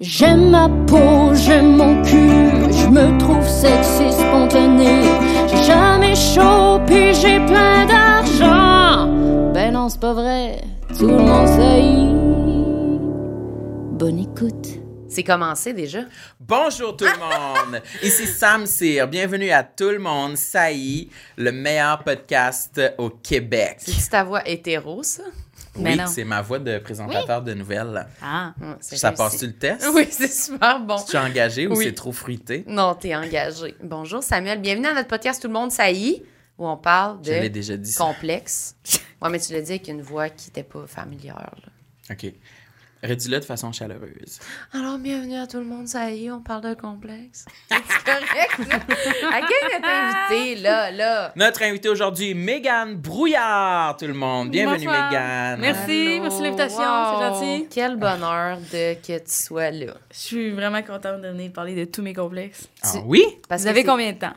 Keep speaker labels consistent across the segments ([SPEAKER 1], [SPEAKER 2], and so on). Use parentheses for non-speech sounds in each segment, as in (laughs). [SPEAKER 1] J'aime ma peau, j'aime mon cul, je me trouve sexy spontané. J'ai jamais chaud, puis j'ai plein d'argent. Ben non, c'est pas vrai, tout le monde sait. Bonne écoute.
[SPEAKER 2] C'est commencé déjà.
[SPEAKER 3] Bonjour tout le
[SPEAKER 2] Ah!
[SPEAKER 3] monde! Ici Sam Cyr. Bienvenue à Tout le monde, ça y est, le meilleur podcast au Québec.
[SPEAKER 2] C'est ta voix hétéro, ça?
[SPEAKER 3] Oui, c'est ma voix de présentateur de nouvelles.
[SPEAKER 1] Ah,
[SPEAKER 2] Hum, c'est
[SPEAKER 3] Ça
[SPEAKER 2] réussi.
[SPEAKER 3] passe-tu le test?
[SPEAKER 2] (laughs) Oui, c'est super bon.
[SPEAKER 3] Tu es engagé ou
[SPEAKER 2] Oui.
[SPEAKER 3] c'est trop fruité?
[SPEAKER 2] Non, t'es engagé. Bonjour Samuel, bienvenue à notre podcast Tout le monde ça y est, où on parle
[SPEAKER 3] Je l'ai
[SPEAKER 2] de
[SPEAKER 3] déjà dit. ça.
[SPEAKER 2] complexe. Ouais, mais tu l'as dit avec une voix qui n'était pas familière. là.
[SPEAKER 3] OK. Redis-le de façon chaleureuse.
[SPEAKER 2] Alors, bienvenue à tout le monde, ça y est, on parle de complexe. (laughs) C'est correct, là? À quel est invité, là, là?
[SPEAKER 3] Notre invité aujourd'hui est Mégane Brouillard, tout le monde. Bienvenue,
[SPEAKER 4] Bonsoir.
[SPEAKER 3] Mégane.
[SPEAKER 4] Merci,
[SPEAKER 2] Allô,
[SPEAKER 4] merci de l'invitation,
[SPEAKER 2] wow.
[SPEAKER 4] c'est gentil.
[SPEAKER 2] Quel bonheur de que tu sois là.
[SPEAKER 4] Je suis vraiment contente de venir parler de tous mes complexes.
[SPEAKER 3] Ah
[SPEAKER 2] Tu-
[SPEAKER 3] oui?
[SPEAKER 2] Parce
[SPEAKER 4] Vous avez
[SPEAKER 2] c'est-
[SPEAKER 4] combien de temps?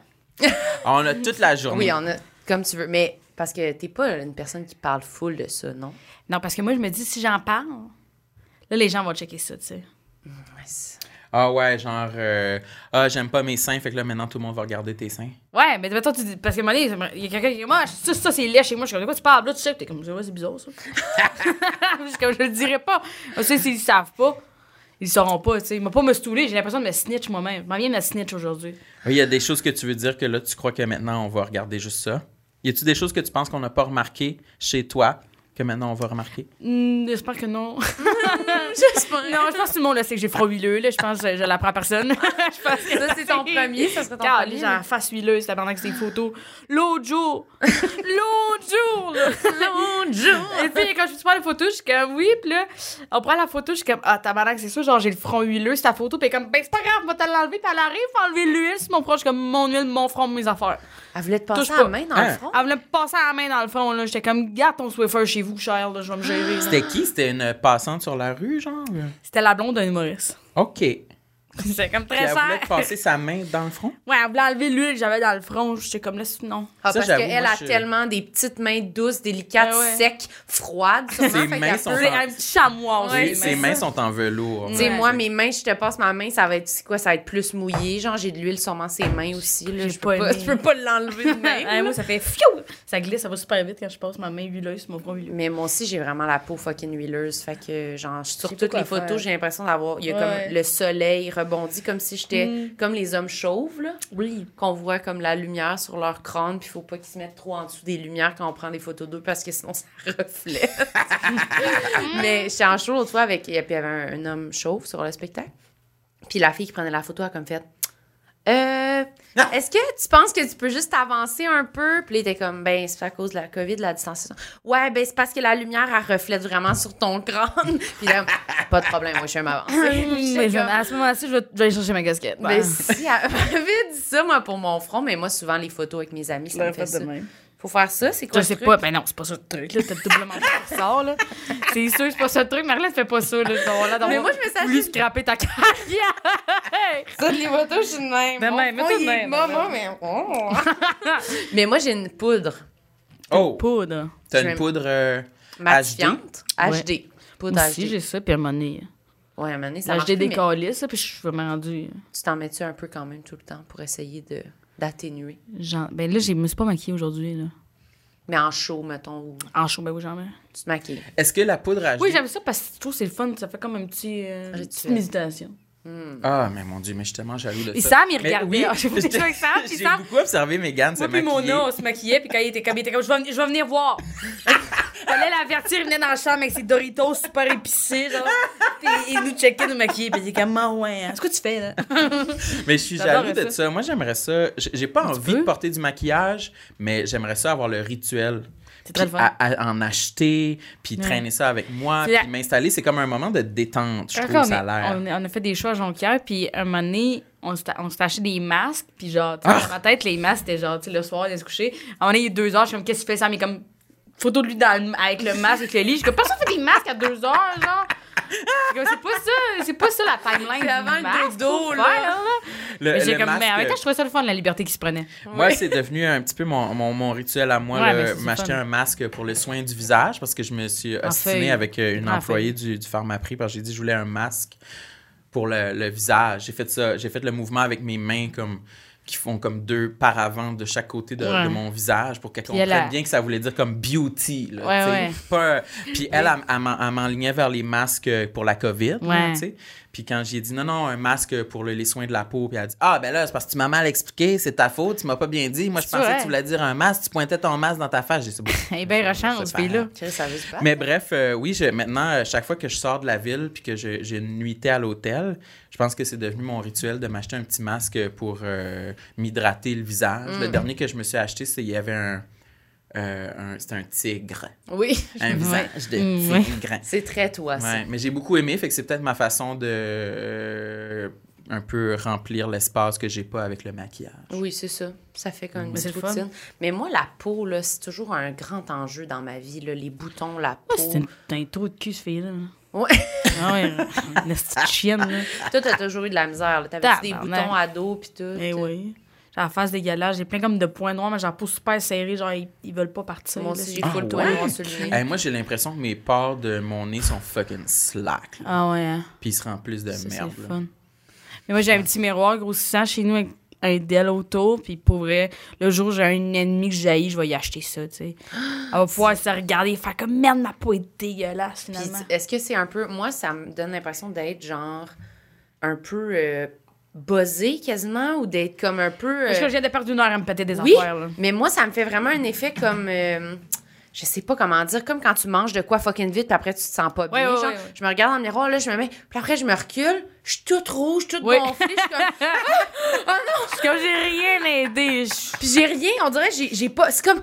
[SPEAKER 3] On a toute la
[SPEAKER 2] Oui,
[SPEAKER 3] journée.
[SPEAKER 2] on a comme tu veux, mais parce que t'es pas une personne qui parle full de ça, non?
[SPEAKER 4] Non, parce que moi, je me dis, si j'en parle, là, les gens vont checker ça, tu sais.
[SPEAKER 3] Ah ouais, genre, euh, ah, j'aime pas mes seins, fait que là, maintenant, tout le monde va regarder tes seins.
[SPEAKER 4] Ouais, mais mettons, tu dis, parce que moment donné, il y a quelqu'un qui dit, moi, ça, ça c'est laid chez moi, je suis comme, de quoi tu parles? Là, tu sais, t'es comme, ouais, c'est
[SPEAKER 2] (laughs)
[SPEAKER 4] bizarre, ça. je suis comme, je le dirais pas. Tu sais, s'ils savent pas, ils sauront pas, tu sais. Ils m'ont pas me stouler, j'ai l'impression de me snitch moi-même. Je m'en viens de me snitch aujourd'hui.
[SPEAKER 3] Oui, il y a des choses que tu veux dire que là, tu crois que maintenant, on va regarder juste ça. Y a-tu des choses que tu penses qu'on n'a pas remarquées chez toi, que maintenant, on va remarquer?
[SPEAKER 4] Hmm, j'espère
[SPEAKER 2] (laughs)
[SPEAKER 4] que non. j'espère. Non, je pense que tout le monde le sait que j'ai froid huileux, là. Je pense que je, je l'apprends à personne. (laughs) je pense que
[SPEAKER 2] Ça, c'est ton premier, ça serait ton
[SPEAKER 4] Car
[SPEAKER 2] premier,
[SPEAKER 4] les gens
[SPEAKER 2] mais-
[SPEAKER 4] face huileuse, c'était pendant que c'était photos. L'autre jour!
[SPEAKER 2] (laughs)
[SPEAKER 4] L'autre jour! là.
[SPEAKER 2] Long jour!
[SPEAKER 4] Et puis, quand je suis prends les photos, je suis comme, oui, puis là, on prend la photo, je suis comme, ah, tabarnak, c'est sûr, genre, j'ai le front huileux, c'est ta photo, puis elle est comme, ben, c'est pas grave, on va te l'enlever, puis elle arrive, faut enlever l'huile sur mon front, je suis comme, mon huile, mon front, mes affaires.
[SPEAKER 2] Elle voulait te passer
[SPEAKER 4] Touche
[SPEAKER 2] la
[SPEAKER 4] pas.
[SPEAKER 2] main dans le
[SPEAKER 3] Hein?
[SPEAKER 2] front?
[SPEAKER 4] Elle voulait me passer la main dans le front, là, j'étais comme, garde ton Swiffer chez vous, cher, là, je vais me gérer. là.
[SPEAKER 3] C'était qui? C'était une passante sur la rue, genre?
[SPEAKER 4] C'était la blonde d'un humoriste. (laughs)
[SPEAKER 3] OK. Puis
[SPEAKER 4] C'était comme très
[SPEAKER 3] elle voulait
[SPEAKER 4] cher.
[SPEAKER 3] te passer sa main dans le
[SPEAKER 4] (laughs)
[SPEAKER 3] front?
[SPEAKER 4] Ouais, elle voulait enlever l'huile que j'avais dans le front, j'étais comme, là, c'est- non.
[SPEAKER 2] Ah,
[SPEAKER 3] Ça,
[SPEAKER 2] parce
[SPEAKER 3] j'avoue,
[SPEAKER 2] qu'elle
[SPEAKER 3] moi,
[SPEAKER 2] a
[SPEAKER 3] je-
[SPEAKER 2] tellement des petites mains douces, délicates,
[SPEAKER 4] Ah ouais.
[SPEAKER 2] secs, froides. Sûrement, fait
[SPEAKER 3] Ses mains
[SPEAKER 2] qu'elle
[SPEAKER 3] sont
[SPEAKER 2] peut-
[SPEAKER 3] en-
[SPEAKER 4] C'est un petit chamois,
[SPEAKER 2] Ouais,
[SPEAKER 3] Ses-
[SPEAKER 4] oui,
[SPEAKER 3] ses
[SPEAKER 4] mais-
[SPEAKER 3] mains sont en velours.
[SPEAKER 2] Tu
[SPEAKER 4] Mm.
[SPEAKER 2] sais,
[SPEAKER 4] Ouais,
[SPEAKER 2] moi,
[SPEAKER 4] je-
[SPEAKER 2] mes mains, je te passe ma main, ça va être, c'est quoi, ça va être plus mouillé. Genre, j'ai de l'huile sûrement ses mains aussi. Là,
[SPEAKER 4] J'ai
[SPEAKER 2] je, peux
[SPEAKER 4] pas
[SPEAKER 2] pas,
[SPEAKER 4] aimé.
[SPEAKER 2] je peux pas l'enlever
[SPEAKER 4] (laughs)
[SPEAKER 2] de
[SPEAKER 4] Ouais,
[SPEAKER 2] même. là.
[SPEAKER 4] moi, ça fait fiou! Ça glisse, ça va super vite quand je passe ma main huileuse sur mon front huileux.
[SPEAKER 2] Mais moi aussi, j'ai vraiment la peau fucking huileuse. Fait que, genre, sur
[SPEAKER 4] sais pas
[SPEAKER 2] toutes
[SPEAKER 4] quoi
[SPEAKER 2] les photos,
[SPEAKER 4] faire.
[SPEAKER 2] j'ai l'impression d'avoir. Il y a
[SPEAKER 4] Ouais. Mm.
[SPEAKER 2] comme le soleil rebondit, comme si j'étais. Comme les hommes chauves, là.
[SPEAKER 4] Oui.
[SPEAKER 2] Qu'on voit comme la lumière sur leur crâne, puis faut pas qu'ils se mettent trop en dessous des lumières quand on prend des photos d'eux, parce que sinon, ça (laughs) reflète.
[SPEAKER 4] (laughs)
[SPEAKER 2] Mais j'étais en show l'autre fois avec. et Puis il y avait un, un homme chauve sur le spectacle. Puis la fille qui prenait la photo a comme fait. Euh,
[SPEAKER 4] Ah!
[SPEAKER 2] est-ce que tu penses que tu peux juste avancer un peu? Puis là, il était comme, ben, c'est à cause de la COVID, de la distanciation. Ouais, ben, c'est parce que la lumière, elle reflète vraiment sur ton crâne. (laughs) Puis là, pas de problème, moi, (laughs) je vais m'avancer.
[SPEAKER 4] (laughs) Mais
[SPEAKER 2] J'étais comme,
[SPEAKER 4] à ce moment-ci, je vais, je vais aller chercher ma casquette.
[SPEAKER 2] ben, si, elle m'avait Ben, dit ça, moi, pour mon front, mais moi, souvent, les photos avec mes amis, ça me fait ça. Faut faire ça, c'est quoi
[SPEAKER 4] Je
[SPEAKER 2] le
[SPEAKER 4] sais
[SPEAKER 2] truc?
[SPEAKER 4] pas, ben non, c'est pas ça le truc, là. T'as doublement pas qui ressort, là. C'est sûr, c'est pas ça le truc. Marlène, fais pas ça, là. On va là,
[SPEAKER 2] Mais
[SPEAKER 4] on-
[SPEAKER 2] moi, je me suis
[SPEAKER 4] voulu
[SPEAKER 2] assise-
[SPEAKER 4] scraper ta carrière.
[SPEAKER 2] (laughs) Ça, les photos, je suis de même.
[SPEAKER 4] De
[SPEAKER 2] Mon
[SPEAKER 4] même, mais
[SPEAKER 2] front,
[SPEAKER 4] toi de
[SPEAKER 2] il est
[SPEAKER 4] même,
[SPEAKER 2] bas,
[SPEAKER 4] de
[SPEAKER 2] moi, mais... oh. mais moi, j'ai une poudre
[SPEAKER 3] Oh!
[SPEAKER 4] Poudre.
[SPEAKER 3] T'as
[SPEAKER 2] je
[SPEAKER 3] une
[SPEAKER 2] vais-
[SPEAKER 3] poudre euh, HD?
[SPEAKER 2] matifiante, HD. Poudre
[SPEAKER 4] Moi aussi,
[SPEAKER 2] HD.
[SPEAKER 4] j'ai ça, puis à un moment donné,
[SPEAKER 2] Ouais, à un moment donné, ça
[SPEAKER 4] là,
[SPEAKER 2] marche
[SPEAKER 4] j'ai
[SPEAKER 2] plus,
[SPEAKER 4] des
[SPEAKER 2] mais-
[SPEAKER 4] calices, là, puis je suis vraiment rendue.
[SPEAKER 2] tu t'en mets-tu un peu quand même tout le temps pour essayer de d'atténuer?
[SPEAKER 4] Genre, ben là, je me suis pas maquillée aujourd'hui, là.
[SPEAKER 2] Mais en chaud, mettons, ou
[SPEAKER 4] En chaud, ben oui, j'en mets.
[SPEAKER 2] tu te maquilles.
[SPEAKER 3] Est-ce que la poudre HD...
[SPEAKER 4] Oui, j'aime ça parce que je trouve que c'est le fun, ça fait comme un petit, euh,
[SPEAKER 2] Rituel.
[SPEAKER 4] petite méditation.
[SPEAKER 3] Ah, mais mon Dieu, mais je suis tellement jaloux de ça.
[SPEAKER 4] Et Sam, il
[SPEAKER 3] Mais
[SPEAKER 4] regardait.
[SPEAKER 3] oui,
[SPEAKER 4] (laughs) Ah,
[SPEAKER 3] (laughs)
[SPEAKER 4] j'ai fait des jeux avec Sam, puis
[SPEAKER 3] J'ai
[SPEAKER 4] Sam-
[SPEAKER 3] beaucoup observé Mégane se
[SPEAKER 4] Moi puis
[SPEAKER 3] maquiller.
[SPEAKER 4] Mona, on se maquillait, puis quand il était comme, il était comme, je vais, venir- je vais venir (laughs) voir. J'allais l'avertir, il venait dans la chambre avec ses Doritos super épicés, genre. Puis il nous checkait, nous maquiller, puis il était comme, maman, ouais, hein. c'est quoi tu fais, là?
[SPEAKER 3] Mais je suis
[SPEAKER 4] J'adorerais
[SPEAKER 3] jaloux de ça.
[SPEAKER 4] ça.
[SPEAKER 3] Moi, j'aimerais ça. J- J'ai pas envie
[SPEAKER 4] peux?
[SPEAKER 3] de porter du maquillage, mais j'aimerais ça avoir le rituel.
[SPEAKER 4] C'est très
[SPEAKER 3] Puis
[SPEAKER 4] le fun.
[SPEAKER 3] à- à- en acheter, puis traîner ça avec moi,
[SPEAKER 4] C'est la-
[SPEAKER 3] puis m'installer. C'est comme un moment de détente, je trouve,
[SPEAKER 4] on,
[SPEAKER 3] ça a l'air.
[SPEAKER 4] on a fait des choix à Jonquière, puis un moment donné, on s'est on s'est acheté des masques, puis genre,
[SPEAKER 3] Ah!
[SPEAKER 4] tu sais, dans ma tête, les masques, c'était genre, tu sais, le soir, on allait se coucher. À un moment donné, il est deux heures, je suis comme, qu'est-ce que tu fais, Sam? Il est comme, photo de lui dans le- avec le masque, avec le lit. Je suis comme, personne fait des masques à deux heures, genre. Je suis comme, C'est pas ça, c'est pas ça la timeline.
[SPEAKER 2] C'est
[SPEAKER 4] du
[SPEAKER 2] avant le
[SPEAKER 4] masque,
[SPEAKER 2] dodo,
[SPEAKER 4] faut
[SPEAKER 2] là.
[SPEAKER 4] faire,
[SPEAKER 3] Le-
[SPEAKER 4] Mais j'ai
[SPEAKER 3] le
[SPEAKER 4] comme, mais en
[SPEAKER 3] masque, euh,
[SPEAKER 4] même temps, je trouvais ça le fun, la liberté qu'il se prenait.
[SPEAKER 3] Moi, c'est devenu un petit peu mon, mon, mon rituel à moi,
[SPEAKER 4] Ouais,
[SPEAKER 3] le-
[SPEAKER 4] mais c'est du
[SPEAKER 3] m'acheter
[SPEAKER 4] fun.
[SPEAKER 3] un masque pour le soin du visage, parce que je me suis
[SPEAKER 4] En
[SPEAKER 3] ostinée
[SPEAKER 4] feuille.
[SPEAKER 3] avec euh, une
[SPEAKER 4] En
[SPEAKER 3] employée du, du Pharmaprix, parce que j'ai dit je voulais un masque pour le, le visage. J'ai fait ça, j'ai fait le mouvement avec mes mains comme qui font comme deux paravents de chaque côté de,
[SPEAKER 4] Ouais.
[SPEAKER 3] de mon visage pour qu'elle
[SPEAKER 4] Puis elle
[SPEAKER 3] comprenne
[SPEAKER 4] a-
[SPEAKER 3] bien que ça voulait dire comme beauty. Là,
[SPEAKER 4] Ouais,
[SPEAKER 3] tu sais.
[SPEAKER 4] ouais.
[SPEAKER 3] Pas- Puis elle, elle, elle m'en- elle m'enlignait vers les masques euh, pour la COVID. là,
[SPEAKER 4] Ouais.
[SPEAKER 3] tu sais. Puis quand j'ai dit non, non, un masque pour le- les soins de la peau, puis elle a dit Ah, ben là, c'est parce que tu m'as mal expliqué, c'est ta faute, tu m'as pas bien dit. Moi, je
[SPEAKER 4] C'est
[SPEAKER 3] pensais
[SPEAKER 4] vrai. Eh ben,
[SPEAKER 3] que tu voulais dire un masque, tu pointais ton masque dans ta face. J'ai dit,
[SPEAKER 4] (laughs)
[SPEAKER 3] Bon,
[SPEAKER 4] Elle est bien rechange,
[SPEAKER 3] c'est
[SPEAKER 4] ce pays-là.
[SPEAKER 2] Tu sais, ça veut se battre.
[SPEAKER 3] mais bref, euh, oui, je- maintenant, euh, chaque fois que je sors de la ville puis que je- j'ai une nuitée à l'hôtel, je pense que c'est devenu mon rituel de m'acheter un petit masque pour euh, m'hydrater le visage.
[SPEAKER 4] Mm.
[SPEAKER 3] Le dernier que je me suis acheté, c'est il y avait un. euh, un- c'était un tigre.
[SPEAKER 2] Oui,
[SPEAKER 3] Un visage de
[SPEAKER 4] Ouais.
[SPEAKER 3] tigre.
[SPEAKER 2] c'est très toi, ça.
[SPEAKER 3] Ouais, mais j'ai beaucoup aimé, fait que c'est peut-être ma façon de. euh, un peu remplir l'espace que j'ai pas avec le maquillage.
[SPEAKER 2] Oui, c'est ça. Ça fait comme une
[SPEAKER 4] Mais c'est
[SPEAKER 2] petite
[SPEAKER 4] le fun.
[SPEAKER 2] routine. Mais moi, la peau, là, c'est toujours un grand enjeu dans ma vie. là. Les boutons, la peau.
[SPEAKER 4] Ouais, Ah, c'est une- T'as un trou de cul, ce fille-là.
[SPEAKER 2] Ouais.
[SPEAKER 4] Ah ouais,
[SPEAKER 3] (laughs)
[SPEAKER 4] une petite chienne, là.
[SPEAKER 2] Toi, t'as toujours eu de la misère. là. T'avais des
[SPEAKER 4] Tabarnak.
[SPEAKER 2] boutons à dos, puis tout.
[SPEAKER 4] Eh oui. J'ai la face dégueulasse. J'ai plein comme de points noirs, mais j'ai la peau super serrée. Genre, ils, ils veulent pas partir.
[SPEAKER 2] Moi
[SPEAKER 4] là.
[SPEAKER 2] aussi, j'ai
[SPEAKER 3] Ah,
[SPEAKER 2] full le
[SPEAKER 3] ouais?
[SPEAKER 2] noir sur le nez.
[SPEAKER 3] Eh, moi, j'ai l'impression que mes pores de mon nez sont fucking slack. là.
[SPEAKER 4] Ah ouais, hein.
[SPEAKER 3] Puis ils se remplissent de
[SPEAKER 4] Ça, c'est
[SPEAKER 3] merde.
[SPEAKER 4] le
[SPEAKER 3] là.
[SPEAKER 4] fun. Mais moi, j'ai un petit miroir grossissant chez nous avec un Dell auto. Puis pour vrai, le jour où j'ai un ennemi que j'ai, je vais y acheter ça, tu sais. Elle va pouvoir se regarder et faire comme merde, ma peau est dégueulasse
[SPEAKER 2] Puis,
[SPEAKER 4] finalement.
[SPEAKER 2] est-ce que c'est un peu. Moi, ça me donne l'impression d'être genre un peu euh, buzzé quasiment ou d'être comme un peu. euh,
[SPEAKER 4] Parce que je viens de perdre une heure à me péter des
[SPEAKER 2] oui,
[SPEAKER 4] affaires, là.
[SPEAKER 2] mais moi, ça me fait vraiment un effet comme. euh, je sais pas comment dire, comme quand tu manges de quoi fucking vite, puis après tu te sens pas bien.
[SPEAKER 4] ouais,
[SPEAKER 2] genre,
[SPEAKER 4] ouais, ouais.
[SPEAKER 2] Je me regarde dans le miroir, là, je me mets. Puis après, je me recule, je suis toute rouge, toute
[SPEAKER 4] Oui.
[SPEAKER 2] gonflée. je suis comme-
[SPEAKER 4] Parce que j'ai rien aidé. je-
[SPEAKER 2] Puis j'ai rien, on dirait, j'ai j'ai pas. C'est comme.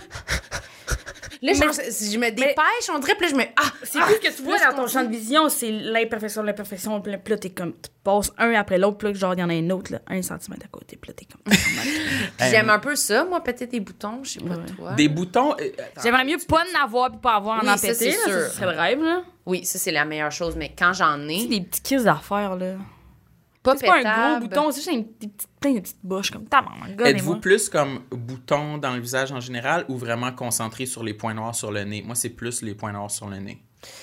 [SPEAKER 2] Là, genre, si je me dépêche, on dirait, puis là, je me. Ah!
[SPEAKER 4] C'est
[SPEAKER 2] ah,
[SPEAKER 4] plus que tu vois
[SPEAKER 2] là,
[SPEAKER 4] dans ton champ de vision, c'est l'imperfection, l'imperfection, puis là, puis là, t'es comme, tu passes un après l'autre, puis là, genre, il y en a un autre, là, un centimètre à côté, puis là, t'es comme...
[SPEAKER 2] Puis J'aime un peu ça, moi, peut-être des boutons, je sais pas toi.
[SPEAKER 3] Des boutons. euh, attends.
[SPEAKER 4] J'aimerais mieux pas en avoir puis pas avoir
[SPEAKER 2] Oui,
[SPEAKER 4] en en
[SPEAKER 2] ça,
[SPEAKER 4] péter,
[SPEAKER 2] c'est
[SPEAKER 4] là,
[SPEAKER 2] sûr.
[SPEAKER 4] ça, ce serait le rêve, là.
[SPEAKER 2] Oui, ça, c'est la meilleure chose, mais quand j'en ai,
[SPEAKER 4] Tu sais, des petits kisses d'affaires, là.
[SPEAKER 2] pas
[SPEAKER 4] C'est pas un gros
[SPEAKER 2] pétable.
[SPEAKER 4] bouton, c'est juste un- des petites, plein de petites bouches, comme, ta maman,
[SPEAKER 3] Êtes-vous
[SPEAKER 4] donnez-moi.
[SPEAKER 3] plus comme bouton dans le visage en général ou vraiment concentré sur les points noirs sur le nez? Moi, c'est plus les points noirs sur le nez.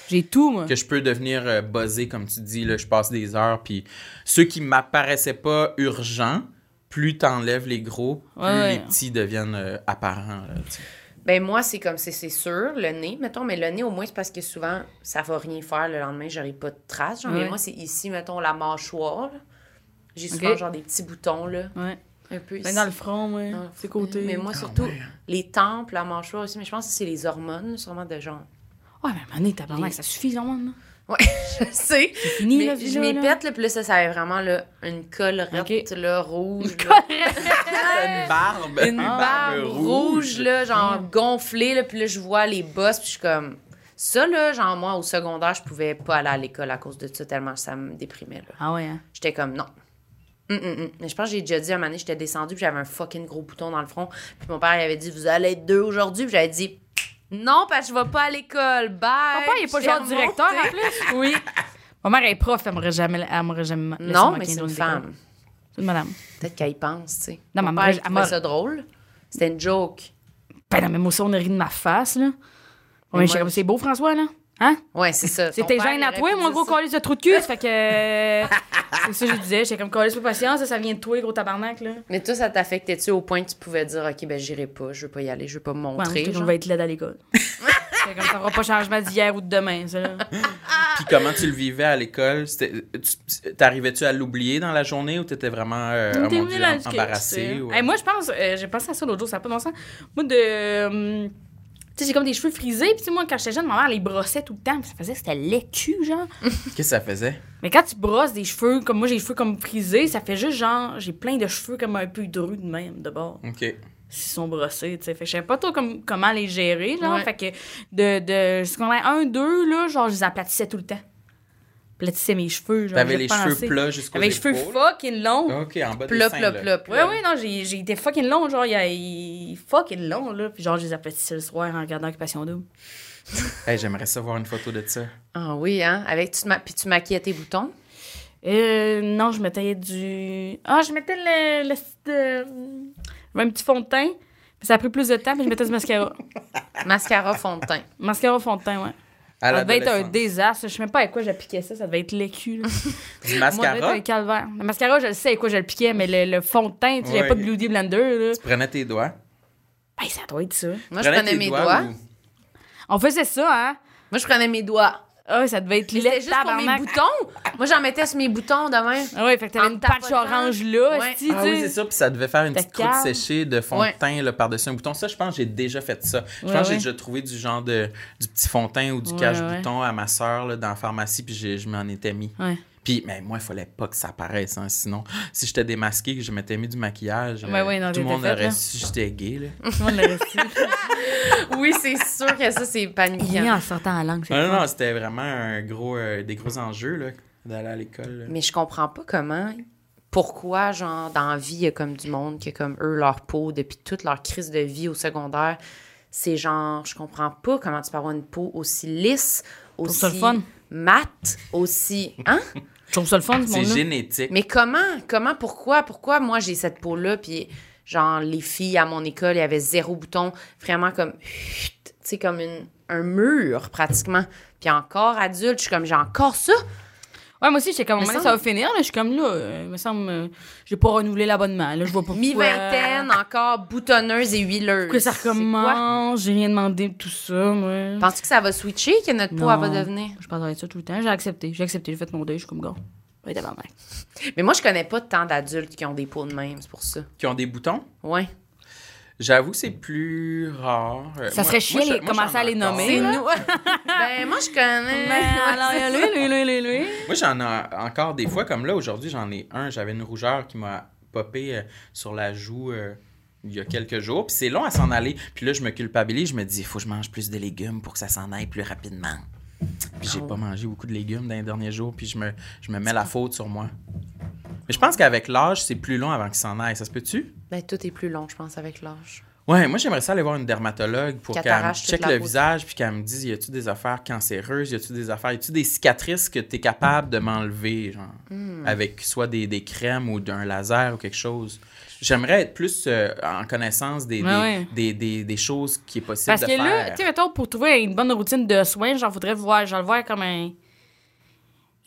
[SPEAKER 4] J'ai tout, moi.
[SPEAKER 3] Que je peux devenir euh, buzzé, comme tu dis, là, je passe des heures. Puis ceux qui m'apparaissaient pas urgents, plus t'enlèves les gros, plus
[SPEAKER 4] Ouais, ouais.
[SPEAKER 3] les petits deviennent euh, apparents. là, tu sais.
[SPEAKER 2] Ben moi, c'est comme c'est c'est sûr, le nez, mettons, mais le nez, au moins, c'est parce que souvent, ça va rien faire le lendemain, j'aurai pas de traces. Genre,
[SPEAKER 4] Ouais.
[SPEAKER 2] Mais moi, c'est ici, mettons, la mâchoire. là. J'ai souvent,
[SPEAKER 4] Ok.
[SPEAKER 2] genre, des petits boutons, là,
[SPEAKER 4] Ouais.
[SPEAKER 2] un peu ici.
[SPEAKER 4] Plein dans le front, moi,
[SPEAKER 2] Dans le
[SPEAKER 4] ses
[SPEAKER 2] front.
[SPEAKER 4] côtés.
[SPEAKER 2] Mais moi, surtout, les tempes, la mâchoire aussi, mais je pense que c'est les hormones, sûrement, de
[SPEAKER 4] (laughs)
[SPEAKER 2] genre.
[SPEAKER 4] Ouais, mais mané, t'as parlé,
[SPEAKER 2] Les-
[SPEAKER 4] ça suffit, là, man.
[SPEAKER 2] Ouais, je sais.
[SPEAKER 4] fini,
[SPEAKER 2] mais
[SPEAKER 4] là,
[SPEAKER 2] je
[SPEAKER 4] puis là,
[SPEAKER 2] m'y
[SPEAKER 4] là.
[SPEAKER 2] pète, là, puis là, ça, ça avait vraiment, là, une collerette,
[SPEAKER 4] Ok.
[SPEAKER 2] là, rouge. là.
[SPEAKER 3] Une barbe!
[SPEAKER 2] une barbe rouge, là, genre gonflée, là, puis là, je vois les bosses, puis je suis comme... Ça, là, genre, moi, au secondaire, je pouvais pas aller à l'école à cause de ça, tellement ça me déprimait, là.
[SPEAKER 4] Ah ouais, hein.
[SPEAKER 2] J'étais comme, non. Hum, hum, hum. Mais je pense que j'ai déjà dit, à un moment donné, j'étais descendue, puis j'avais un fucking gros bouton dans le front, puis mon père, il avait dit, vous allez être deux aujourd'hui, puis j'avais dit... Non, parce que je vais pas à l'école. Bye.
[SPEAKER 4] Papa, il est pas
[SPEAKER 2] J'étais
[SPEAKER 4] genre directeur, hein? en
[SPEAKER 2] remontée.
[SPEAKER 4] plus. Oui. Ma mère elle est prof, elle m'aurait jamais, elle m'aurait jamais laissé
[SPEAKER 2] Non,
[SPEAKER 4] manquer
[SPEAKER 2] mais c'est une
[SPEAKER 4] journée d'école.
[SPEAKER 2] femme.
[SPEAKER 4] C'est une madame.
[SPEAKER 2] Peut-être qu'elle y pense, tu sais.
[SPEAKER 4] Non,
[SPEAKER 2] Mon
[SPEAKER 4] mais
[SPEAKER 2] père,
[SPEAKER 4] elle-
[SPEAKER 2] il
[SPEAKER 4] elle
[SPEAKER 2] trouvait
[SPEAKER 4] m'a-
[SPEAKER 2] ça drôle. C'était une joke.
[SPEAKER 4] Ben non, mais moi aussi, on a ri de ma face, là. Ouais,
[SPEAKER 2] moi,
[SPEAKER 4] j'ai comme,
[SPEAKER 2] je-
[SPEAKER 4] c'est beau, François, là. Hein?
[SPEAKER 2] Ouais, c'est ça. Ton
[SPEAKER 4] C'était
[SPEAKER 2] père,
[SPEAKER 4] gêne
[SPEAKER 2] il
[SPEAKER 4] à
[SPEAKER 2] aurait
[SPEAKER 4] toi,
[SPEAKER 2] pu
[SPEAKER 4] mon
[SPEAKER 2] dire
[SPEAKER 4] gros
[SPEAKER 2] ça.
[SPEAKER 4] colis de trou de cul. Ça
[SPEAKER 2] (laughs)
[SPEAKER 4] fait que. C'est ça que je disais. J'étais comme, colis, pas patience, ça, ça vient de toi, gros tabarnak, là.
[SPEAKER 2] Mais toi, ça t'affectait-tu au point que tu pouvais dire, OK, ben, j'irai pas, je veux pas y aller, je veux pas me
[SPEAKER 4] Ouais,
[SPEAKER 2] montrer.
[SPEAKER 4] on
[SPEAKER 2] genre?
[SPEAKER 4] va être laide
[SPEAKER 2] (laughs)
[SPEAKER 4] à l'école. Fait comme, ça aura pas changement d'hier ou de demain, ça, là.
[SPEAKER 3] Puis comment tu le vivais à l'école? C'était- tu- T'arrivais-tu à l'oublier dans la journée ou t'étais vraiment euh, oh mon
[SPEAKER 4] Terminer
[SPEAKER 3] Dieu,
[SPEAKER 4] la
[SPEAKER 3] em-
[SPEAKER 4] discussion.
[SPEAKER 3] embarrassée? ou-
[SPEAKER 4] Hey, moi, je pense, euh, j'ai pensé à ça l'autre jour, ça n'a pas de bon sens. Moi, de. euh, tu sais, j'ai comme des cheveux frisés, puis tu sais, moi, quand j'étais jeune, ma mère les brossait tout le temps, puis ça faisait que c'était laitue, genre.
[SPEAKER 3] Qu'est-ce que ça faisait?
[SPEAKER 4] Mais quand tu brosses des cheveux, comme moi, j'ai les cheveux comme frisés, ça fait juste genre, j'ai plein de cheveux comme un peu drus de même, de bord.
[SPEAKER 3] OK.
[SPEAKER 4] s'ils sont brossés, tu sais. Fait que je savais pas trop comme, comment les gérer, genre.
[SPEAKER 2] Ouais.
[SPEAKER 4] Fait que de, de secondaire 1, 2, là, genre, je les aplatissais tout le temps. Platissais mes cheveux, genre.
[SPEAKER 3] T'avais
[SPEAKER 4] j'ai
[SPEAKER 3] les
[SPEAKER 4] repensé.
[SPEAKER 3] cheveux plats jusqu'aux
[SPEAKER 4] J'avais les cheveux
[SPEAKER 3] épaules.
[SPEAKER 4] fucking longs.
[SPEAKER 3] OK, en bas
[SPEAKER 2] Plop,
[SPEAKER 3] des seins,
[SPEAKER 2] plop,
[SPEAKER 3] là.
[SPEAKER 2] plop.
[SPEAKER 4] Ouais, ouais, non, j'ai j'ai été fucking long, genre, il y a- il fucking long, là. Puis genre, je les aplatissais le soir en regardant Occupation Double.
[SPEAKER 3] Hey, J'aimerais ça voir une photo de ça.
[SPEAKER 2] Ah oui, hein? Avec, tu te ma- Puis tu maquillais tes boutons.
[SPEAKER 4] Euh, non, je mettais du. Ah, je mettais le. le, le- un petit fond de teint.
[SPEAKER 2] (laughs)
[SPEAKER 4] Puis ça a pris plus de temps, puis je mettais du mascara.
[SPEAKER 2] Mascara fond de teint.
[SPEAKER 4] mascara fond de teint, ouais.
[SPEAKER 3] à
[SPEAKER 4] Ça devait être un
[SPEAKER 3] l'adolescence.
[SPEAKER 4] désastre. Je sais même pas à quoi j'appliquais ça. Ça devait être l'écu. là.
[SPEAKER 3] Du
[SPEAKER 4] Moi, ça devait être
[SPEAKER 3] mascara,
[SPEAKER 4] un calvaire. Le mascara, je le sais à quoi je le piquais, mais le, le fond de teint, tu sais, j'avais
[SPEAKER 3] Ouais.
[SPEAKER 4] pas de Beauty Blender. Là.
[SPEAKER 3] tu prenais tes doigts.
[SPEAKER 4] Ben, ça doit être ça.
[SPEAKER 2] Moi, je
[SPEAKER 3] Prenais
[SPEAKER 2] prenais
[SPEAKER 3] tes
[SPEAKER 2] mes doigts.
[SPEAKER 3] ou-
[SPEAKER 4] On faisait ça, hein?
[SPEAKER 2] Moi, je prenais mes doigts.
[SPEAKER 4] Ah, ça devait être
[SPEAKER 2] Mais
[SPEAKER 4] laid,
[SPEAKER 2] C'était juste pour mes
[SPEAKER 4] tabarnak.
[SPEAKER 2] boutons. Moi, j'en mettais sur mes boutons demain.
[SPEAKER 4] Ah ouais, fait que
[SPEAKER 2] En
[SPEAKER 4] t'avais une patch
[SPEAKER 2] tapotant.
[SPEAKER 4] orange là,
[SPEAKER 2] Ouais.
[SPEAKER 4] esti,
[SPEAKER 3] Ah
[SPEAKER 4] tu
[SPEAKER 3] oui,
[SPEAKER 4] sais.
[SPEAKER 3] c'est ça. Puis ça devait faire une
[SPEAKER 4] Ta
[SPEAKER 3] petite croûte
[SPEAKER 4] cave.
[SPEAKER 3] séchée de fond
[SPEAKER 2] Ouais.
[SPEAKER 3] de teint là, par-dessus un bouton. Ça, je pense que j'ai déjà fait ça. Je
[SPEAKER 4] Ouais,
[SPEAKER 3] pense que
[SPEAKER 4] ouais.
[SPEAKER 3] j'ai déjà trouvé du genre de du petit fond de teint ou du
[SPEAKER 4] Ouais,
[SPEAKER 3] cache-bouton à ma soeur là, dans la pharmacie, puis j'ai- je m'en étais mis.
[SPEAKER 4] Ouais.
[SPEAKER 3] Puis, mais moi, il fallait pas que ça apparaisse. hein, Sinon, si j'étais démasquée, que je m'étais mis du maquillage,
[SPEAKER 4] Ouais,
[SPEAKER 3] euh,
[SPEAKER 4] ouais, non,
[SPEAKER 3] tout le
[SPEAKER 4] t'étais
[SPEAKER 3] monde
[SPEAKER 4] faite,
[SPEAKER 3] aurait
[SPEAKER 4] là.
[SPEAKER 3] su que j'étais gay.
[SPEAKER 4] (laughs)
[SPEAKER 3] Là.
[SPEAKER 4] Tout le monde l'aurait su.
[SPEAKER 2] Oui, c'est sûr que ça, c'est
[SPEAKER 4] Il rit
[SPEAKER 2] paniquant.
[SPEAKER 4] en sortant la langue, c'est
[SPEAKER 3] Non, non,
[SPEAKER 4] fun.
[SPEAKER 3] non, c'était vraiment un gros, euh, des gros enjeux là, d'aller à l'école. là.
[SPEAKER 2] Mais je comprends pas comment, pourquoi, genre, dans la vie, il y a comme du monde que, comme eux, leur peau, depuis toute leur crise de vie au secondaire, c'est genre, je comprends pas comment tu peux avoir une peau aussi lisse,
[SPEAKER 4] ça le
[SPEAKER 2] aussi
[SPEAKER 4] fun.
[SPEAKER 2] mate, aussi. Hein?
[SPEAKER 4] Je trouve ça le fun, ce
[SPEAKER 3] C'est
[SPEAKER 4] monde-là.
[SPEAKER 3] génétique.
[SPEAKER 2] Mais comment? Comment? Pourquoi? Pourquoi moi j'ai cette peau-là? Puis genre, les filles à mon école, il y avait zéro bouton. Vraiment comme, tu sais, comme une, un mur pratiquement. Puis encore adulte, je suis comme, j'ai encore ça?
[SPEAKER 4] Ouais, moi aussi, j'étais comme,
[SPEAKER 2] Me
[SPEAKER 4] au moment donné, ça
[SPEAKER 2] semble-
[SPEAKER 4] va finir, là. Je suis comme, là, euh, il me semble, euh, j'ai pas renouvelé l'abonnement, là. Je vois pas pourquoi.
[SPEAKER 2] Mi-vingtaine, encore boutonneuse et huileuse.
[SPEAKER 4] Pourquoi ça
[SPEAKER 2] C'est quoi?
[SPEAKER 4] recommence? J'ai rien demandé de tout ça, moi.
[SPEAKER 2] Penses-tu que ça va switcher, que notre peau
[SPEAKER 4] Non.
[SPEAKER 2] elle va devenir?
[SPEAKER 4] Je pensais à ça tout le temps. J'ai accepté. J'ai accepté. J'ai fait mon deuil. Je suis comme, gars.
[SPEAKER 2] (laughs)
[SPEAKER 4] Ouais, tabarnak.
[SPEAKER 2] Mais moi, je connais pas tant d'adultes qui ont des peaux de même, c'est pour ça.
[SPEAKER 3] Qui ont des boutons.
[SPEAKER 2] Ouais.
[SPEAKER 3] J'avoue, c'est plus rare. Euh,
[SPEAKER 4] Ça serait chiant
[SPEAKER 3] je-
[SPEAKER 4] les-
[SPEAKER 3] j'en ai
[SPEAKER 4] commencer à les
[SPEAKER 3] encore,
[SPEAKER 4] nommer,
[SPEAKER 3] là.
[SPEAKER 4] là.
[SPEAKER 2] ben, moi, je connais.
[SPEAKER 4] Ben, alors, il y a lui, lui, lui, lui, lui.
[SPEAKER 3] Moi, j'en ai encore des fois. Comme là, aujourd'hui, j'en ai un. J'avais une rougeur qui m'a popé euh, sur la joue euh, il y a quelques jours. Puis c'est long à s'en aller. Puis là, je me culpabilise. Je me dis, il faut que je mange plus de légumes pour que ça s'en aille plus rapidement. Puis
[SPEAKER 4] Ah
[SPEAKER 3] j'ai pas mangé beaucoup de légumes dans les derniers jours. Puis je me, je me mets la faute sur moi. Mais je pense qu'avec l'âge, c'est plus long avant que ça s'en aille. Ça se peut-tu?
[SPEAKER 2] Ben, tout est plus long, je pense, avec l'âge.
[SPEAKER 3] Ouais, moi j'aimerais ça aller voir une dermatologue pour
[SPEAKER 2] Qu'elle
[SPEAKER 3] qu'elle me
[SPEAKER 2] t'arrache toute
[SPEAKER 3] check
[SPEAKER 2] la
[SPEAKER 3] le
[SPEAKER 2] peau.
[SPEAKER 3] visage puis qu'elle me dise y a-tu des affaires cancéreuses, y a-tu des affaires, y a-tu des cicatrices que t'es capable de m'enlever genre
[SPEAKER 2] Hmm.
[SPEAKER 3] avec soit des, des crèmes ou d'un laser ou quelque chose. J'aimerais être plus euh, en connaissance des,
[SPEAKER 4] Ouais,
[SPEAKER 3] des, des,
[SPEAKER 4] ouais.
[SPEAKER 3] des- des choses qui est possible
[SPEAKER 4] Parce
[SPEAKER 3] de
[SPEAKER 4] que là,
[SPEAKER 3] faire.
[SPEAKER 4] tu sais, mettons, pour trouver une bonne routine de soins, j'en voudrais voir, j'en voir comme un.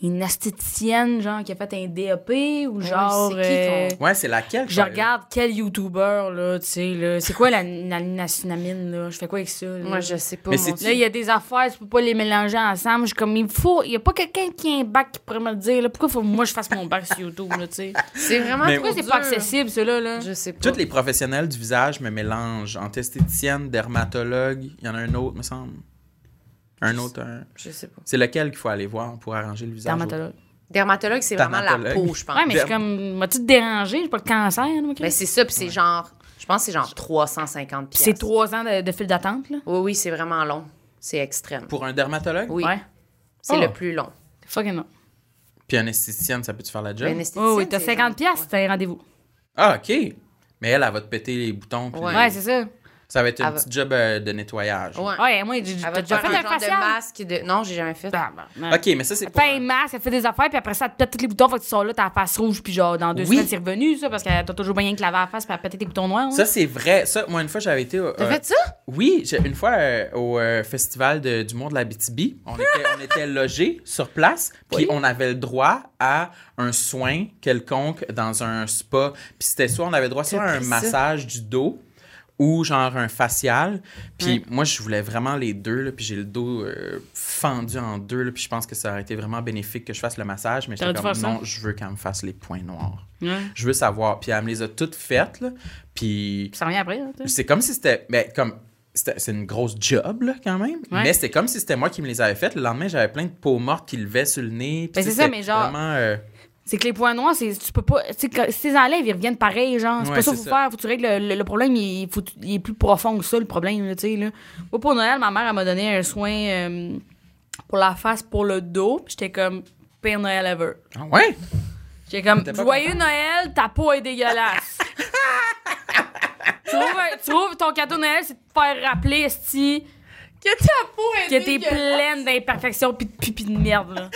[SPEAKER 4] Une esthéticienne, genre, qui a fait un DAP ou genre.
[SPEAKER 2] c'est qui
[SPEAKER 4] euh,
[SPEAKER 2] qu'on-
[SPEAKER 3] ouais, c'est laquelle
[SPEAKER 4] Je
[SPEAKER 3] par-
[SPEAKER 4] regarde quel YouTuber, là, tu sais, là. C'est quoi la, la, niacinamide, là? Je fais quoi avec ça? là?
[SPEAKER 2] Moi, je sais pas.
[SPEAKER 3] Mais
[SPEAKER 2] moi
[SPEAKER 3] c'est-
[SPEAKER 2] aussi.
[SPEAKER 4] Là, il y a des affaires, tu peux pas les mélanger ensemble. Je suis comme, il faut. Il y a pas quelqu'un qui a un bac qui pourrait me le dire, là. Pourquoi faut que moi je fasse mon bac sur YouTube, là, tu sais?
[SPEAKER 2] (laughs) C'est vraiment
[SPEAKER 3] Mais-
[SPEAKER 2] trop
[SPEAKER 4] Pourquoi c'est pas
[SPEAKER 2] dur.
[SPEAKER 4] accessible, ceux-là, là?
[SPEAKER 2] Je sais pas.
[SPEAKER 3] Toutes les professionnels du visage me mélangent en esthéticienne, dermatologue, il y en a un autre me semble. Un autre un-
[SPEAKER 2] Je sais pas.
[SPEAKER 3] C'est lequel qu'il faut aller voir pour arranger le visage.
[SPEAKER 4] Dermatologue.
[SPEAKER 2] Dermatologue, c'est vraiment la
[SPEAKER 3] Dermatologue.
[SPEAKER 2] peau, je pense.
[SPEAKER 4] Ouais, mais je suis
[SPEAKER 3] Derm-
[SPEAKER 4] comme, m'as-tu dérangé? J'ai pas de cancer, là, moi, Chris?
[SPEAKER 2] Ben, c'est ça, puis c'est genre, je pense que c'est genre 350
[SPEAKER 4] Puis
[SPEAKER 2] pièces.
[SPEAKER 4] C'est trois ans de, de file d'attente, là.
[SPEAKER 2] Oui, oui, c'est vraiment long. C'est extrême.
[SPEAKER 3] Pour un dermatologue
[SPEAKER 2] Oui,
[SPEAKER 4] Ouais.
[SPEAKER 2] c'est
[SPEAKER 3] Oh.
[SPEAKER 2] le plus long.
[SPEAKER 4] Fucking non.
[SPEAKER 3] Puis un esthéticienne, ça peut-tu faire la job?
[SPEAKER 2] Ben, une esthéticienne,
[SPEAKER 4] Oui, oui, t'as
[SPEAKER 2] c'est
[SPEAKER 4] 50
[SPEAKER 2] genre-
[SPEAKER 4] piastres, t'as un rendez-vous.
[SPEAKER 3] Ah, OK. Mais elle, elle va te péter les boutons. puis
[SPEAKER 2] Ouais.
[SPEAKER 3] les-
[SPEAKER 4] Ouais, c'est ça.
[SPEAKER 3] Ça va être une
[SPEAKER 2] Elle va-
[SPEAKER 3] petite job euh, de nettoyage.
[SPEAKER 2] Ouais.
[SPEAKER 4] Ouais, moi, j'ai-
[SPEAKER 2] Elle
[SPEAKER 4] t'as
[SPEAKER 2] va te
[SPEAKER 4] déjà
[SPEAKER 2] faire
[SPEAKER 4] fait
[SPEAKER 2] un
[SPEAKER 4] un
[SPEAKER 2] genre de
[SPEAKER 4] facial. Ah, Bah,
[SPEAKER 2] masque de... Non, j'ai jamais fait.
[SPEAKER 4] Tabarnak.
[SPEAKER 3] OK, mais ça, c'est
[SPEAKER 4] Elle
[SPEAKER 3] pas...
[SPEAKER 4] fait un masque, elle fait des affaires, puis après ça, elle te pète tous les boutons, faut que tu sors là, t'as la face rouge, puis genre, dans deux
[SPEAKER 3] Oui.
[SPEAKER 4] semaines, c'est revenu, ça, parce que t'as toujours bien que laver la face, puis elle a pété tes boutons noirs. hein.
[SPEAKER 3] Ça, c'est vrai. Ça, moi, une fois, j'avais été... au-
[SPEAKER 2] T'as
[SPEAKER 3] euh,
[SPEAKER 2] fait ça?
[SPEAKER 3] Oui, j'ai- une fois euh, au euh, festival de- d'humour de la BTB, on
[SPEAKER 4] (laughs)
[SPEAKER 3] était, on était logés sur place, puis on avait le droit à un soin quelconque dans un spa. Puis c'était soit on avait droit soit à un
[SPEAKER 2] pris ça?
[SPEAKER 3] massage du dos ou genre un facial. Puis moi, je voulais vraiment les deux, là, puis j'ai le dos euh, fendu en deux, là, puis je pense que ça aurait été vraiment bénéfique que je fasse le massage, mais j'étais
[SPEAKER 4] T'aurais dû
[SPEAKER 3] comme
[SPEAKER 4] faire ça?
[SPEAKER 3] non, je veux qu'elle me fasse les points noirs.
[SPEAKER 4] Ouais.
[SPEAKER 3] Je veux savoir. Puis elle me les a toutes faites, là, puis...
[SPEAKER 4] Puis ça revient après, là, tu
[SPEAKER 3] Puis
[SPEAKER 4] sais.
[SPEAKER 3] C'est comme si c'était. Ben, comme. c'était- C'est une grosse job, là, quand même.
[SPEAKER 4] Ouais.
[SPEAKER 3] Mais c'était comme si c'était moi qui me les avais faites. Le lendemain, j'avais plein de peaux mortes qui levaient sur le nez. Puis
[SPEAKER 4] Ben,
[SPEAKER 3] tu sais,
[SPEAKER 4] c'est ça,
[SPEAKER 3] c'était
[SPEAKER 4] mais genre-
[SPEAKER 3] Vraiment, euh,
[SPEAKER 4] C'est que les points noirs, c'est, tu peux pas. Tu sais, quand- si tu les enlèves, ils reviennent pareil, genre. C'est
[SPEAKER 3] Ouais,
[SPEAKER 4] pas ça
[SPEAKER 3] c'est
[SPEAKER 4] qu'il faut
[SPEAKER 3] ça.
[SPEAKER 4] faire. Faut que tu règles le, le- le problème, il, faut, il est plus profond que ça, le problème, là, tu sais, là. Moi, pour Noël, ma mère, elle m'a donné un soin euh, pour la face, pour le dos, puis j'étais comme, pire Noël ever.
[SPEAKER 3] Ah ouais?
[SPEAKER 4] J'ai comme,
[SPEAKER 3] T'es pas
[SPEAKER 4] joyeux Noël, ta peau est dégueulasse. tu, trouves, un- tu trouves ton cadeau de Noël, c'est de te faire rappeler, esti,
[SPEAKER 2] Que ta peau est
[SPEAKER 4] que t'es pleine d'imperfections pis de pupilles de merde, là.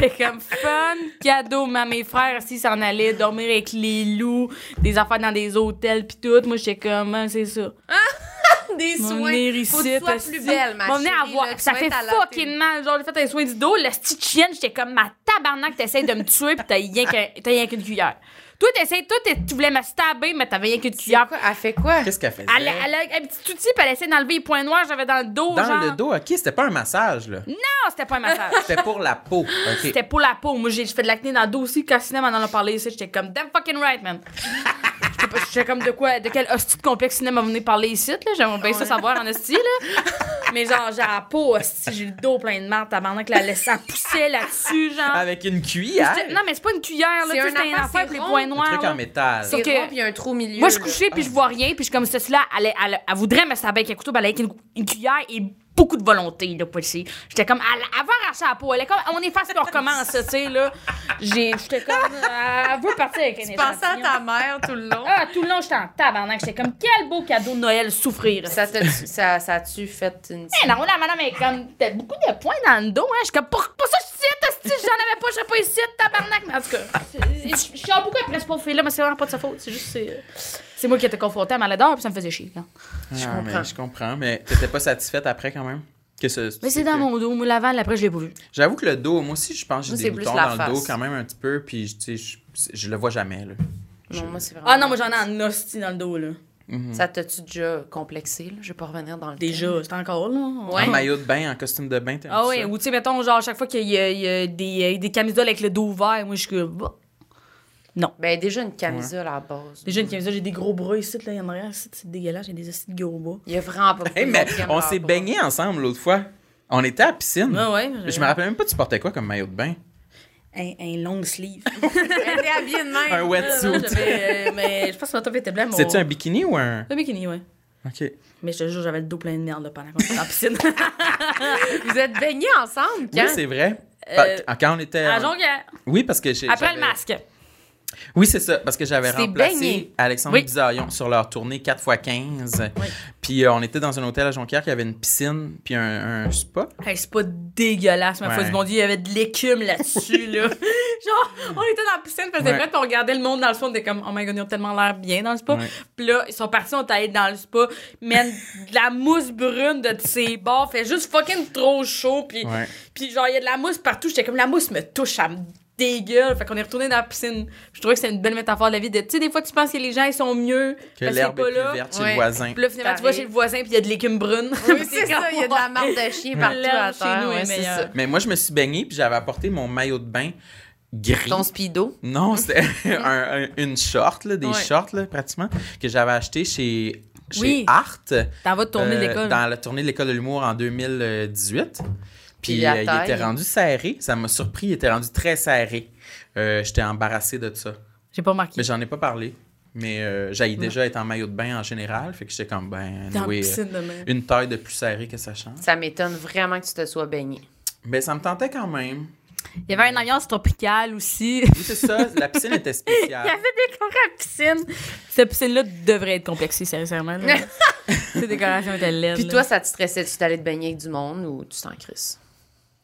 [SPEAKER 4] J'ai comme fun cadeau, mais à mes frères, s'ils s'en allaient dormir hein, avec les loups, des affaires dans des hôtels pis tout, moi j'étais comme, Ah, c'est ça.
[SPEAKER 2] des
[SPEAKER 4] Mon
[SPEAKER 2] soins.
[SPEAKER 4] hérissite,
[SPEAKER 2] Faut que tu sois
[SPEAKER 4] esti.
[SPEAKER 2] plus belle, ma
[SPEAKER 4] M'en venait à
[SPEAKER 2] chérie,
[SPEAKER 4] voir.
[SPEAKER 2] là, tu
[SPEAKER 4] Ça
[SPEAKER 2] vas
[SPEAKER 4] fait
[SPEAKER 2] être à la
[SPEAKER 4] fucking mal. Genre, j'ai fait un soin du dos, la petite chienne, j'étais comme ma tabarnak, t'essayes de me tuer, pis t'as rien qu'un- t'as rien qu'une cuillère. Toi, t'essayes, toi, t'es- tu voulais me stabber, mais t'avais rien qu'une cuillère.
[SPEAKER 2] Quoi, Elle fait quoi?
[SPEAKER 3] Qu'est-ce qu'elle faisait?
[SPEAKER 4] Elle, a- elle a un petit outil, puis elle essaie d'enlever les points noirs que j'avais dans le dos.
[SPEAKER 3] Dans
[SPEAKER 4] genre.
[SPEAKER 3] le dos, OK, c'était pas un massage, là.
[SPEAKER 4] Non, c'était pas un massage.
[SPEAKER 3] C'était pour la peau. OK.
[SPEAKER 4] C'était pour la peau. Moi, j'ai fait de l'acné dans le dos aussi. Quand Cinéma en a parlé ici, j'étais comme damn fucking right, man. J'étais pas- J'étais comme de quoi, de quel hostie de complexe Cinéma venait parler ici, là. J'aimerais bien ça savoir en hostie, là. Mais genre, j'ai la peau, hostie, j'ai le dos plein de marde, tabarnak, la laisse, ça poussait là-dessus, genre.
[SPEAKER 3] Avec une cuillère.
[SPEAKER 4] J'étais- Non, mais c'est pas une cuillère, là.
[SPEAKER 2] Ah, C'est
[SPEAKER 4] tu sais,
[SPEAKER 2] un
[SPEAKER 4] C'était une
[SPEAKER 2] affaire,
[SPEAKER 4] affaire avec
[SPEAKER 2] c'est
[SPEAKER 4] les
[SPEAKER 2] rond.
[SPEAKER 4] points
[SPEAKER 3] Un
[SPEAKER 4] noirs.
[SPEAKER 3] truc
[SPEAKER 4] là.
[SPEAKER 3] en métal.
[SPEAKER 2] C'est
[SPEAKER 4] que-
[SPEAKER 2] rond, puis il y a un trou au milieu.
[SPEAKER 4] Moi, je suis
[SPEAKER 2] là. Ah.
[SPEAKER 4] couchée, puis je vois rien, puis je suis comme ceci-là, elle, est- elle, elle voudrait me saber avec un couteau, puis elle est avec une, une cuillère et beaucoup de volonté, là, pour ici. J'étais comme, elle, elle va arracher la peau, elle est comme, on efface puis on recommence, tu sais, là. J'ai- J'étais comme, elle veut partir avec un
[SPEAKER 2] Je pensais à
[SPEAKER 4] échantillon.
[SPEAKER 2] ta mère tout le long.
[SPEAKER 4] Ah, tout le long, j'étais en tabarnak, j'étais comme, quel beau cadeau de Noël, souffrir.
[SPEAKER 2] (laughs) Ça te- ça ça a-tu fait une.
[SPEAKER 4] Eh non, la madame est comme, t'as beaucoup de points dans le dos, hein. Je suis comme, pour, pour ça, je suis ici, hostie, j'en avais pas, je serais pas ici, tabarnak, mais en tout cas. c'est- Je je suis en beaucoup après ce pauvre là mais c'est vraiment pas de sa faute, c'est juste, c'est. euh, C'est moi qui étais confrontée à maladore, puis ça me faisait chier, là.
[SPEAKER 3] Je
[SPEAKER 2] comprends.
[SPEAKER 3] comprends. Ah, Je comprends, mais t'étais pas satisfaite après quand même? Que ce-
[SPEAKER 4] Mais c'est dans
[SPEAKER 3] que-
[SPEAKER 4] mon dos, moi, l'avant, l'après, je l'ai pas vu.
[SPEAKER 3] J'avoue que le dos, moi aussi, je pense que
[SPEAKER 2] Moi,
[SPEAKER 3] j'ai
[SPEAKER 2] c'est
[SPEAKER 3] des
[SPEAKER 2] plus
[SPEAKER 3] boutons
[SPEAKER 2] la
[SPEAKER 3] dans le dos
[SPEAKER 2] face.
[SPEAKER 3] quand même un petit peu, puis tu sais, je, je le vois jamais, là.
[SPEAKER 2] Non, moi, c'est vraiment.
[SPEAKER 4] Ah non, moi, j'en ai en hostie dans le dos, là.
[SPEAKER 2] Ça t'a-tu déjà complexé, là? Je vais pas revenir dans le.
[SPEAKER 4] Déjà, c'est encore, là.
[SPEAKER 2] Ouais.
[SPEAKER 3] En maillot de bain, en costume de bain, t'es un
[SPEAKER 4] Ah
[SPEAKER 3] petit
[SPEAKER 4] ouais,
[SPEAKER 3] Ah, ça.
[SPEAKER 4] ou tu sais, mettons, genre, chaque fois qu'il y a, il y a des, euh, des camisoles avec le dos ouvert, moi, je suis comme. bah.
[SPEAKER 2] Ben, déjà une camisole à la base.
[SPEAKER 4] Déjà, une camisole, j'ai des gros bras ici, là, il y en a rien, ici, c'est dégueulasse, j'ai des hosties de gros bras.
[SPEAKER 2] Il y a vraiment pas beaucoup
[SPEAKER 3] Hey,
[SPEAKER 2] de
[SPEAKER 3] mais
[SPEAKER 2] monde qui aime
[SPEAKER 3] on
[SPEAKER 2] leur
[SPEAKER 3] s'est
[SPEAKER 2] bras.
[SPEAKER 3] baigné ensemble l'autre fois. On était à la piscine.
[SPEAKER 4] Ah ouais, Oh.
[SPEAKER 3] je me rappelle même pas, tu portais quoi comme maillot de bain?
[SPEAKER 4] Un, un long (laughs) sleeve.
[SPEAKER 2] Elle était habillée de même.
[SPEAKER 3] Un
[SPEAKER 4] Non,
[SPEAKER 3] wetsuit.
[SPEAKER 4] j'avais, euh, mais je pense que ma top était blanc.
[SPEAKER 3] C'était-tu un bikini ou un.
[SPEAKER 4] Le bikini, ouais.
[SPEAKER 3] OK.
[SPEAKER 4] Mais je te jure, j'avais le dos plein de merde là, pendant qu'on était
[SPEAKER 3] (laughs)
[SPEAKER 4] en piscine.
[SPEAKER 2] Vous êtes baignés ensemble, quand?
[SPEAKER 3] Oui, c'est vrai. Pa-
[SPEAKER 4] Euh,
[SPEAKER 3] Quand on était.
[SPEAKER 4] à Jonquière.
[SPEAKER 3] Oui, parce que j'ai.
[SPEAKER 4] Après
[SPEAKER 3] j'avais-
[SPEAKER 4] le masque.
[SPEAKER 3] Oui, c'est ça, parce que j'avais
[SPEAKER 2] C'est
[SPEAKER 3] remplacé
[SPEAKER 2] baigné.
[SPEAKER 3] Alexandre
[SPEAKER 4] Oui.
[SPEAKER 3] Bizarillon sur leur tournée 4x15. Puis euh, on était dans un hôtel à Jonquière qui avait une piscine puis un, un spa.
[SPEAKER 4] Hey, c'est pas dégueulasse, ma
[SPEAKER 3] Ouais.
[SPEAKER 4] foi du bon Dieu, il y avait de l'écume
[SPEAKER 3] (laughs)
[SPEAKER 4] là-dessus, là. Genre, on était dans la piscine, faisait
[SPEAKER 3] Ouais.
[SPEAKER 4] vrai, puis on regardait le monde dans le spa, on était comme, oh my god, ils ont tellement l'air bien dans le spa.
[SPEAKER 3] Ouais.
[SPEAKER 4] Puis là, ils sont partis, on est allés dans le spa, man, de la mousse brune de ses bords, fait juste fucking trop chaud, puis
[SPEAKER 3] Ouais.
[SPEAKER 4] puis genre, il y a de la mousse partout, j'étais comme, la mousse me touche, elle me dégueule. Fait qu'on est retourné dans la piscine. Je trouvais que c'est une belle métaphore de la vie de, tu sais, des fois, tu penses que les gens, ils sont mieux,
[SPEAKER 3] Que
[SPEAKER 4] parce que c'est
[SPEAKER 3] l'herbe est
[SPEAKER 4] pas
[SPEAKER 3] plus
[SPEAKER 4] là.
[SPEAKER 3] verte chez
[SPEAKER 2] Ouais.
[SPEAKER 3] le voisin.
[SPEAKER 4] Puis là, finalement, tu vas chez le voisin, puis il y a de l'écume brune. (laughs)
[SPEAKER 2] Oui, c'est ça, il y a de la marque de chien partout à
[SPEAKER 4] L'herbe chez
[SPEAKER 2] terre.
[SPEAKER 4] nous est
[SPEAKER 2] ouais, c'est
[SPEAKER 4] meilleure.
[SPEAKER 2] ça.
[SPEAKER 3] Mais moi, je me suis baigné puis j'avais apporté mon maillot de bain gris.
[SPEAKER 2] Ton speedo.
[SPEAKER 3] Non, c'était (laughs) un- un- une short, là, des
[SPEAKER 2] Ouais.
[SPEAKER 3] shorts là, pratiquement, que j'avais acheté chez, chez
[SPEAKER 4] Oui.
[SPEAKER 3] Art.
[SPEAKER 4] T'en vas te tourner
[SPEAKER 3] euh,
[SPEAKER 4] l'école.
[SPEAKER 3] Dans la tournée de l'école de l'humour en 2018.
[SPEAKER 2] Puis
[SPEAKER 3] Puis
[SPEAKER 2] la
[SPEAKER 3] euh, il
[SPEAKER 2] taille.
[SPEAKER 3] était rendu serré. Ça m'a surpris, il était rendu très serré. Euh, J'étais embarrassée de ça.
[SPEAKER 4] J'ai pas remarqué.
[SPEAKER 3] Mais j'en ai pas parlé. Mais euh, j'aille déjà être en maillot de bain en général. Fait que j'étais comme, ben,
[SPEAKER 4] Dans la
[SPEAKER 3] oui,
[SPEAKER 4] piscine de même.
[SPEAKER 3] une taille de plus serrée que ça change.
[SPEAKER 2] Ça m'étonne vraiment que tu te sois
[SPEAKER 4] (laughs)
[SPEAKER 2] baigné.
[SPEAKER 3] Mais ça me tentait quand même.
[SPEAKER 4] Il y avait une ambiance tropicale aussi.
[SPEAKER 3] Oui, c'est ça. la piscine était
[SPEAKER 4] (laughs) Il
[SPEAKER 3] spéciale.
[SPEAKER 4] y avait des cours à piscine. Cette piscine-là devrait être complexée, sérieusement. (laughs) là. Ces décorations étaient laides.
[SPEAKER 2] Puis
[SPEAKER 4] là.
[SPEAKER 2] toi, ça te stressait-tu d'aller te baigner avec du monde ou tu t'en crisses?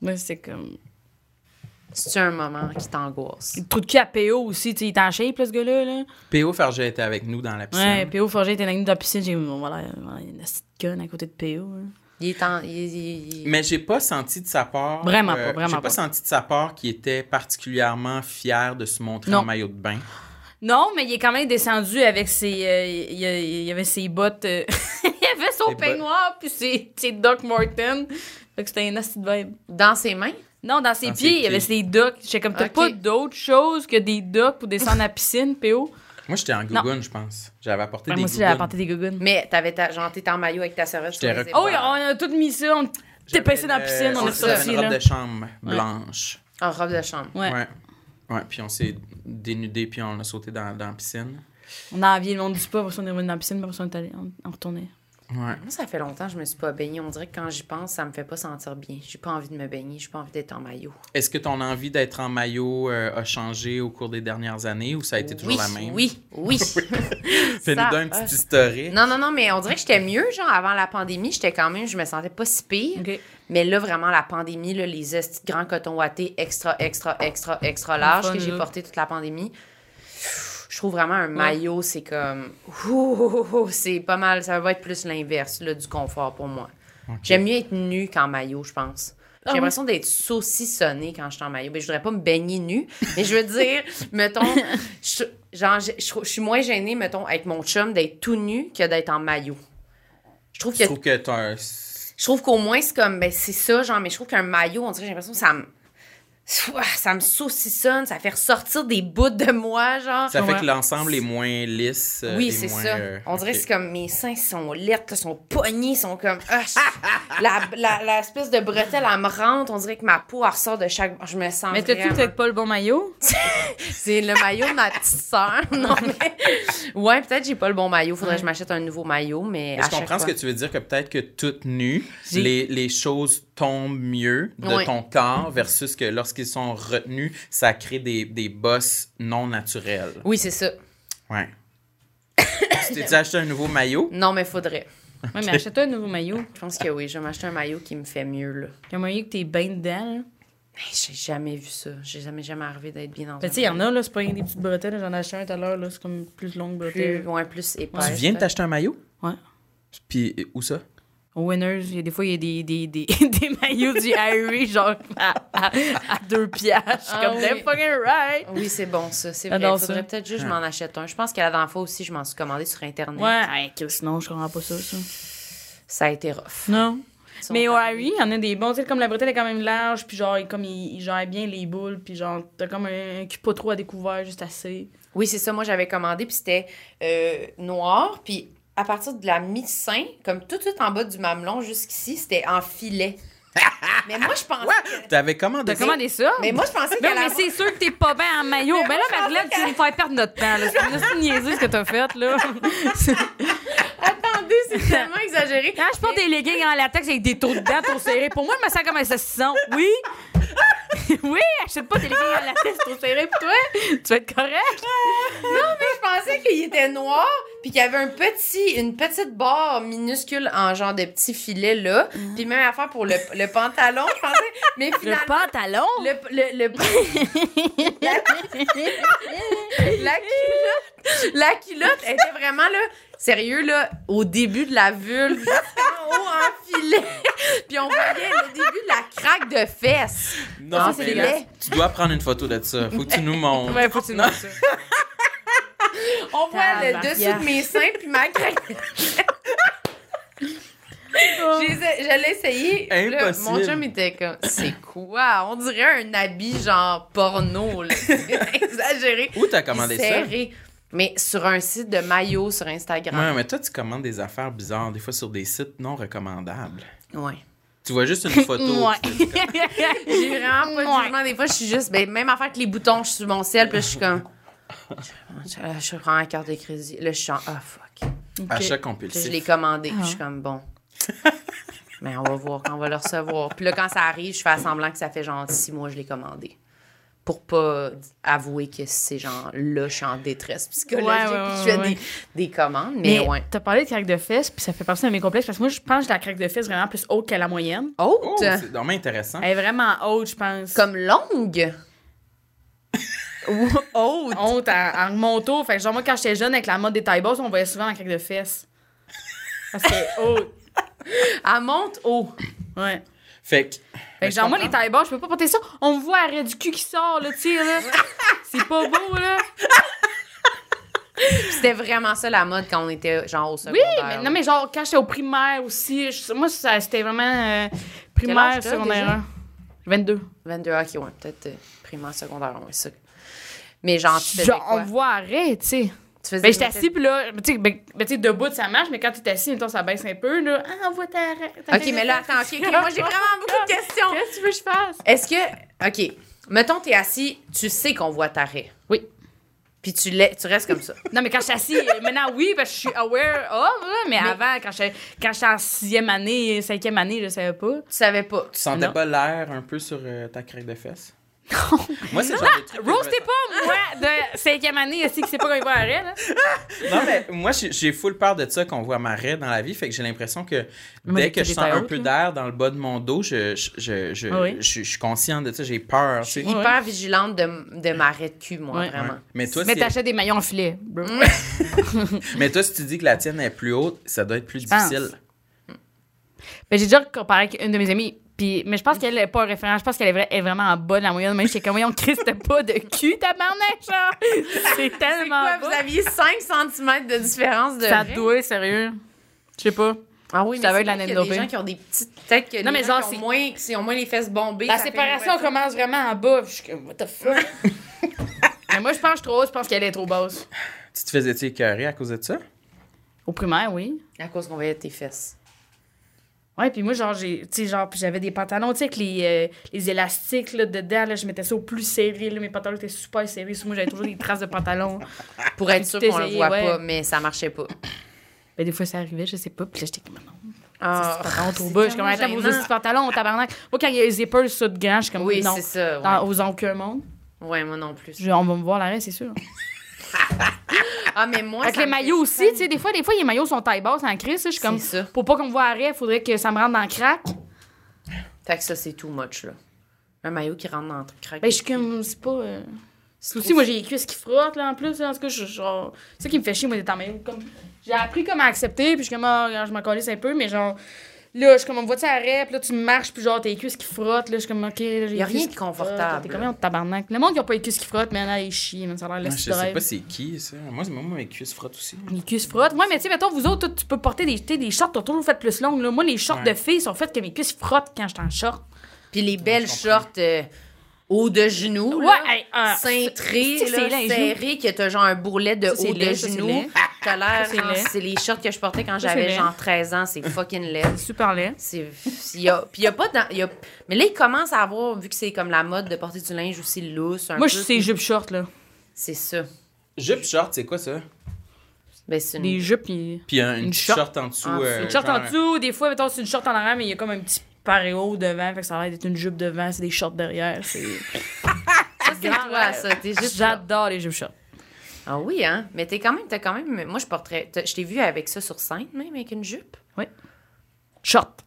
[SPEAKER 4] Moi, c'est comme.
[SPEAKER 2] C'est-tu un moment qui t'angoisse?
[SPEAKER 4] Le trou de cul à PO aussi, tu sais, il est en shape, là, ce gars-là. Là.
[SPEAKER 3] P.O. Farget était avec nous dans la piscine.
[SPEAKER 4] Ouais, PO Forger était dans la piscine. J'ai dit, bon, voilà, voilà, il y a une petite conne à côté de PO. là.
[SPEAKER 2] Il est en... il- il- il-
[SPEAKER 3] Mais j'ai pas senti de sa part. euh,
[SPEAKER 4] Vraiment pas, vraiment
[SPEAKER 3] J'ai pas,
[SPEAKER 4] pas.
[SPEAKER 3] senti de sa part qu'il était particulièrement fier de se montrer
[SPEAKER 4] Non.
[SPEAKER 3] en maillot de bain.
[SPEAKER 4] Non, mais il est quand même descendu avec ses. euh, il, y a- il y avait ses bottes. euh, (laughs) il avait son
[SPEAKER 3] Ses
[SPEAKER 4] peignoir, puis ses, ses Doc Martens. Fait que c'était un nasty de vibe.
[SPEAKER 2] Dans ses mains?
[SPEAKER 4] Non, dans ses
[SPEAKER 3] Dans ses
[SPEAKER 4] pieds, il y
[SPEAKER 3] pieds.
[SPEAKER 4] avait ses docks. J'étais comme, t'as
[SPEAKER 2] Ok.
[SPEAKER 4] pas d'autre chose que des docks pour descendre à la piscine, PO?
[SPEAKER 3] Moi, j'étais en gougoune, je pense. J'avais apporté
[SPEAKER 4] Ouais,
[SPEAKER 3] des
[SPEAKER 4] moi aussi,
[SPEAKER 3] gougounes.
[SPEAKER 4] j'avais apporté des gougounes.
[SPEAKER 2] Mais t'avais ta... genre, t'étais en maillot avec ta serviette.
[SPEAKER 3] J'étais
[SPEAKER 2] sur les
[SPEAKER 3] rec-
[SPEAKER 4] Oh,
[SPEAKER 2] épaules.
[SPEAKER 4] oui, on a tout mis ça, on t'est passé dans la
[SPEAKER 3] J'avais, euh,
[SPEAKER 4] piscine, on est
[SPEAKER 3] c'est ça,
[SPEAKER 4] sorti,
[SPEAKER 3] une robe
[SPEAKER 4] là.
[SPEAKER 3] de chambre blanche.
[SPEAKER 2] En robe de chambre.
[SPEAKER 4] Ouais.
[SPEAKER 3] Ouais. Ouais, puis on s'est dénudé, puis on a sauté dans, dans la piscine.
[SPEAKER 4] On a envié le monde du spa, pour ça, on est revenu dans la piscine, puis après ça, on est allé, on, on retournait.
[SPEAKER 3] Ouais.
[SPEAKER 2] Moi, ça fait longtemps que je me suis pas baignée. On dirait que quand j'y pense, ça me fait pas sentir bien. J'ai pas envie de me baigner. J'ai pas envie d'être en maillot.
[SPEAKER 3] Est-ce que ton envie d'être en maillot euh, a changé au cours des dernières années ou ça a été toujours
[SPEAKER 2] oui,
[SPEAKER 3] la même?
[SPEAKER 2] oui, oui.
[SPEAKER 3] (laughs) Fais-nous
[SPEAKER 2] Ça
[SPEAKER 3] d'un
[SPEAKER 4] euh,
[SPEAKER 2] a-
[SPEAKER 3] petit historique.
[SPEAKER 2] Non, non, non, mais on dirait que j'étais mieux, genre, avant la pandémie. J'étais quand même, je me sentais pas si pire.
[SPEAKER 4] OK.
[SPEAKER 2] Mais là, vraiment, la pandémie, là, les estis de grands cotons ouatés extra, extra, extra, extra larges
[SPEAKER 4] fun,
[SPEAKER 2] que j'ai
[SPEAKER 4] là.
[SPEAKER 2] porté toute la pandémie. je trouve vraiment un maillot, c'est comme. ouh, ouh, ouh, (laughs) ouh, c'est pas mal. Ça va être plus l'inverse là, du confort pour moi. J'aime mieux être nue qu'en maillot, je pense. J'ai
[SPEAKER 4] Ah
[SPEAKER 2] l'impression d'être saucissonnée quand je suis en maillot. Mais je voudrais pas me baigner nue. (laughs) Mais je veux dire,
[SPEAKER 4] (laughs)
[SPEAKER 2] mettons, je, genre, je, je trouve- je suis moins gênée, mettons, avec mon chum d'être tout nu que d'être en maillot. Je trouve
[SPEAKER 3] Je
[SPEAKER 2] que
[SPEAKER 3] trouve que t'as un.
[SPEAKER 2] je trouve qu'au moins, c'est comme, ben, c'est ça, genre, mais je trouve qu'un maillot, on dirait, j'ai l'impression que ça me. Ouah, Ça me saucissonne, ça fait ressortir des bouts de moi, genre.
[SPEAKER 3] Ça fait
[SPEAKER 4] Ouais.
[SPEAKER 3] que l'ensemble est moins lisse. euh,
[SPEAKER 2] oui,
[SPEAKER 3] et
[SPEAKER 2] c'est
[SPEAKER 3] moins,
[SPEAKER 2] ça.
[SPEAKER 3] euh,
[SPEAKER 2] on dirait
[SPEAKER 3] ok.
[SPEAKER 2] que c'est comme mes seins sont lettres, sont pognés, sont comme. Ah, (laughs) je- la, la, la espèce de bretelle, elle me rentre. On dirait que ma peau, elle ressort de chaque. Je me sens.
[SPEAKER 4] Mais t'as-tu
[SPEAKER 2] vraiment-
[SPEAKER 4] peut-être pas le bon (laughs) maillot?
[SPEAKER 2] C'est le maillot de ma petite sœur. (laughs) Non, mais. Ouais, peut-être j'ai pas le bon maillot. Faudrait que je m'achète un nouveau maillot, mais.
[SPEAKER 3] Mais
[SPEAKER 2] à
[SPEAKER 3] je
[SPEAKER 2] chaque
[SPEAKER 3] comprends ce
[SPEAKER 2] fois-
[SPEAKER 3] que tu veux dire, que peut-être que toute nue,
[SPEAKER 4] J'ai-
[SPEAKER 3] les, les choses tombent mieux de
[SPEAKER 2] Ouais.
[SPEAKER 3] ton corps versus que lorsqu'ils sont retenus, ça crée des, des bosses non naturelles.
[SPEAKER 2] Oui, c'est ça.
[SPEAKER 3] Ouais.
[SPEAKER 2] (coughs)
[SPEAKER 3] tu t'es acheté un nouveau maillot?
[SPEAKER 2] Non, mais faudrait.
[SPEAKER 4] Ouais, mais achète-toi un nouveau maillot.
[SPEAKER 2] Je pense que oui, je vais m'acheter un maillot qui me fait mieux, là.
[SPEAKER 4] Il y a moyen que t'es bien dedans, là.
[SPEAKER 2] Hey, J'ai jamais vu ça. J'ai jamais, jamais arrivé d'être bien dans
[SPEAKER 4] Ben,
[SPEAKER 2] un
[SPEAKER 4] tu sais, il y en a, là, c'est pas rien que des petites bretelles. là. J'en ai acheté un tout à l'heure, là. C'est comme plus longue
[SPEAKER 2] plus,
[SPEAKER 4] bretelle.
[SPEAKER 2] ouais, plus épais.
[SPEAKER 3] Tu viens de t'acheter un maillot?
[SPEAKER 4] Ouais.
[SPEAKER 3] Puis euh, où ça?
[SPEAKER 4] Au Winners, il y a des fois, il y a des, des, des, (laughs) des maillots du Harry, genre, à, à, à deux piastres. Je suis
[SPEAKER 2] Ah
[SPEAKER 4] comme,
[SPEAKER 2] oui.
[SPEAKER 4] they're fucking right.
[SPEAKER 2] Oui, c'est bon, ça. C'est vrai.
[SPEAKER 4] J'adore
[SPEAKER 2] faudrait
[SPEAKER 4] ça. Hein.
[SPEAKER 2] peut-être juste que je m'en achète un. Je pense qu'à la dernière fois aussi, je m'en suis commandé sur Internet.
[SPEAKER 4] Ouais, hey, Chris, non, je comprends pas ça, ça.
[SPEAKER 2] Ça a été rough.
[SPEAKER 4] Non.
[SPEAKER 2] Ils sont
[SPEAKER 4] Mais au
[SPEAKER 2] arrivés.
[SPEAKER 4] Harry, il y en a des bons. Tu sais, comme la bretelle est quand même large, puis genre, il- comme il, il gère bien les boules, puis genre, t'as comme un, un cul pas trop à découvert, juste assez.
[SPEAKER 2] Oui, c'est ça. Moi, j'avais commandé, puis c'était euh, noir. Puis à partir de la mi-sein, comme tout de suite en bas du mamelon jusqu'ici, c'était en
[SPEAKER 4] (laughs)
[SPEAKER 2] filet. mais moi, je pensais. que-
[SPEAKER 3] T'avais commandé
[SPEAKER 4] T'as commandé ça?
[SPEAKER 2] Mais moi, je pensais
[SPEAKER 4] Non,
[SPEAKER 2] qu'elle
[SPEAKER 4] mais
[SPEAKER 2] avait-
[SPEAKER 4] c'est sûr que t'es pas bien en maillot. Ben là, Madeleine, tu nous fais perdre notre temps. là. C'est juste une niaiseuse que t'as faite, là.
[SPEAKER 2] (laughs)
[SPEAKER 4] (laughs)
[SPEAKER 2] Attendez, c'est tellement exagéré.
[SPEAKER 4] Quand je porte des leggings en latex avec des taux dedans, trop serrés, pour moi, je me sens comme un saucisson. Oui! (laughs) oui, achète pas des leggings en latex trop serrés pour toi. Tu vas être correct.
[SPEAKER 2] Je pensais qu'il était noir, puis qu'il y avait un petit, une petite barre minuscule en genre de petit filet là, puis même affaire pour le, le pantalon, je pensais, mais
[SPEAKER 4] Le
[SPEAKER 2] finalement...
[SPEAKER 4] pantalon.
[SPEAKER 2] Le, le, le- la, la culotte la culotte elle était vraiment là sérieux là au début de la vulve en haut en filet puis on voyait le début de la craque de fesses
[SPEAKER 3] Non,
[SPEAKER 2] Ah, c'est
[SPEAKER 3] mais
[SPEAKER 2] des
[SPEAKER 3] là,
[SPEAKER 2] laits.
[SPEAKER 3] tu dois prendre une photo de ça. Faut que tu nous montres.
[SPEAKER 4] Ouais, faut que tu nous ça.
[SPEAKER 2] on voit le
[SPEAKER 4] Tabarnak.
[SPEAKER 2] dessus de mes seins puis ma craque
[SPEAKER 4] Oh.
[SPEAKER 2] J'ai essa- Je l'ai essayé. Là,
[SPEAKER 3] Impossible.
[SPEAKER 2] mon chum était comme, c'est quoi? On dirait un habit genre porno, là. (laughs) C'est exagéré.
[SPEAKER 3] Où t'as commandé ça?
[SPEAKER 2] Serré. Mais sur un site de maillots sur Instagram.
[SPEAKER 3] Ouais, mais toi, tu commandes des affaires bizarres, des fois sur des sites non recommandables.
[SPEAKER 2] Ouais.
[SPEAKER 3] Tu vois juste une
[SPEAKER 2] (coughs)
[SPEAKER 3] photo.
[SPEAKER 4] Ouais. (laughs)
[SPEAKER 2] J'ai vraiment pas de
[SPEAKER 4] Ouais.
[SPEAKER 2] jugement. Des fois, je suis juste, ben, même affaire que les boutons, je suis sur mon ciel, puis là, je suis comme, je, je prends la carte de crédit. Là, je suis en, ah, fuck.
[SPEAKER 3] Achat
[SPEAKER 2] Je
[SPEAKER 3] compulsif.
[SPEAKER 2] l'ai commandé, puis je
[SPEAKER 4] Ah.
[SPEAKER 2] suis comme, bon. (laughs) Mais on va voir quand on va le recevoir. Puis là, quand ça arrive, je fais semblant que ça fait genre six mois que je l'ai commandé. Pour pas avouer que c'est genre là, je suis en détresse psychologique,
[SPEAKER 4] Ouais, ouais,
[SPEAKER 2] puis je
[SPEAKER 4] ouais,
[SPEAKER 2] fais
[SPEAKER 4] ouais.
[SPEAKER 2] des, des commandes. Mais,
[SPEAKER 4] Mais
[SPEAKER 2] ouais.
[SPEAKER 4] t'as parlé de craque de fesses, puis ça fait partie de mes complexes, parce que moi, je pense que j'ai la craque de fesses vraiment plus haute que la moyenne.
[SPEAKER 2] Haute,
[SPEAKER 3] Oh, c'est vraiment intéressant.
[SPEAKER 4] Elle est vraiment haute, je pense.
[SPEAKER 2] comme longue.
[SPEAKER 4] (laughs)
[SPEAKER 2] Ou haute.
[SPEAKER 4] honte en, en monto. Fait que genre, moi, quand j'étais jeune, avec la mode des taille basses, on voyait souvent la craque de fesses. Parce que, oh,
[SPEAKER 2] Elle monte haut.
[SPEAKER 4] ouais.
[SPEAKER 3] Fait que. Mais
[SPEAKER 4] Fait que
[SPEAKER 3] je
[SPEAKER 4] Ben, genre, moi,
[SPEAKER 3] comprends.
[SPEAKER 4] les tailles basses, je peux pas porter ça. On me voit arrêt du cul qui sort, là, tu sais, (laughs) là. C'est pas beau, là.
[SPEAKER 2] Puis C'était vraiment ça la mode quand on était genre au
[SPEAKER 4] Oui,
[SPEAKER 2] secondaire.
[SPEAKER 4] mais
[SPEAKER 2] là.
[SPEAKER 4] non, mais genre, quand j'étais au primaire aussi, je- moi, ça, c'était vraiment euh,
[SPEAKER 2] Quel
[SPEAKER 4] primaire,
[SPEAKER 2] âge t'as,
[SPEAKER 4] secondaire.
[SPEAKER 2] déjà?
[SPEAKER 4] un. 22.
[SPEAKER 2] 22 ok, ouais, peut-être euh, primaire, secondaire, ouais, ça. Mais genre, tu faisais
[SPEAKER 4] Genre, on
[SPEAKER 2] quoi?
[SPEAKER 4] me voit arrêt, tu sais.
[SPEAKER 2] Tu faisais
[SPEAKER 4] Ben, j'étais
[SPEAKER 2] des-
[SPEAKER 4] assis, puis là, ben, tu sais, ben, ben, tu sais, debout, ça marche, mais quand t'es assis, mettons, ça baisse un peu, là. Ah, on voit ta. ta-
[SPEAKER 2] OK, mais là, attends, OK, OK, moi, j'ai vraiment beaucoup de questions.
[SPEAKER 4] Qu'est-ce que tu veux que je fasse?
[SPEAKER 2] Est-ce que, OK, mettons, t'es assis, tu sais qu'on voit ta raie.
[SPEAKER 4] Oui.
[SPEAKER 2] Puis tu, l'es- tu restes comme
[SPEAKER 4] (laughs)
[SPEAKER 2] ça.
[SPEAKER 4] (laughs) Non, mais quand je suis assis, euh, maintenant oui, parce que je suis aware of, là, mais, avant, quand j'étais quand j'étais en sixième année, cinquième année, je savais pas.
[SPEAKER 2] Tu savais pas.
[SPEAKER 3] Tu sentais
[SPEAKER 4] Non.
[SPEAKER 3] pas l'air un peu sur euh, ta craque de fesses? (laughs) Moi, c'est le genre de truc que je me
[SPEAKER 4] Roastez pas, moi, de cinquième année, aussi, qui sait pas comment il va arrêter, là.
[SPEAKER 3] Non, mais moi, j'ai- j'ai full peur de ça qu'on voit ma raie dans la vie. Fait que j'ai l'impression que
[SPEAKER 4] Moi,
[SPEAKER 3] dès
[SPEAKER 4] j'ai
[SPEAKER 3] que je
[SPEAKER 4] des
[SPEAKER 3] sens un
[SPEAKER 4] taillotes,
[SPEAKER 3] peu
[SPEAKER 4] là.
[SPEAKER 3] d'air dans le bas de mon dos, je, je, je, je,
[SPEAKER 4] Ah oui.
[SPEAKER 3] je- je suis consciente de ça. J'ai peur. tu sais.
[SPEAKER 2] Je suis hyper vigilante de, de m'arrêter de cul, moi,
[SPEAKER 4] Ouais.
[SPEAKER 2] vraiment.
[SPEAKER 3] Ouais. Mais, toi,
[SPEAKER 4] Mais
[SPEAKER 3] si-
[SPEAKER 4] t'achètes des maillons en filet. bro.
[SPEAKER 3] mais toi, si tu dis que la tienne est plus haute, ça doit être plus
[SPEAKER 4] pense.
[SPEAKER 3] difficile.
[SPEAKER 4] Ben, j'ai déjà comparé avec une de mes amies. Puis, mais je pense qu'elle n'est pas un référent. Je pense qu'elle est, vra- est vraiment en bas de la moyenne. Même, j'étais comme, voyons, Chris, t'as pas de cul, tabarnak, genre. C'est
[SPEAKER 2] C'est
[SPEAKER 4] tellement
[SPEAKER 2] quoi,
[SPEAKER 4] bas.
[SPEAKER 2] vous aviez 5 cm de différence de.
[SPEAKER 4] Ça
[SPEAKER 2] raie?
[SPEAKER 4] doit, sérieux. Je sais pas.
[SPEAKER 2] Ah oui,
[SPEAKER 4] Ça
[SPEAKER 2] mais
[SPEAKER 4] va
[SPEAKER 2] c'est vrai
[SPEAKER 4] être la
[SPEAKER 2] qu'il y a des
[SPEAKER 4] naine
[SPEAKER 2] gens qui ont des petites. Peut-être que. les
[SPEAKER 4] Non, mais
[SPEAKER 2] gens
[SPEAKER 4] genre,
[SPEAKER 2] qui
[SPEAKER 4] c'est-
[SPEAKER 2] ont moins, qui ont moins les fesses bombées.
[SPEAKER 4] La
[SPEAKER 2] ça fait
[SPEAKER 4] séparation
[SPEAKER 2] une voiture.
[SPEAKER 4] commence vraiment en bas. puis Je suis comme, what the fuck? (laughs) mais moi, je pense que je suis trop haute. Je pense qu'elle est trop basse.
[SPEAKER 3] Tu te faisais-tu écœurer à cause de ça?
[SPEAKER 4] Au primaire, oui.
[SPEAKER 2] À cause qu'on voyait tes fesses.
[SPEAKER 4] Ouais, puis moi, genre, j'ai, tu sais, genre, puis j'avais des pantalons, tu sais, avec les, euh, les élastiques, là, dedans, là, je mettais ça au plus serré, là, mes pantalons étaient super serrés, sur moi, j'avais toujours des traces de pantalons.
[SPEAKER 2] Pour être sûr
[SPEAKER 4] tout
[SPEAKER 2] qu'on le
[SPEAKER 4] essayé,
[SPEAKER 2] voit
[SPEAKER 4] Ah, ouais.
[SPEAKER 2] pas, mais ça marchait pas.
[SPEAKER 4] (laughs) Ben, des fois, ça arrivait, je sais pas, puis là, j'étais comme, non,
[SPEAKER 2] Ah,
[SPEAKER 4] c'est pantalon trop
[SPEAKER 2] c'est
[SPEAKER 4] bas, je suis comme,
[SPEAKER 2] tellement
[SPEAKER 4] attends, vos
[SPEAKER 2] gênant.
[SPEAKER 4] petits pantalons, tabarnak. Moi, quand il y a les zippers ça de grand, je suis comme,
[SPEAKER 2] Oui,
[SPEAKER 4] non,
[SPEAKER 2] c'est ça. Ouais.
[SPEAKER 4] dans, aux aucun monde,
[SPEAKER 2] Ouais, moi non plus.
[SPEAKER 4] je- on va me voir l'arrêt, c'est sûr.
[SPEAKER 2] Ah, mais moi.
[SPEAKER 4] avec
[SPEAKER 2] ça
[SPEAKER 4] les
[SPEAKER 2] me
[SPEAKER 4] maillots aussi,
[SPEAKER 2] fait
[SPEAKER 4] tu sais, des fois, des fois, les maillots sont taille basse en crise, là, je suis comme,
[SPEAKER 2] C'est ça.
[SPEAKER 4] pour pas qu'on me voit l'arrêt, faudrait que ça me rentre dans le crack.
[SPEAKER 2] Fait que ça, c'est too much, là. Un maillot qui rentre dans le crack.
[SPEAKER 4] Ben, je suis comme, c'est pas. euh, C'est aussi, moi, j'ai les cuisses qui frottent, là, en plus. Là, en tout cas, je, genre, c'est ça qui me fait chier, moi, d'être en maillot. Comme, j'ai appris comment accepter, puis je suis comme, ah, regarde, je m'en calisse un peu, mais genre, là, je suis comme, on me voit-tu à rep, là, tu marches, puis genre, t'as les cuisses qui frottent, là, je suis comme, ok, là, j'ai les
[SPEAKER 2] Y a rien
[SPEAKER 4] cuisses
[SPEAKER 2] de
[SPEAKER 4] qui
[SPEAKER 2] confortable,
[SPEAKER 4] frottent, T'es
[SPEAKER 2] là.
[SPEAKER 4] comme, on tabarnak. Le monde qui a pas les cuisses qui frottent, mais là, ils chient, man, ça a l'air
[SPEAKER 3] Moi,
[SPEAKER 4] laisse
[SPEAKER 3] je sais pas c'est qui, ça. Moi, moi, mes cuisses frottent aussi.
[SPEAKER 4] les cuisses frottent. Ouais, mais tu sais, mettons, vous autres, toi, tu peux porter des, tu sais, des shorts, t'as toujours fait plus longues. Là. Moi, les shorts
[SPEAKER 3] Ouais.
[SPEAKER 4] de filles sont faites que mes cuisses frottent quand je suis en short.
[SPEAKER 2] Puis les belles
[SPEAKER 3] comprends.
[SPEAKER 2] shorts euh, haut de genoux.
[SPEAKER 4] Ouais,
[SPEAKER 2] là,
[SPEAKER 4] hey, ah,
[SPEAKER 2] cintrés,
[SPEAKER 4] c'est- c'est
[SPEAKER 2] là,
[SPEAKER 4] laid, les
[SPEAKER 2] serrés, que t'as genre un bourrelet de
[SPEAKER 4] Ça, c'est
[SPEAKER 2] haut de
[SPEAKER 4] laid, ça, c'est
[SPEAKER 2] genoux.
[SPEAKER 4] laid.
[SPEAKER 2] T'as l'air.
[SPEAKER 4] c'est
[SPEAKER 2] genre,
[SPEAKER 4] laid.
[SPEAKER 2] C'est les shorts que je portais quand
[SPEAKER 4] Ça, c'est
[SPEAKER 2] j'avais
[SPEAKER 4] laid.
[SPEAKER 2] genre 13 ans. C'est fucking laid.
[SPEAKER 4] Super laid.
[SPEAKER 2] C'est. y a- Puis y a pas. dans- y a- Mais là, ils commencent à avoir, vu que c'est comme la mode de porter du linge aussi lousse. Un
[SPEAKER 4] Moi,
[SPEAKER 2] peu.
[SPEAKER 4] je sais jupes shorts, là.
[SPEAKER 2] C'est ça.
[SPEAKER 3] Jupe short, c'est quoi ça?
[SPEAKER 2] Ben, c'est une-
[SPEAKER 4] Des jupes, puis.
[SPEAKER 3] Puis un- une,
[SPEAKER 4] Une
[SPEAKER 3] petite short,
[SPEAKER 4] short.
[SPEAKER 3] en dessous.
[SPEAKER 2] Ah,
[SPEAKER 3] euh,
[SPEAKER 4] Une short
[SPEAKER 3] genre-
[SPEAKER 4] en dessous, des fois, mettons, c'est une short en arrière, mais il y a comme un petit paréo devant, fait que ça a l'air d'être une jupe devant, c'est des shorts derrière. c'est-
[SPEAKER 2] Ça, c'est toi, ça. T'es juste.
[SPEAKER 4] Ah, J'adore les jupes shorts.
[SPEAKER 2] Ah oui, hein? Mais t'es quand même, t'as quand même. Moi, je porterais. t'as- Je t'ai vu avec ça sur scène, même, avec une jupe.
[SPEAKER 4] Short.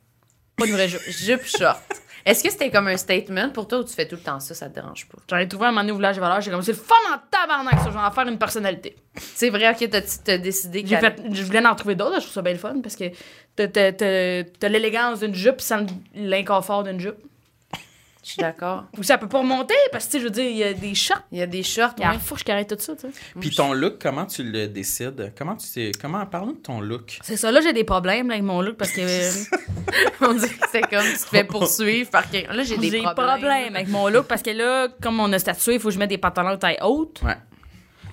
[SPEAKER 4] Pas une vraie jupe.
[SPEAKER 2] Jupe
[SPEAKER 4] (laughs)
[SPEAKER 2] short. Est-ce que c'était comme un statement pour toi ou tu fais tout le temps ça, ça te dérange pas?
[SPEAKER 4] J'en ai trouvé un moment donné au village des valeurs, j'ai comme, c'est le fun en tabarnak, ça, je vais en faire une personnalité.
[SPEAKER 2] C'est vrai, ok, t'as t'as décidé que.
[SPEAKER 4] J'ai fait, je voulais en trouver d'autres, je trouve ça bien le fun, parce que t'as- t'as- t'as t'as l'élégance d'une jupe sans l'inconfort d'une jupe.
[SPEAKER 2] Je suis d'accord.
[SPEAKER 4] Ou ça peut pas remonter, parce que, tu sais, je veux dire, il y a des shorts.
[SPEAKER 2] Il y a des shorts,
[SPEAKER 4] Il y a
[SPEAKER 2] ouais.
[SPEAKER 4] la fourche qui arrête tout ça, tu sais.
[SPEAKER 3] Puis ton look, comment tu le décides? Comment tu sais, comment parlons de ton look?
[SPEAKER 4] C'est ça, là, j'ai des problèmes là, avec mon look, parce que. euh,
[SPEAKER 2] (laughs) On dirait que c'est comme tu te
[SPEAKER 3] (laughs)
[SPEAKER 2] fais poursuivre par quelqu'un. Là, j'ai des
[SPEAKER 4] J'ai
[SPEAKER 2] problèmes.
[SPEAKER 4] problème avec mon look parce que là, comme on a statué, il faut que je mette des pantalons de taille haute.
[SPEAKER 3] Ouais.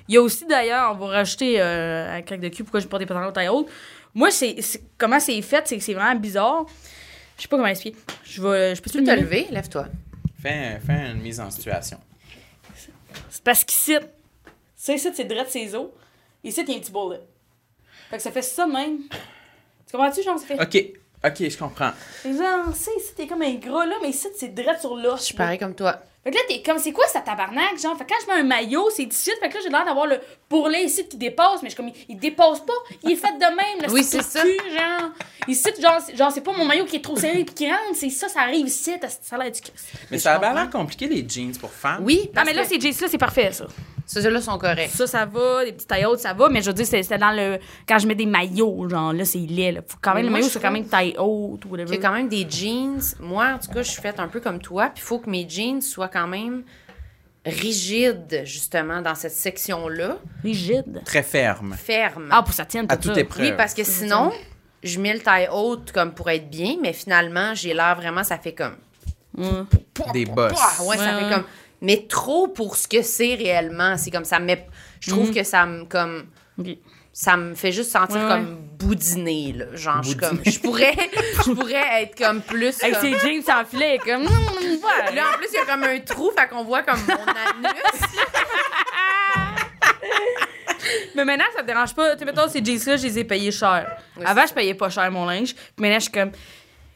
[SPEAKER 4] Il y a aussi d'ailleurs, on va rajouter euh, un craque de cul pourquoi je porte des pantalons de taille haute. Moi, c'est c'est- comment c'est fait, c'est que c'est vraiment bizarre. Je sais pas comment expliquer. Je vais, je peux te
[SPEAKER 2] Tu peux te lever, lève-toi.
[SPEAKER 3] Fais, un- fais une mise en
[SPEAKER 4] (laughs)
[SPEAKER 3] situation.
[SPEAKER 4] C'est parce qu'ici, tu sais, ici, c'est direct ses os. Ici, il y a un petit bullet. Fait que ça fait ça de même. Tu comprends-tu, genre, ça fait.
[SPEAKER 3] OK, OK, je comprends.
[SPEAKER 4] Genre, tu sais, ici, t'es comme un gras là, mais ici, c'est direct sur l'os.
[SPEAKER 2] Je suis pareil comme toi.
[SPEAKER 4] Fait que là, t'es comme, c'est quoi ça tabarnak? Genre, fait que quand je mets un maillot, c'est ici. Fait que là, j'ai l'air d'avoir le bourrelet ici qui dépasse, mais je suis comme, il, il dépasse pas. Il est fait de même, là.
[SPEAKER 2] Oui,
[SPEAKER 4] sur
[SPEAKER 2] c'est
[SPEAKER 4] le cul, genre, ici, genre, c'est- genre, c'est pas mon maillot qui est trop serré et qui rentre, c'est ça, ça arrive ici. t'as- Ça a l'air du Christ.
[SPEAKER 3] Mais
[SPEAKER 2] Je
[SPEAKER 3] ça avait
[SPEAKER 2] comprends.
[SPEAKER 3] l'air compliqué, les jeans pour femmes.
[SPEAKER 2] Oui,
[SPEAKER 4] Non,
[SPEAKER 2] parce
[SPEAKER 4] mais là,
[SPEAKER 2] que
[SPEAKER 4] c'est là c'est parfait, ça.
[SPEAKER 2] ceux-là sont corrects.
[SPEAKER 4] Ça, ça va, les petites tailles hautes, ça va, mais je veux dire, c'est c'est dans le. Quand je mets des maillots, genre, là, c'est laid, là. Faut quand même,
[SPEAKER 2] Mais
[SPEAKER 4] le
[SPEAKER 2] moi,
[SPEAKER 4] maillot,
[SPEAKER 2] je
[SPEAKER 4] c'est quand
[SPEAKER 2] trouve
[SPEAKER 4] même taille haute ou
[SPEAKER 2] J'ai
[SPEAKER 4] whatever.
[SPEAKER 2] quand même des jeans. Moi, en tout cas, je suis faite un peu comme toi. Puis il faut que mes jeans soient quand même rigides, justement, dans cette section-là.
[SPEAKER 4] Rigide.
[SPEAKER 3] Très ferme.
[SPEAKER 2] Ferme.
[SPEAKER 4] Ah, pour que ça tienne,
[SPEAKER 3] À
[SPEAKER 4] tout
[SPEAKER 3] toute
[SPEAKER 4] ça.
[SPEAKER 3] épreuve.
[SPEAKER 2] Oui, parce que sinon, je mets le taille haute comme pour être bien, mais finalement, j'ai l'air vraiment, ça fait comme.
[SPEAKER 4] Ouais.
[SPEAKER 3] Des bosses.
[SPEAKER 2] Pouah, ouais, ça
[SPEAKER 4] Ouais,
[SPEAKER 2] fait
[SPEAKER 4] ouais.
[SPEAKER 2] comme. Mais trop pour ce que c'est réellement. C'est comme ça me. met- Je trouve que ça me comme.
[SPEAKER 4] Ok.
[SPEAKER 2] Ça me fait juste sentir
[SPEAKER 4] Mhm. Ouais,
[SPEAKER 2] comme boudiner, là. Genre, je suis
[SPEAKER 3] Boudiner.
[SPEAKER 2] comme. Je pourrais, (laughs) je pourrais être comme plus.
[SPEAKER 4] Hey,
[SPEAKER 2] comme-
[SPEAKER 4] c'est James sans filet, comme. (laughs) Hum, hum, ouais.
[SPEAKER 2] Là, en plus, il y a comme un trou, fait qu'on voit comme mon anus.
[SPEAKER 4] Mais maintenant, ça te dérange pas. Tu sais, mettons, ces jeans-là, je les ai payés cher.
[SPEAKER 2] Oui,
[SPEAKER 4] Avant, je payais pas cher mon linge. Puis maintenant, je suis comme.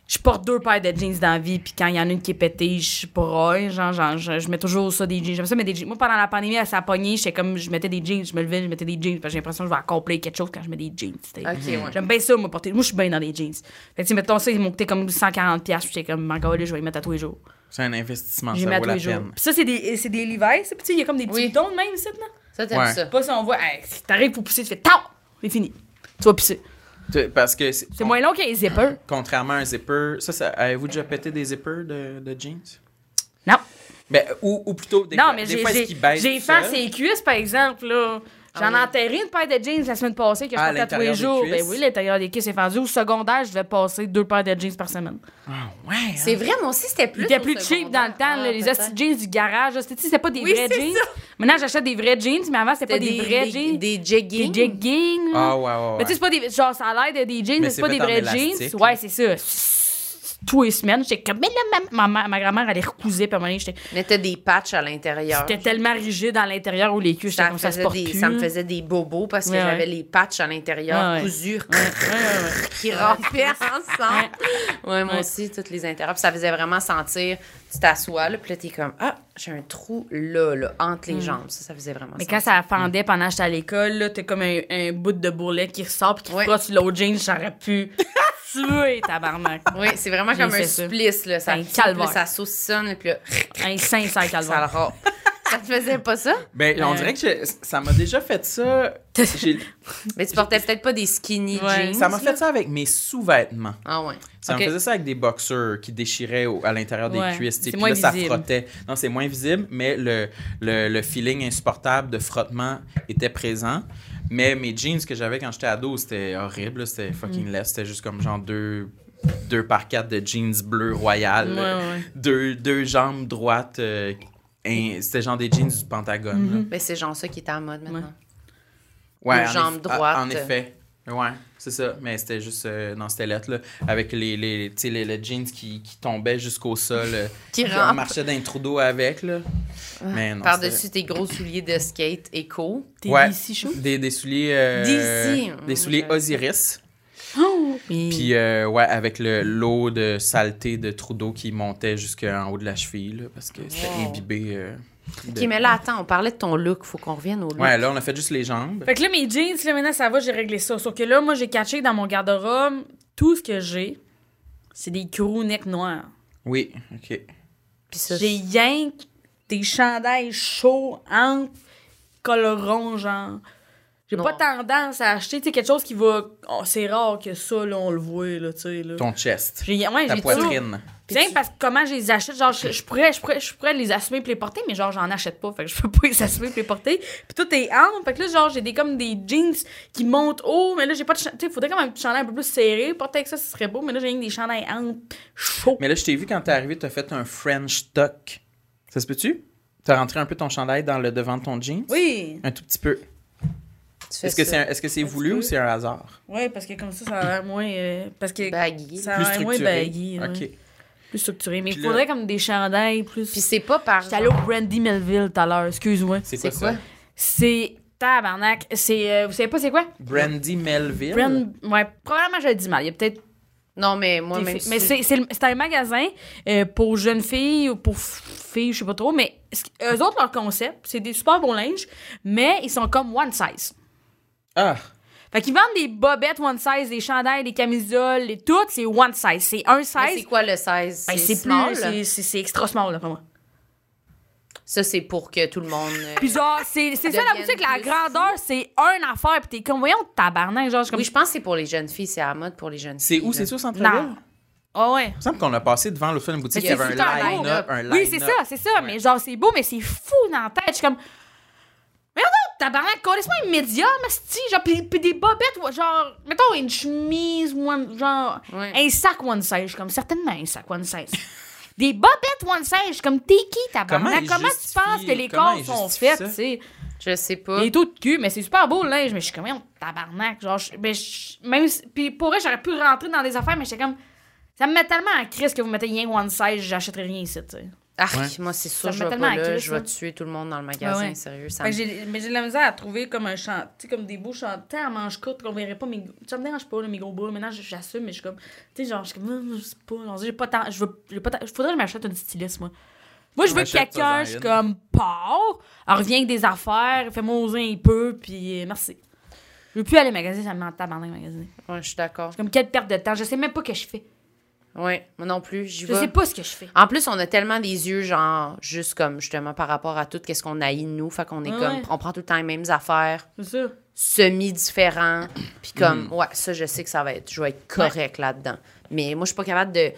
[SPEAKER 4] je porte deux paires de jeans dans la vie, puis quand il y en a une qui est pétée, je broye, genre, genre je, je mets toujours ça des jeans. J'aime ça mettre des jeans. Moi, pendant la pandémie, elle s'est pognée, j'étais comme, je mettais des jeans, je me levais, je mettais des jeans, parce que j'ai l'impression que je vais accomplir quelque chose quand je mets des jeans, tu sais.
[SPEAKER 2] Ok, ouais.
[SPEAKER 4] J'aime bien ça, moi, porter. Moi, je suis bien dans les jeans. Fait que, tu sais, mettons ça, ils m'ont coûté comme 140$, puis j'étais comme, mon gars, là, je vais les mettre à tous les jours.
[SPEAKER 3] C'est un investissement,
[SPEAKER 4] J'ai
[SPEAKER 3] ça
[SPEAKER 4] mis à
[SPEAKER 3] vaut
[SPEAKER 4] tous
[SPEAKER 3] la
[SPEAKER 4] les jours.
[SPEAKER 3] peine.
[SPEAKER 4] Puis ça, c'est des, c'est des Levi's, ça, puis tu sais, il y a comme des petits
[SPEAKER 2] Oui.
[SPEAKER 4] boutons de même, ici, là.
[SPEAKER 2] (laughs) Ça, t'aimes
[SPEAKER 3] Ouais.
[SPEAKER 2] ça.
[SPEAKER 4] Pas si on voit, hey, si t'arrives pour pousser, tu fais, tao! C'est fini. Tu vas pisser.
[SPEAKER 3] Tu- Parce que c'est
[SPEAKER 4] C'est moins long qu'un zipper.
[SPEAKER 3] contrairement à un zipper, ça, ça avez-vous déjà pété des zippers de, de jeans?
[SPEAKER 4] Non.
[SPEAKER 3] Ben, ou, ou plutôt des
[SPEAKER 4] non,
[SPEAKER 3] fois,
[SPEAKER 4] mais
[SPEAKER 3] des
[SPEAKER 4] j'ai
[SPEAKER 3] fois, est-ce
[SPEAKER 4] j'ai-
[SPEAKER 3] qu'ils baissent
[SPEAKER 4] j'ai
[SPEAKER 3] tout
[SPEAKER 4] fait
[SPEAKER 3] seul?
[SPEAKER 4] ses cuisses, par exemple. là. J'en ai
[SPEAKER 2] oui.
[SPEAKER 4] enterré une paire de jeans la semaine passée que je
[SPEAKER 3] Ah,
[SPEAKER 4] portais tous
[SPEAKER 3] l'intérieur
[SPEAKER 4] les
[SPEAKER 3] des
[SPEAKER 4] jours. Ben
[SPEAKER 3] cuisses.
[SPEAKER 4] oui, l'intérieur des cuisses est fendu. Au secondaire, je devais passer deux paires de jeans par semaine.
[SPEAKER 3] Ah, ouais. hein?
[SPEAKER 2] C'est vrai, moi aussi, c'était plus.
[SPEAKER 4] Il était
[SPEAKER 2] au
[SPEAKER 4] plus cheap dans le temps,
[SPEAKER 2] secondaire.
[SPEAKER 4] là,
[SPEAKER 2] Ah,
[SPEAKER 4] les
[SPEAKER 2] peut-être.
[SPEAKER 4] hosties de jeans du garage. là, C'était tu sais, c'était pas des
[SPEAKER 2] Oui,
[SPEAKER 4] vrais
[SPEAKER 2] c'est
[SPEAKER 4] jeans.
[SPEAKER 2] ça.
[SPEAKER 4] Maintenant, j'achète des vrais jeans, mais avant, c'était pas
[SPEAKER 2] C'était
[SPEAKER 4] des,
[SPEAKER 2] des,
[SPEAKER 4] vrais
[SPEAKER 2] des-
[SPEAKER 4] jeans.
[SPEAKER 2] Des
[SPEAKER 4] Des
[SPEAKER 2] jeggings.
[SPEAKER 4] jeggings. là.
[SPEAKER 3] Ah, ouais, ouais, ouais.
[SPEAKER 4] Mais tu sais, c'est pas des. Genre, ça a l'air de des jeans, mais, c'est
[SPEAKER 3] c'est
[SPEAKER 4] pas des
[SPEAKER 3] fait en
[SPEAKER 4] vrais
[SPEAKER 3] élastique,
[SPEAKER 4] jeans.
[SPEAKER 3] là.
[SPEAKER 4] Ouais, c'est ça. Tous les semaines, j'étais comme. Mais là, ma, ma- ma- ma grand-mère, elle les recousait, puis à un moment donné, j'étais.
[SPEAKER 2] Mais t'as des patchs à
[SPEAKER 3] Ah.
[SPEAKER 2] l'intérieur.
[SPEAKER 4] C'était tellement rigide dans l'intérieur où les cuisses, j'étais
[SPEAKER 2] Ça, me
[SPEAKER 4] comme ça se
[SPEAKER 2] faisait
[SPEAKER 4] porte
[SPEAKER 2] des,
[SPEAKER 4] plus.
[SPEAKER 2] ça me faisait des bobos parce que
[SPEAKER 4] Ouais, ouais.
[SPEAKER 2] j'avais les patchs à l'intérieur,
[SPEAKER 4] Ouais, ouais.
[SPEAKER 2] cousus,
[SPEAKER 4] Ouais, ouais, ouais.
[SPEAKER 2] (laughs) qui rampaient ensemble. Ouais, moi aussi, toutes les intérieurs. Puis ça faisait vraiment sentir, tu t'assois, là, puis là, t'es comme, ah, j'ai un trou là, là, entre les jambes. Mm. Ça, ça faisait vraiment
[SPEAKER 4] Mais quand
[SPEAKER 2] sentir.
[SPEAKER 4] ça fendait pendant que j'étais à l'école, là, t'as comme un, un bout de bourrelet qui ressort puis qui
[SPEAKER 2] Ouais.
[SPEAKER 4] te frotte sur l'autre jean, j'aurais pu (laughs) tuer tabarnak.
[SPEAKER 2] Oui, c'est vraiment
[SPEAKER 4] J'ai
[SPEAKER 2] comme un
[SPEAKER 4] fait ça.
[SPEAKER 2] supplice, là. Ça,
[SPEAKER 4] Un
[SPEAKER 2] puis là,
[SPEAKER 4] calvaire.
[SPEAKER 2] ça saucissonne, puis là, (laughs)
[SPEAKER 4] Un 500
[SPEAKER 2] ça le
[SPEAKER 4] calvaire.
[SPEAKER 2] râpe. ça te faisait pas ça?
[SPEAKER 3] Ben, on
[SPEAKER 4] Euh.
[SPEAKER 3] dirait que j'ai- ça m'a déjà fait ça.
[SPEAKER 4] (laughs)
[SPEAKER 3] J'ai-
[SPEAKER 2] Mais tu portais peut-être pas des skinny
[SPEAKER 4] Ouais.
[SPEAKER 2] jeans.
[SPEAKER 3] ça m'a fait ça avec mes sous-vêtements.
[SPEAKER 2] Ah ouais.
[SPEAKER 3] Ça
[SPEAKER 4] Ok.
[SPEAKER 3] me faisait ça avec des boxeurs qui déchiraient au- à l'intérieur des
[SPEAKER 4] Ouais.
[SPEAKER 3] cuisses. tu sais,
[SPEAKER 4] C'est
[SPEAKER 3] Puis
[SPEAKER 4] moins
[SPEAKER 3] là, ça
[SPEAKER 4] visible.
[SPEAKER 3] frottait. Non, c'est moins visible, mais le, le, le feeling insupportable de frottement était présent. Mais mes jeans que j'avais quand j'étais ado, c'était horrible. là, C'était fucking
[SPEAKER 4] Mm.
[SPEAKER 3] less. C'était juste comme genre deux, deux par quatre de jeans bleu royal. euh,
[SPEAKER 4] Ouais, ouais.
[SPEAKER 3] Deux, deux jambes droites. euh, et c'était genre des jeans du Pentagone.
[SPEAKER 4] Mm-hmm.
[SPEAKER 3] là.
[SPEAKER 2] Mais Ben, c'est genre ça qui est en mode maintenant.
[SPEAKER 3] Ouais,
[SPEAKER 2] Une
[SPEAKER 3] en
[SPEAKER 2] jambe
[SPEAKER 3] eff-
[SPEAKER 2] droite.
[SPEAKER 3] En effet. Ouais, c'est ça. Mais c'était juste euh, dans cette lettre, là, avec les, les, tu sais, les, les jeans qui, qui tombaient jusqu'au sol. euh,
[SPEAKER 2] Qui
[SPEAKER 3] puis
[SPEAKER 2] rampent.
[SPEAKER 3] On marchait d'un trou d'eau avec, là. Mais non.
[SPEAKER 2] Par-dessus tes gros souliers de skate éco.
[SPEAKER 4] T'es
[SPEAKER 3] Ouais.
[SPEAKER 4] ici chaud.
[SPEAKER 3] c'était- Des, des souliers. euh,
[SPEAKER 2] D'ici.
[SPEAKER 3] Des souliers Osiris.
[SPEAKER 4] Puis
[SPEAKER 3] Puis, euh, ouais, avec le lot de saleté de trou d'eau qui montait jusqu'en haut de la cheville, là, parce que c'était
[SPEAKER 2] Wow.
[SPEAKER 3] imbibé. euh, de-
[SPEAKER 2] Ok, mais là, attends, on parlait de ton look. Faut qu'on revienne au look.
[SPEAKER 3] Ouais, là, on a fait juste les jambes.
[SPEAKER 4] Fait que là, mes jeans, là, maintenant, ça va, j'ai réglé ça. Sauf que là, moi, j'ai catché dans mon garde-robe tout ce que j'ai. C'est des crew necks noirs.
[SPEAKER 3] Oui, OK.
[SPEAKER 2] Puis ça,
[SPEAKER 4] J'ai yank des chandails chauds, amples, colorons, genre. J'ai
[SPEAKER 2] Non.
[SPEAKER 4] pas tendance à acheter, tu sais, quelque chose qui va... oh, c'est rare que ça, là, on le voit, là, tu sais, là.
[SPEAKER 3] Ton chest.
[SPEAKER 4] J'ai, ouais,
[SPEAKER 3] Ta
[SPEAKER 4] j'ai toujours-
[SPEAKER 3] poitrine.
[SPEAKER 4] Tiens, parce que comment je les achète, genre, je, je pourrais, je, pourrais, je pourrais les assumer puis les porter, mais genre, j'en achète pas, fait que je peux pas les assumer puis les porter. Puis tout est ample, fait que là, genre, j'ai des comme des jeans qui montent haut, mais là, j'ai pas de... cha- Tu sais, faudrait comme un petit chandail un peu plus serré, porter avec ça, ce serait beau, mais là, j'ai rien que des chandails amples, chauds.
[SPEAKER 3] Mais là, je t'ai vu quand t'es arrivé, t'as fait un French tuck. Ça se peut-tu? T'as rentré un peu ton chandail dans le devant de ton jean?
[SPEAKER 4] Oui,
[SPEAKER 3] Un tout petit peu.
[SPEAKER 2] tu fais
[SPEAKER 3] Est-ce que c'est
[SPEAKER 2] ça.
[SPEAKER 3] un- est-ce que c'est
[SPEAKER 4] petit
[SPEAKER 3] voulu
[SPEAKER 4] peu.
[SPEAKER 3] ou c'est un hasard?
[SPEAKER 4] ouais, parce que comme ça, ça a l'air moins... euh, parce
[SPEAKER 2] Ben,
[SPEAKER 4] que...
[SPEAKER 2] baggy?
[SPEAKER 4] Ça a
[SPEAKER 3] Plus
[SPEAKER 4] l'air moins
[SPEAKER 3] structuré.
[SPEAKER 4] baggy, hein. ouais.
[SPEAKER 3] OK.
[SPEAKER 4] plus structuré. Mais il
[SPEAKER 3] Puis là-
[SPEAKER 4] faudrait comme des chandails plus.
[SPEAKER 2] Puis c'est pas par.
[SPEAKER 4] J'étais allée au Brandy Melville tout à l'heure, excuse-moi.
[SPEAKER 3] C'est
[SPEAKER 2] C'est
[SPEAKER 3] quoi,
[SPEAKER 2] quoi?
[SPEAKER 3] ça?
[SPEAKER 4] C'est tabarnak, c'est euh, vous savez pas c'est quoi
[SPEAKER 3] Brandy Melville.
[SPEAKER 4] Brand ouais, probablement je le dis mal, il y a peut-être
[SPEAKER 2] Non, mais moi,
[SPEAKER 4] des
[SPEAKER 2] même.
[SPEAKER 4] filles- mais c'est c'est le- c'est un magasin euh, pour jeunes filles ou pour f- filles, je sais pas trop, mais ce qui- eux autres leur concept, c'est des super bons linges, mais ils sont comme one size.
[SPEAKER 3] Ah!
[SPEAKER 4] Fait qu'ils vendent des bobettes one size, des chandails, des camisoles, et tout, c'est one size, c'est un
[SPEAKER 2] Mais c'est
[SPEAKER 4] size.
[SPEAKER 2] quoi le 16?
[SPEAKER 4] Ben, c'est
[SPEAKER 2] small?
[SPEAKER 4] plus c'est- c'est c'est extra small là, pour moi.
[SPEAKER 2] Ça, c'est pour que tout le monde. euh,
[SPEAKER 4] Puis genre, c'est c'est ça la
[SPEAKER 2] Deviennent
[SPEAKER 4] boutique, la
[SPEAKER 2] plus
[SPEAKER 4] grandeur, c'est un affaire. Puis t'es comme, voyons, tabarnak, genre, je suis comme...
[SPEAKER 2] Oui, je pense que c'est pour les jeunes filles. C'est à la mode pour les jeunes
[SPEAKER 3] C'est
[SPEAKER 2] filles.
[SPEAKER 3] où?
[SPEAKER 2] là.
[SPEAKER 3] C'est sur Centre-Ville?
[SPEAKER 4] Non. Ah ouais.
[SPEAKER 3] Il me semble qu'on a passé devant le film boutique.
[SPEAKER 4] Mais
[SPEAKER 3] Il y avait
[SPEAKER 4] c'est
[SPEAKER 3] un
[SPEAKER 4] super beau.
[SPEAKER 3] line-up. un
[SPEAKER 4] Oui,
[SPEAKER 3] line-up.
[SPEAKER 4] c'est ça, c'est ça. Mais genre, c'est beau, mais c'est fou dans la tête. Je suis comme... Mais regarde, tabarnak, connaisse-moi un médium, asti. Genre, pis, pis des bobettes, ouais, genre... Mettons, une chemise, one- genre...
[SPEAKER 2] Ouais.
[SPEAKER 4] Un sac one size, je suis comme, certainement un sac one size. des bobettes one size, je suis comme, t'es qui, tabarnak?
[SPEAKER 3] Comment
[SPEAKER 4] Comment,
[SPEAKER 3] ils
[SPEAKER 4] tu penses que
[SPEAKER 3] justifient-
[SPEAKER 4] les
[SPEAKER 3] comment
[SPEAKER 4] corps
[SPEAKER 3] ils
[SPEAKER 4] sont
[SPEAKER 3] justifient
[SPEAKER 4] faits,
[SPEAKER 3] ça?
[SPEAKER 4] tu sais?
[SPEAKER 2] Je sais pas.
[SPEAKER 4] Des taux de cul, mais c'est super beau le linge, mais je suis comme, voyons, tabarnak. Genre, je- ben, je- même si- puis pour vrai, j'aurais pu rentrer dans des affaires, mais j'étais comme, ça me met tellement en crise que vous mettez rien one size, j'achèterais rien ici, tu sais.
[SPEAKER 2] Arc,
[SPEAKER 3] Ouais.
[SPEAKER 2] moi, c'est sûr,
[SPEAKER 4] me
[SPEAKER 2] je
[SPEAKER 4] met
[SPEAKER 2] vais
[SPEAKER 4] tellement
[SPEAKER 2] pas là, Ben,
[SPEAKER 4] actrice,
[SPEAKER 2] je vais
[SPEAKER 4] ça.
[SPEAKER 2] tuer tout le monde dans le magasin,
[SPEAKER 4] Ouais, ouais.
[SPEAKER 2] sérieux. Ça
[SPEAKER 4] Fait
[SPEAKER 2] me-
[SPEAKER 4] que j'ai- mais j'ai de la misère à trouver comme un chant, tu sais, comme des beaux chanteurs à manches courtes qu'on verrait pas mes gros- Ça me dérange pas, là, mes gros boules. Maintenant, je- j'assume, mais je suis comme, tu sais, genre, je suis comme, Hum, je sais pas, on dirait, j'ai pas tant, je veux, j'ai pas tant- faudrait que je m'achète une styliste, moi. Moi, je veux que
[SPEAKER 3] M'achète-toi-en
[SPEAKER 4] quelqu'un, je suis
[SPEAKER 3] une.
[SPEAKER 4] comme, part, elle revient avec des affaires, fais-moi oser un peu, puis euh, merci. Je veux plus aller magasiner, ça me met en tabarnak magasiner.
[SPEAKER 2] Ouais, je suis d'accord.
[SPEAKER 4] Comme quelle perte de temps, je sais même pas ce que je fais.
[SPEAKER 2] Ouais, moi non plus, j'y
[SPEAKER 4] Je
[SPEAKER 2] vais.
[SPEAKER 4] sais pas ce que je fais.
[SPEAKER 2] En plus, on a tellement des yeux, genre, juste comme, justement, par rapport à tout, qu'est-ce qu'on haït de nous. Fait qu'on est
[SPEAKER 4] Ouais,
[SPEAKER 2] comme,
[SPEAKER 4] ouais.
[SPEAKER 2] on prend tout le temps les mêmes affaires,
[SPEAKER 4] C'est ça.
[SPEAKER 2] semi-différents. Puis comme,
[SPEAKER 4] Mm.
[SPEAKER 2] ouais, ça, je sais que ça va être, je vais être correct là-dedans. Mais moi, je suis pas capable de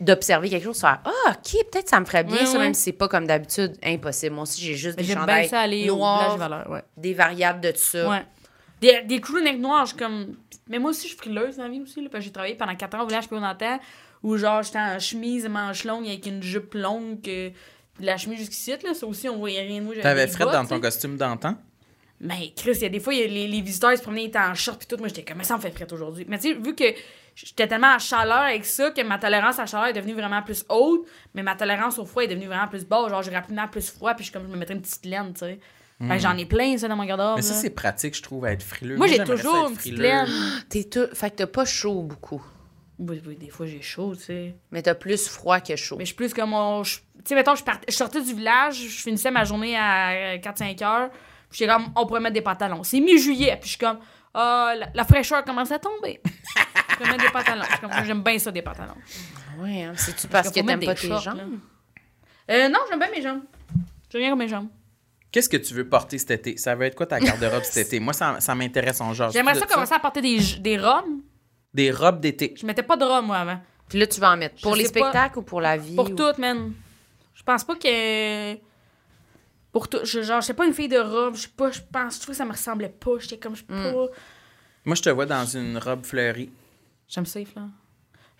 [SPEAKER 2] d'observer quelque chose, faire « Ah, OK, peut-être ça me ferait bien,
[SPEAKER 4] Ouais,
[SPEAKER 2] ça,
[SPEAKER 4] ouais.
[SPEAKER 2] même si c'est pas comme d'habitude. Impossible. Moi aussi, j'ai juste des
[SPEAKER 4] J'aime bien
[SPEAKER 2] chandails
[SPEAKER 4] ça aller au village
[SPEAKER 2] noirs,
[SPEAKER 4] valeur, ouais.
[SPEAKER 2] des variables de ça.
[SPEAKER 4] Ouais. Des, des crewnecks noirs, je suis comme. Mais moi aussi, je suis frileuse dans la vie aussi, là, parce que j'ai travaillé pendant 4 ans au village Pio-Nantais, où genre, j'étais en chemise manche longue avec une jupe longue, que de la chemise jusqu'ici, là, ça aussi, on voyait rien. Moi, j'avais
[SPEAKER 3] T'avais
[SPEAKER 4] des
[SPEAKER 3] Fred
[SPEAKER 4] bottes,
[SPEAKER 3] dans
[SPEAKER 4] tu sais.
[SPEAKER 3] ton costume d'antan?
[SPEAKER 4] Mais Chris, il y a des fois, il y a les, les visiteurs ils se promenaient, ils étaient en short puis tout. Moi, j'étais comme, mais ça me fait fret aujourd'hui. Mais tu sais, vu que j'étais tellement en chaleur avec ça que ma tolérance à la chaleur est devenue vraiment plus haute, mais ma tolérance au froid est devenue vraiment plus basse. Genre, j'ai rapidement plus froid puis je, suis comme, je me mettrais une petite laine, tu sais. Fait que j'en ai plein, ça, dans mon garde-robe.
[SPEAKER 3] Hmm. Mais ça,
[SPEAKER 4] là.
[SPEAKER 3] c'est pratique, je trouve, à être frileux.
[SPEAKER 4] Moi, j'ai
[SPEAKER 3] j'aimerais ça
[SPEAKER 4] toujours
[SPEAKER 3] être
[SPEAKER 4] une petite
[SPEAKER 3] frileux.
[SPEAKER 4] laine.
[SPEAKER 2] T'es tout... Fait que t'as pas chaud beaucoup,
[SPEAKER 4] Oui, oui, des fois j'ai chaud, tu sais.
[SPEAKER 2] mais t'as plus froid que chaud.
[SPEAKER 4] Mais je suis plus comme on. je- Tu sais, mettons, je, part- je sortais du village, je finissais ma journée à euh, 4-5 heures. Puis j'étais comme, on pourrait mettre des pantalons. C'est mi-juillet. Puis je suis comme, ah, la, la fraîcheur commence à tomber. (laughs) je pourrais mettre des pantalons. Je suis comme, moi, j'aime bien ça, des pantalons.
[SPEAKER 2] Ouais, hein. C'est-tu parce que
[SPEAKER 4] faut mettre
[SPEAKER 2] t'aimes
[SPEAKER 4] des
[SPEAKER 2] pas tes
[SPEAKER 4] shorts,
[SPEAKER 2] jambes?
[SPEAKER 4] là. Euh, non, j'aime bien mes jambes. J'aime bien mes jambes.
[SPEAKER 3] Qu'est-ce que tu veux porter cet été? Ça va être quoi ta
[SPEAKER 4] (laughs)
[SPEAKER 3] garde-robe cet été? Moi, ça, ça m'intéresse en genre.
[SPEAKER 4] J'aimerais ça commencer à porter des, j- des robes.
[SPEAKER 3] Des robes d'été.
[SPEAKER 4] Je mettais pas de robes, moi, avant.
[SPEAKER 2] Puis là, tu vas en mettre pour
[SPEAKER 4] Je
[SPEAKER 2] les
[SPEAKER 4] sais pas.
[SPEAKER 2] spectacles ou pour la vie?
[SPEAKER 4] Pour
[SPEAKER 2] ou-
[SPEAKER 4] toutes, man. Je pense pas que. Pour tout. Je, genre, j'étais pas une fille de robe. Je sais pas, je pense. Je trouvais que ça me ressemblait pas. J'étais comme, je sais
[SPEAKER 3] Mm.
[SPEAKER 4] pas.
[SPEAKER 3] Moi, je te vois dans une robe fleurie.
[SPEAKER 4] J'aime ça, les fleurs.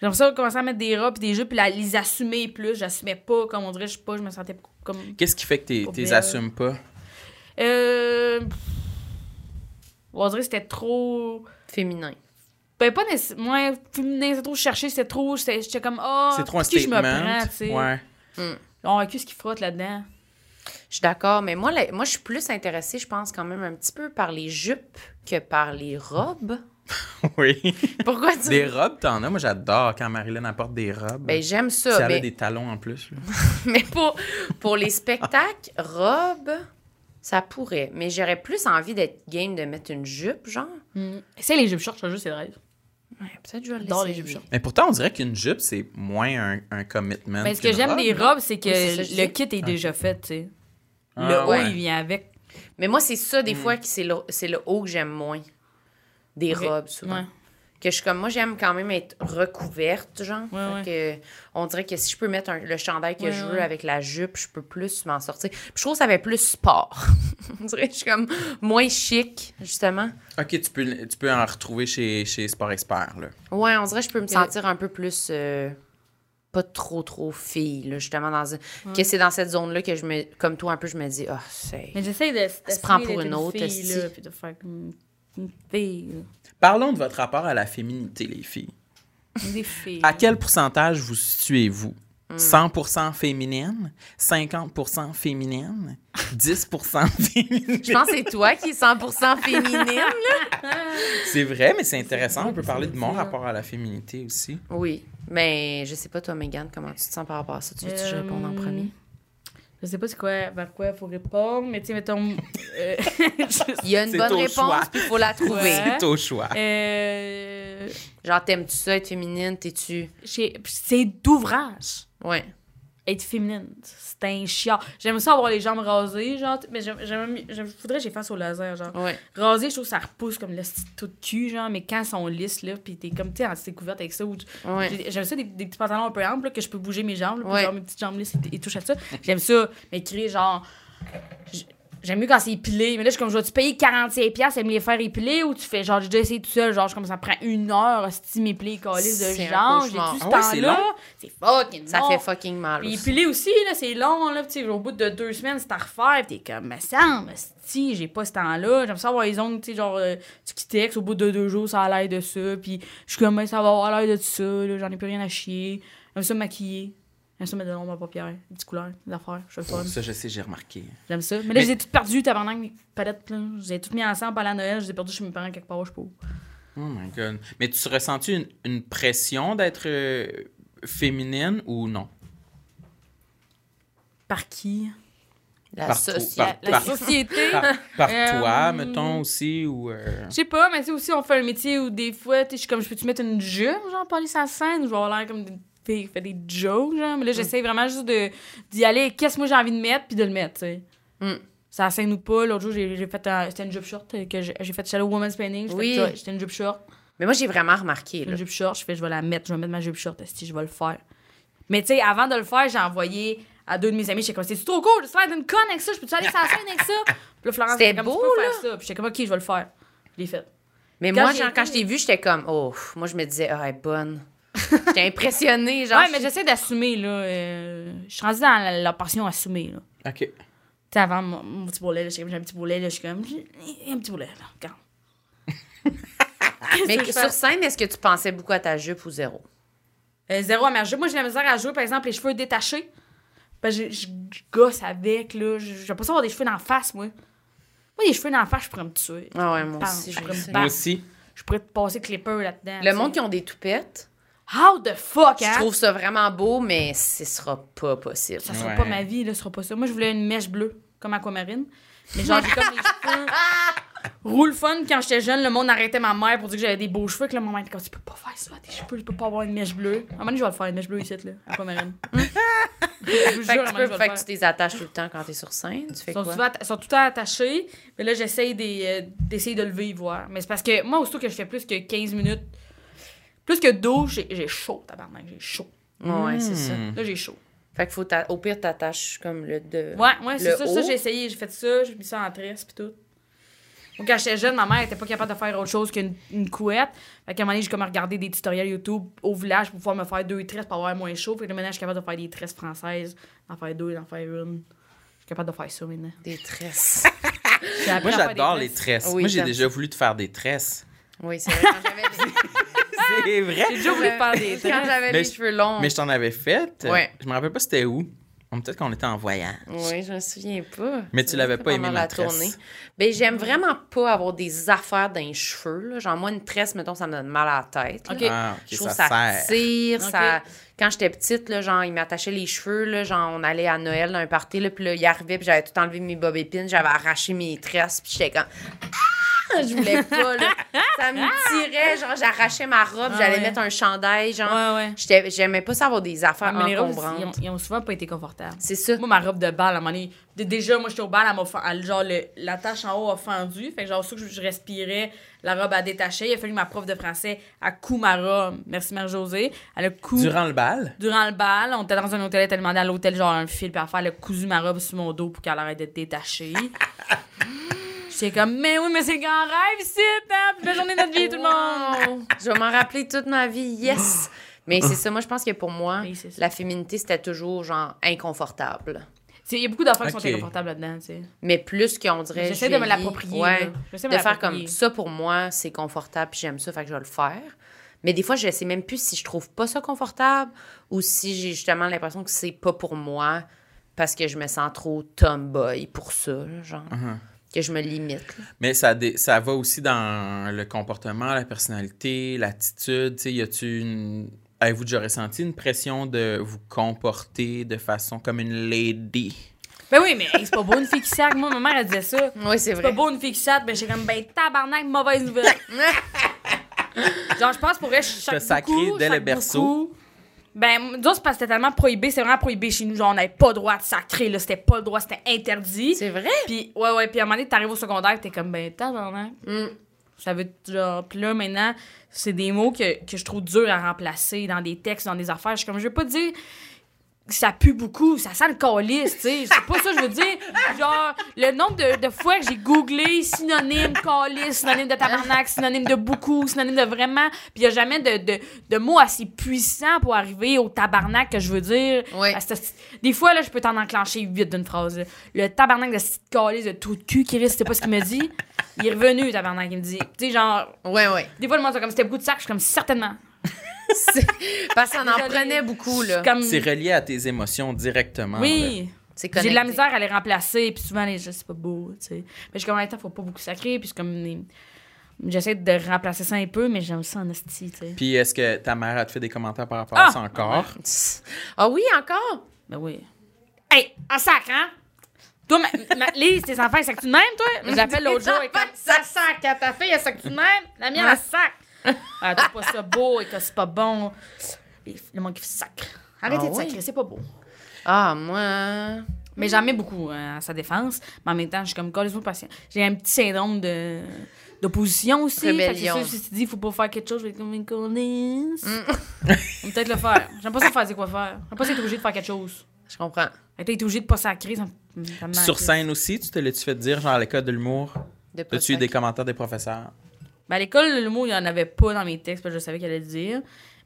[SPEAKER 4] J'aime ça commencer à mettre des robes pis des jupes puis la- les assumer plus. J'assumais pas, comme on dirait, je sais pas, je me sentais comme.
[SPEAKER 3] Qu'est-ce qui fait que t'es-
[SPEAKER 4] Pour
[SPEAKER 3] t'es
[SPEAKER 4] belle.
[SPEAKER 3] assumes pas?
[SPEAKER 4] Euh. On dirait que c'était trop.
[SPEAKER 2] Féminin.
[SPEAKER 4] Ben, pas nécessairement. Moi, féminin, c'est trop cherché, c'était trop. J'étais j'étais comme, ah,
[SPEAKER 3] C'est trop un
[SPEAKER 4] est-ce que je me
[SPEAKER 3] statement.
[SPEAKER 4] prends, tu sais.
[SPEAKER 3] Ouais. (laughs)
[SPEAKER 4] On a ce qui frotte là-dedans.
[SPEAKER 2] Je suis d'accord, mais moi, la- moi, je suis plus intéressée, je pense, quand même un petit peu par les jupes que par les robes.
[SPEAKER 3] Oui.
[SPEAKER 4] (laughs)
[SPEAKER 2] Pourquoi tu...
[SPEAKER 3] Des robes, t'en as. Moi, j'adore quand Marilyn apporte des robes.
[SPEAKER 2] Ben, j'aime
[SPEAKER 3] si elle
[SPEAKER 2] ça,
[SPEAKER 3] a
[SPEAKER 2] mais,
[SPEAKER 3] des talons en plus. là.
[SPEAKER 2] (laughs) mais pour, pour les spectacles, robes, ça pourrait. Mais j'aurais plus envie d'être game de mettre une jupe, genre.
[SPEAKER 3] Mm.
[SPEAKER 4] C'est les jupes shorts, je te jure, c'est vrai.
[SPEAKER 2] Ouais, peut-être que je vais
[SPEAKER 4] J'adore les
[SPEAKER 2] l'essayer.
[SPEAKER 4] jupes shorts.
[SPEAKER 3] Mais pourtant, on dirait qu'une jupe, c'est moins un, un commitment.
[SPEAKER 4] Mais Ben, ce que
[SPEAKER 3] qu'une
[SPEAKER 4] j'aime
[SPEAKER 3] robe.
[SPEAKER 4] des robes, c'est que
[SPEAKER 2] Oui, c'est ça, je
[SPEAKER 4] le
[SPEAKER 2] dis.
[SPEAKER 4] kit est déjà fait, tu sais.
[SPEAKER 3] Ah,
[SPEAKER 4] le haut,
[SPEAKER 3] ouais.
[SPEAKER 4] il vient avec.
[SPEAKER 2] Mais moi, c'est ça,
[SPEAKER 3] Mm.
[SPEAKER 2] des fois, que c'est le, c'est le haut que j'aime moins. Des
[SPEAKER 4] Ok.
[SPEAKER 2] robes, souvent.
[SPEAKER 4] Ouais.
[SPEAKER 2] Que je suis comme, moi, j'aime quand même être recouverte, genre.
[SPEAKER 4] Ouais,
[SPEAKER 2] Fait que, on dirait que si je peux mettre un- le chandail que
[SPEAKER 4] Ouais,
[SPEAKER 2] je veux
[SPEAKER 4] ouais.
[SPEAKER 2] avec la jupe, je peux plus m'en sortir. Puis je trouve que ça fait plus sport. (laughs) on dirait que je suis comme moins chic, justement.
[SPEAKER 3] Ok, tu peux, tu peux en retrouver chez, chez Sport Expert. Là.
[SPEAKER 2] Ouais, on dirait que je peux me sentir un peu plus. euh, pas trop, trop fille, là, justement. Dans, un- Que c'est dans cette zone-là que je me. Comme toi, un peu, je me dis, ah, c'est.
[SPEAKER 4] Mais j'essaie de.
[SPEAKER 2] se prend pour une autre,
[SPEAKER 4] fille,
[SPEAKER 2] esti.
[SPEAKER 4] là, puis de faire comme une fille. là.
[SPEAKER 3] Parlons de votre rapport à la féminité, les filles.
[SPEAKER 4] (laughs) Des filles.
[SPEAKER 3] À quel pourcentage vous situez-vous?
[SPEAKER 4] Hmm.
[SPEAKER 3] 100% féminine, 50% féminine, 10% (laughs) féminine.
[SPEAKER 2] Je pense que c'est toi qui est 100% féminine, là.
[SPEAKER 3] C'est vrai, mais c'est intéressant. On peut
[SPEAKER 4] c'est
[SPEAKER 3] parler de mon
[SPEAKER 4] bizarre.
[SPEAKER 3] rapport à la féminité aussi.
[SPEAKER 2] Oui. Mais je sais pas, toi, Mégane, comment tu te sens par rapport à ça. Tu veux-tu que je réponde en (laughs)
[SPEAKER 4] Euh,
[SPEAKER 2] premier?
[SPEAKER 4] Je sais pas c'est quoi, vers quoi il faut répondre, mais tu sais, (laughs) mettons. euh,
[SPEAKER 2] Il y a une
[SPEAKER 3] C'est
[SPEAKER 2] bonne
[SPEAKER 3] au choix.
[SPEAKER 2] réponse, puis il faut la trouver.
[SPEAKER 4] Ouais. Hein?
[SPEAKER 3] C'est au choix.
[SPEAKER 4] euh,
[SPEAKER 2] Genre, t'aimes-tu ça, être féminine? T'es-tu.
[SPEAKER 4] j'ai- c'est d'ouvrage.
[SPEAKER 2] Ouais.
[SPEAKER 4] Être féminine, c'est un chiant. J'aime ça avoir les jambes rasées, genre, mais j'aime, j'aime, mieux- je voudrais que j'ai face au laser, genre.
[SPEAKER 2] Ouais.
[SPEAKER 4] Rasé, je trouve que ça repousse comme le petit tout de cul, genre, mais quand ils sont lisses, là, pis t'es comme, tu sais, en découverte avec ça, ou tu-
[SPEAKER 2] Ouais.
[SPEAKER 4] J'ai- J'aime ça, des, des petits pantalons un peu amples, là, que je peux bouger mes jambes, là, puis
[SPEAKER 2] Ouais.
[SPEAKER 4] genre, mes petites jambes lisses, ils, ils touchent à ça. J'aime ça, mais créer, genre... j- J'aime mieux quand c'est épilé, mais là, je suis comme, je vais-tu payer 45 pièces et me les faire épiler, ou tu fais, genre, j'ai déjà essayé tout seul, genre, je suis comme, ça prend une heure, si m'épiler, calice de
[SPEAKER 2] C'est un
[SPEAKER 4] jambes, j'ai
[SPEAKER 2] cauchemar.
[SPEAKER 4] tout ce
[SPEAKER 3] Ah ouais, c'est
[SPEAKER 4] temps-là.
[SPEAKER 3] long?
[SPEAKER 4] C'est fucking
[SPEAKER 2] Ça
[SPEAKER 4] long.
[SPEAKER 2] fait fucking mal.
[SPEAKER 4] Puis
[SPEAKER 2] aussi.
[SPEAKER 4] épiler aussi, là, c'est long, là, tu sais, au bout de deux semaines, c'est à refaire, pis t'es comme, mais ça, si, j'ai pas ce temps-là, j'aime ça avoir les ongles, tu sais, genre, euh, du Kitex, au bout de deux jours, ça a l'air de ça, puis je suis comme, ben, ça va avoir l'air de ça, là, j'en ai plus rien à chier, j'aime ça me maquiller. J'aime ça mettre de l'ombre à paupières, des petites couleurs, des affaires. Je suis le fun.
[SPEAKER 3] Ça, je sais, j'ai remarqué.
[SPEAKER 4] J'aime ça. Mais là,
[SPEAKER 3] Mais-
[SPEAKER 4] je les ai toutes perdues, tabarnak, mes palettes, là. Je les ai toutes mis ensemble pendant Noël. Je les ai perdues chez mes parents quelque part, je sais pas. où.
[SPEAKER 3] Oh my God. Mais tu ressens-tu une, une pression d'être euh, féminine ou non?
[SPEAKER 4] Par qui?
[SPEAKER 2] La
[SPEAKER 3] Par-
[SPEAKER 2] société.
[SPEAKER 4] La
[SPEAKER 3] Par-
[SPEAKER 4] (laughs) société?
[SPEAKER 3] Par, par
[SPEAKER 4] Euh,
[SPEAKER 3] toi, mettons, aussi, ou... euh,
[SPEAKER 4] Je sais pas, mais tu sais, aussi, on fait un métier où des fois, tu sais, je suis comme, je peux-tu mettre une jupe, genre, pour aller sur la scène, ou je vais avoir l'air comme une fille qui fait des jokes, genre.
[SPEAKER 2] Mm.
[SPEAKER 4] Mais là, j'essaie vraiment juste de, d'y aller, qu'est-ce que moi j'ai envie de mettre, puis de le mettre, tu sais.
[SPEAKER 2] Mm.
[SPEAKER 4] Ça scène ou pas, l'autre jour, j'ai, j'ai fait un, c'était une jupe short, euh, que j'ai, j'ai fait Shallow Woman's Painting, j'ai
[SPEAKER 2] Oui.
[SPEAKER 4] fait ça, j'étais une jupe short,
[SPEAKER 2] Mais moi, j'ai vraiment remarqué.
[SPEAKER 4] une
[SPEAKER 2] Là.
[SPEAKER 4] jupe short, je fais, je vais la mettre, je vais mettre ma jupe short, si je vais le faire. Mais tu sais, avant de le faire, j'ai envoyé à deux de mes amis, j'étais comme, c'est trop cool de se faire d'une conne avec ça, je peux-tu aller sur la scène avec ça? Puis là, Florence,
[SPEAKER 2] C'était
[SPEAKER 4] était comme,
[SPEAKER 2] beau,
[SPEAKER 4] tu peux faire ça. Puis j'étais comme, ok, je vais le faire. Je l'ai fait.
[SPEAKER 2] Mais
[SPEAKER 4] Quand
[SPEAKER 2] moi,
[SPEAKER 4] j'ai
[SPEAKER 2] genre,
[SPEAKER 4] été-
[SPEAKER 2] quand je t'ai vue, j'étais comme, oh, moi, je me disais, ah, elle est
[SPEAKER 4] (laughs)
[SPEAKER 2] bonne. J'étais impressionnée. Genre,
[SPEAKER 4] ouais, mais j'essaie d'assumer, là. euh, je suis rendue dans la, la portion assumée, là. Tu
[SPEAKER 3] OK.
[SPEAKER 4] sais, avant, mon, mon petit boulet, là, j'ai j'ai un petit boulet, là, je suis comme, j'ai un petit boulet, là, regarde.
[SPEAKER 2] mais
[SPEAKER 4] je
[SPEAKER 2] sur
[SPEAKER 4] fais?
[SPEAKER 2] scène, est-ce que tu pensais beaucoup à ta jupe ou zéro?
[SPEAKER 4] Euh, zéro à ma jupe. Moi, j'ai la misère à jouer, par exemple, les cheveux détachés. Ben, je, je- je gosse avec, là. Je- J'ai pas ça avoir des cheveux d'en face, moi. Moi, les cheveux d'en face, je pourrais me tuer.
[SPEAKER 2] Ah ouais, moi
[SPEAKER 4] Bam,
[SPEAKER 2] aussi,
[SPEAKER 4] je
[SPEAKER 2] j'ai
[SPEAKER 4] pourrais
[SPEAKER 2] ça.
[SPEAKER 4] me
[SPEAKER 3] Moi
[SPEAKER 4] battre.
[SPEAKER 3] aussi.
[SPEAKER 4] Je pourrais te passer clipper là-dedans.
[SPEAKER 2] Le
[SPEAKER 4] Ah, tu
[SPEAKER 2] monde
[SPEAKER 4] sais.
[SPEAKER 2] qui ont des toupettes,
[SPEAKER 4] How the fuck, hein?
[SPEAKER 2] je trouve ça vraiment beau, mais ce sera pas possible.
[SPEAKER 4] Ça sera
[SPEAKER 3] Ouais.
[SPEAKER 4] pas ma vie, là, ce sera pas ça. Moi, je voulais une mèche bleue, comme Aquamarine. Mais genre, j'ai comme les
[SPEAKER 2] (laughs)
[SPEAKER 4] cheveux. Roule fun, quand j'étais jeune, le monde arrêtait ma mère pour dire que j'avais des beaux cheveux. Que là, ma mère était comme, tu peux pas faire ça, tes cheveux, tu peux pas avoir une mèche bleue. À un moment donné, je vais le faire, une mèche bleue ici, là,
[SPEAKER 2] (laughs)
[SPEAKER 4] Aquamarine. Hum? je vous jure,
[SPEAKER 2] Fait
[SPEAKER 4] à
[SPEAKER 2] que, tu
[SPEAKER 4] un moment donné,
[SPEAKER 2] peux,
[SPEAKER 4] je vais le
[SPEAKER 2] fait
[SPEAKER 4] faire.
[SPEAKER 2] que tu les attaches tout le temps quand t'es sur scène. Tu fais
[SPEAKER 4] Ils sont,
[SPEAKER 2] quoi?
[SPEAKER 4] souvent atta- sont tout le temps attachés. Mais là, j'essaye des, euh, d'essayer de lever, voir. Mais c'est parce que moi, aussitôt que je fais plus que 15 minutes, plus que 12, j'ai, j'ai chaud, tabarnak, j'ai chaud.
[SPEAKER 2] Ouais, c'est ça.
[SPEAKER 3] Hmm.
[SPEAKER 4] Là, j'ai chaud.
[SPEAKER 2] Fait que faut t'a- au pire, t'attaches comme le de.
[SPEAKER 4] Ouais, ouais, c'est
[SPEAKER 2] Le
[SPEAKER 4] ça, ça
[SPEAKER 2] haut.
[SPEAKER 4] j'ai essayé, j'ai fait ça, j'ai mis ça en tresse puis tout. Moi, quand j'étais jeune, ma mère était pas capable de faire autre chose qu'une une couette. Fait qu'à un moment donné, j'ai comme regardé des tutoriels YouTube au village pour pouvoir me faire deux tresses pour avoir moins chaud. Fait que là, maintenant, je suis capable de faire des tresses françaises, d'en faire deux, d'en faire une. Je suis capable de faire ça maintenant.
[SPEAKER 2] Des
[SPEAKER 4] (laughs)
[SPEAKER 2] tresses.
[SPEAKER 4] J'ai appris
[SPEAKER 3] Moi,
[SPEAKER 4] à faire
[SPEAKER 3] j'adore
[SPEAKER 4] des
[SPEAKER 3] les tresses.
[SPEAKER 2] Oui,
[SPEAKER 3] Moi, j'ai
[SPEAKER 2] j'aime
[SPEAKER 3] déjà voulu te faire des tresses.
[SPEAKER 2] Oui, c'est vrai. Quand j'avais des-
[SPEAKER 3] C'est vrai?
[SPEAKER 4] J'ai déjà voulu faire des tresses.
[SPEAKER 2] (laughs) Quand j'avais
[SPEAKER 3] Mais
[SPEAKER 2] les
[SPEAKER 3] je-
[SPEAKER 2] cheveux longs.
[SPEAKER 3] Mais je t'en avais fait.
[SPEAKER 2] Ouais.
[SPEAKER 3] Je me rappelle pas c'était où. Bon, Peut-être qu'on était en voyage.
[SPEAKER 2] Oui, je me souviens pas.
[SPEAKER 3] Mais tu l'avais pas
[SPEAKER 2] Pendant
[SPEAKER 3] aimé, ma tresse.
[SPEAKER 2] Ben, j'aime vraiment pas avoir des affaires dans les cheveux. là. Genre, moi, une tresse, mettons, ça me donne mal à la tête. là.
[SPEAKER 4] Ok.
[SPEAKER 3] Ah, ok,
[SPEAKER 2] Je trouve
[SPEAKER 3] ça,
[SPEAKER 2] ça,
[SPEAKER 3] sert.
[SPEAKER 2] tire,
[SPEAKER 4] Ok.
[SPEAKER 2] ça... Quand j'étais petite, là, genre, ils m'attachaient les cheveux, là, genre, on allait à Noël dans un party, là, puis là, ils arrivaient, puis j'avais tout enlevé mes bob épines, j'avais arraché mes tresses, puis j'étais comme... Ah! Je voulais pas, là. Ça me tirait, genre, j'arrachais ma robe,
[SPEAKER 4] Ah
[SPEAKER 2] j'allais
[SPEAKER 4] ouais.
[SPEAKER 2] mettre un chandail, genre...
[SPEAKER 4] Ouais, ouais. Ah,
[SPEAKER 2] J'étais- J'aimais pas ça avoir des affaires
[SPEAKER 4] mais les robes, ils ont,
[SPEAKER 2] encombrantes.
[SPEAKER 4] ils ont souvent pas été confortables.
[SPEAKER 2] C'est ça.
[SPEAKER 4] Moi, ma robe de bal, à un moment donné, d- déjà, moi, j'étais au bal, elle m'a fa- elle, genre, le- la tache en haut a fendu. Fait que, genre, sûr que je respirais, la robe a détaché. Il a fallu que ma prof de français, à coup ma robe, merci Mère-Josée, elle a coup. Durant...
[SPEAKER 3] Durant le bal?
[SPEAKER 4] le bal, on était dans un hôtel, elle t'a demandé à l'hôtel, genre, un fil, puis à faire, elle a cousu ma robe sur mon dos pour qu'elle arrête d'être (laughs) détachée. J'étais comme, mais oui, mais c'est le grand rêve ici, hein? Puis belle journée de notre vie, tout le monde!
[SPEAKER 2] Wow! Je vais m'en rappeler toute ma vie, yes! Mais c'est ça, moi, je pense que pour moi,
[SPEAKER 4] Oui, c'est ça.
[SPEAKER 2] la féminité, c'était toujours, genre, inconfortable.
[SPEAKER 4] Tu sais, Il y a beaucoup d'affaires qui
[SPEAKER 3] Ok.
[SPEAKER 4] sont inconfortables là-dedans, tu sais.
[SPEAKER 2] Mais plus qu'on dirait.
[SPEAKER 4] J'essaie de me
[SPEAKER 2] jolie,
[SPEAKER 4] l'approprier,
[SPEAKER 2] ouais.
[SPEAKER 4] là. J'essaie de
[SPEAKER 2] de
[SPEAKER 4] me
[SPEAKER 2] faire comme
[SPEAKER 4] l'approprier.
[SPEAKER 2] ça pour moi, c'est confortable, puis j'aime ça, fait que je vais le faire. Mais des fois, je sais même plus si je trouve pas ça confortable ou si j'ai justement l'impression que c'est pas pour moi parce que je me sens trop tomboy pour ça, là, genre.
[SPEAKER 3] Uh-huh.
[SPEAKER 2] Que je me limite. là.
[SPEAKER 3] Mais ça, dé- ça va aussi dans le comportement, la personnalité, l'attitude. Tu sais, y a-tu une. Avez-vous déjà ressenti une pression de vous comporter de façon comme une lady?
[SPEAKER 4] Ben oui, mais hey, c'est pas beau une fille qui sac. Moi, ma mère, elle disait ça.
[SPEAKER 2] Oui, c'est
[SPEAKER 4] C'est pas
[SPEAKER 2] vrai.
[SPEAKER 4] beau une fille qui chatte, mais j'ai comme ben tabarnak,
[SPEAKER 3] (laughs)
[SPEAKER 4] mauvaise nouvelle. Genre, je pense pour vrai, je chatte
[SPEAKER 3] Que ça
[SPEAKER 4] beaucoup,
[SPEAKER 3] crie dès
[SPEAKER 4] je
[SPEAKER 3] le
[SPEAKER 4] chatte
[SPEAKER 3] berceau.
[SPEAKER 4] beaucoup. Ben, nous autres, c'est parce que c'était tellement prohibé, c'était vraiment prohibé chez nous. Genre, on n'avait pas le droit de sacrer, là. C'était pas le droit, c'était interdit.
[SPEAKER 2] C'est vrai?
[SPEAKER 4] Puis, ouais, ouais, puis à un moment donné, t'arrives au secondaire, t'es comme, ben, tabarnak.
[SPEAKER 3] Mm.
[SPEAKER 4] Ça veut, genre, puis là, maintenant, c'est des mots que, que je trouve durs à remplacer dans des textes, dans des affaires. Je suis comme, je veux pas dire ça pue beaucoup, ça sent le calice, tu sais. C'est pas ça que je veux dire. Genre, le nombre de, de fois que j'ai googlé synonyme calice, synonyme de tabarnak, synonyme de beaucoup, synonyme de vraiment, puis y a jamais de, de, de mots assez puissants pour arriver au tabarnak que je veux dire.
[SPEAKER 2] Oui.
[SPEAKER 4] Parce que des fois, là, je peux t'en enclencher vite d'une phrase. là. Le tabarnak de cette calice de tout de cul, Chris, c'était pas ce qu'il me dit. Il est revenu, le tabarnak, il me dit. Tu sais, genre,
[SPEAKER 2] Ouais, (laughs) ouais.
[SPEAKER 4] des fois, le monde, c'est comme, c'était beaucoup de sac, je suis comme, certainement.
[SPEAKER 2] C'est- Parce qu'on en
[SPEAKER 4] Désolée.
[SPEAKER 2] prenait beaucoup,
[SPEAKER 4] Je suis
[SPEAKER 2] là.
[SPEAKER 4] comme-
[SPEAKER 3] C'est relié à tes émotions directement.
[SPEAKER 4] Mm. Oui.
[SPEAKER 2] C'est
[SPEAKER 4] J'ai de la
[SPEAKER 2] connecté.
[SPEAKER 4] misère à les remplacer, puis souvent, les gestes, c'est pas beau, tu sais. Mais je suis comme, en même temps, faut pas beaucoup sacrer, puis je suis comme... les- J'essaie de remplacer ça un peu, mais j'aime ça en esti, tu sais.
[SPEAKER 3] là. Puis est-ce que ta mère a te fait des commentaires par rapport
[SPEAKER 4] Ah!
[SPEAKER 3] à ça encore?
[SPEAKER 2] (laughs) Ah oui, encore?
[SPEAKER 4] Ben oui. Hey, en sac, hein? Toi, ma, (laughs) ma- Lise, tes enfants, ils sacent-tu de même, (laughs) toi? J'appelle l'autre jour, et comme, ça sac, à ta fille, elle sac-tu de même? La mienne, elle sac. (laughs) Ah, t'as pas ça beau, et que c'est pas bon. Les- Le monde qui sacre. Arrêtez
[SPEAKER 2] Ah
[SPEAKER 4] de
[SPEAKER 2] ouais?
[SPEAKER 4] sacrer, c'est pas beau.
[SPEAKER 2] Ah, moi...
[SPEAKER 4] Mais j'en mets beaucoup euh, à sa défense. Mais en même temps, je suis comme, collez-vous patient. J'ai un petit syndrome de d'opposition aussi.
[SPEAKER 2] Rébellion.
[SPEAKER 4] Parce que si tu dis, faut pas faire quelque chose, je vais être comme une connaisse. On peut peut-être le faire. J'aime pas ça faire des quoi faire. J'aime pas ça être obligé de faire quelque chose.
[SPEAKER 2] Je comprends.
[SPEAKER 4] Fait que là, t'es obligé de pas sacrer. Ça, me- ça me
[SPEAKER 3] Sur
[SPEAKER 4] manque.
[SPEAKER 3] scène aussi, tu te l'as-tu fait dire, genre à l'école de l'humour?
[SPEAKER 2] De
[SPEAKER 3] As-tu eu des
[SPEAKER 2] Prozac.
[SPEAKER 3] commentaires des
[SPEAKER 4] (laughs)
[SPEAKER 3] professeurs?
[SPEAKER 4] Ben, à l'école, le mot, il y en avait pas dans mes textes, parce que je savais qu'elle allait le dire.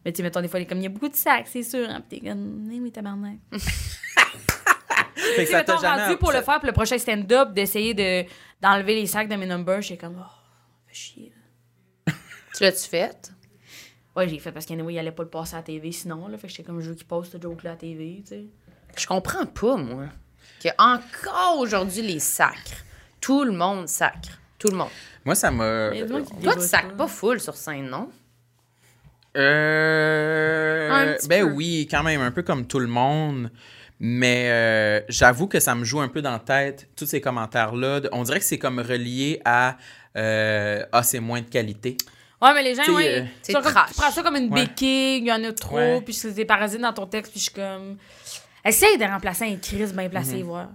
[SPEAKER 4] Mais tu sais, mettons, des fois, il est comme, il y a beaucoup de sacs, c'est sûr. Hein? Puis t'es comme, Eh, mais tabarnak.
[SPEAKER 3] Fait que
[SPEAKER 4] Tu
[SPEAKER 3] ça
[SPEAKER 4] sais,
[SPEAKER 3] t'a
[SPEAKER 4] mettons,
[SPEAKER 3] jamais...
[SPEAKER 4] rendu pour le faire, pour le prochain stand-up, d'essayer de- d'enlever les sacs de mes numbers, j'étais comme, oh, fais chier.
[SPEAKER 2] Tu l'as-tu fait?
[SPEAKER 4] Ouais, j'ai fait parce qu'anyway, il allait pas le passer à la TV sinon, là. Fait que j'étais comme, je veux qu'il passe ce joke-là à la TV, tu sais.
[SPEAKER 2] Je comprends pas, moi. Que encore aujourd'hui, les sacres. Tout le monde sacre. Tout le monde.
[SPEAKER 3] Moi, ça m'a...
[SPEAKER 4] Mais dis-moi qu'il
[SPEAKER 2] Toi, tu
[SPEAKER 4] débosse
[SPEAKER 2] sacres pas full sur scène, non?
[SPEAKER 3] Euh,
[SPEAKER 2] Un petit
[SPEAKER 3] ben
[SPEAKER 2] peu.
[SPEAKER 3] oui, quand même, un peu comme tout le monde. Mais euh, j'avoue que ça me joue un peu dans la tête, tous ces commentaires-là. de- On dirait que c'est comme relié à euh, Ah, c'est moins de qualité.
[SPEAKER 4] Ouais, mais les gens,
[SPEAKER 3] T'sais, euh,
[SPEAKER 4] ouais.
[SPEAKER 2] c'est
[SPEAKER 4] ils sont comme-
[SPEAKER 2] trash.
[SPEAKER 4] tu prends ça comme une
[SPEAKER 3] Ouais.
[SPEAKER 4] béquille, il y en a trop,
[SPEAKER 3] Ouais.
[SPEAKER 4] puis c'est des parasites dans ton texte, puis je suis comme. Essaye de remplacer un Chris bien
[SPEAKER 3] Mhm.
[SPEAKER 4] placé, voir.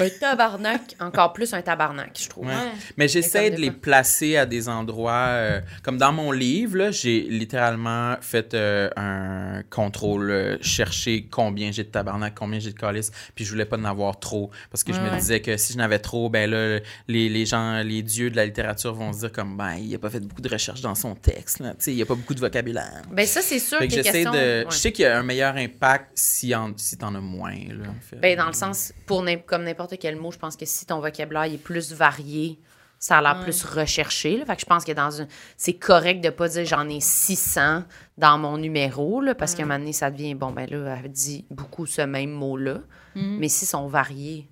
[SPEAKER 2] Un tabarnak, encore plus un tabarnak, je trouve.
[SPEAKER 3] Ouais.
[SPEAKER 4] Ouais.
[SPEAKER 3] Mais j'essaie
[SPEAKER 2] Mais
[SPEAKER 3] de
[SPEAKER 2] comme
[SPEAKER 3] les
[SPEAKER 2] des
[SPEAKER 3] placer à des endroits. euh, comme dans mon livre, là, j'ai littéralement fait euh, un contrôle, euh, chercher combien j'ai de tabarnak, combien j'ai de calice, puis je voulais pas en avoir trop. Parce que je
[SPEAKER 4] Ouais,
[SPEAKER 3] me
[SPEAKER 4] ouais.
[SPEAKER 3] disais que si je n'avais trop, ben là, les, les gens, les dieux de la littérature vont se dire comme, ben, il a pas fait beaucoup de recherches dans son texte, là. Tu sais, il a pas beaucoup de vocabulaire.
[SPEAKER 2] Ben ça, c'est sûr
[SPEAKER 3] Fait
[SPEAKER 2] qu'il
[SPEAKER 3] que
[SPEAKER 2] est
[SPEAKER 3] j'essaie
[SPEAKER 2] question...
[SPEAKER 3] de.
[SPEAKER 2] ouais.
[SPEAKER 3] Je sais qu'il y a un meilleur impact si, en, si t'en as moins, là. en fait.
[SPEAKER 2] Ben, dans le sens, pour n'im- comme n'importe quel mot, je pense que si ton vocabulaire il est plus varié, ça a l'air plus recherché. Là. Fait que je pense que dans une... c'est correct de pas dire j'en ai 600 dans mon numéro, là, parce qu'à un moment donné, ça devient, bon, ben là, elle dit beaucoup ce même mot-là,
[SPEAKER 4] Mm-hmm.
[SPEAKER 2] mais s'ils sont variés,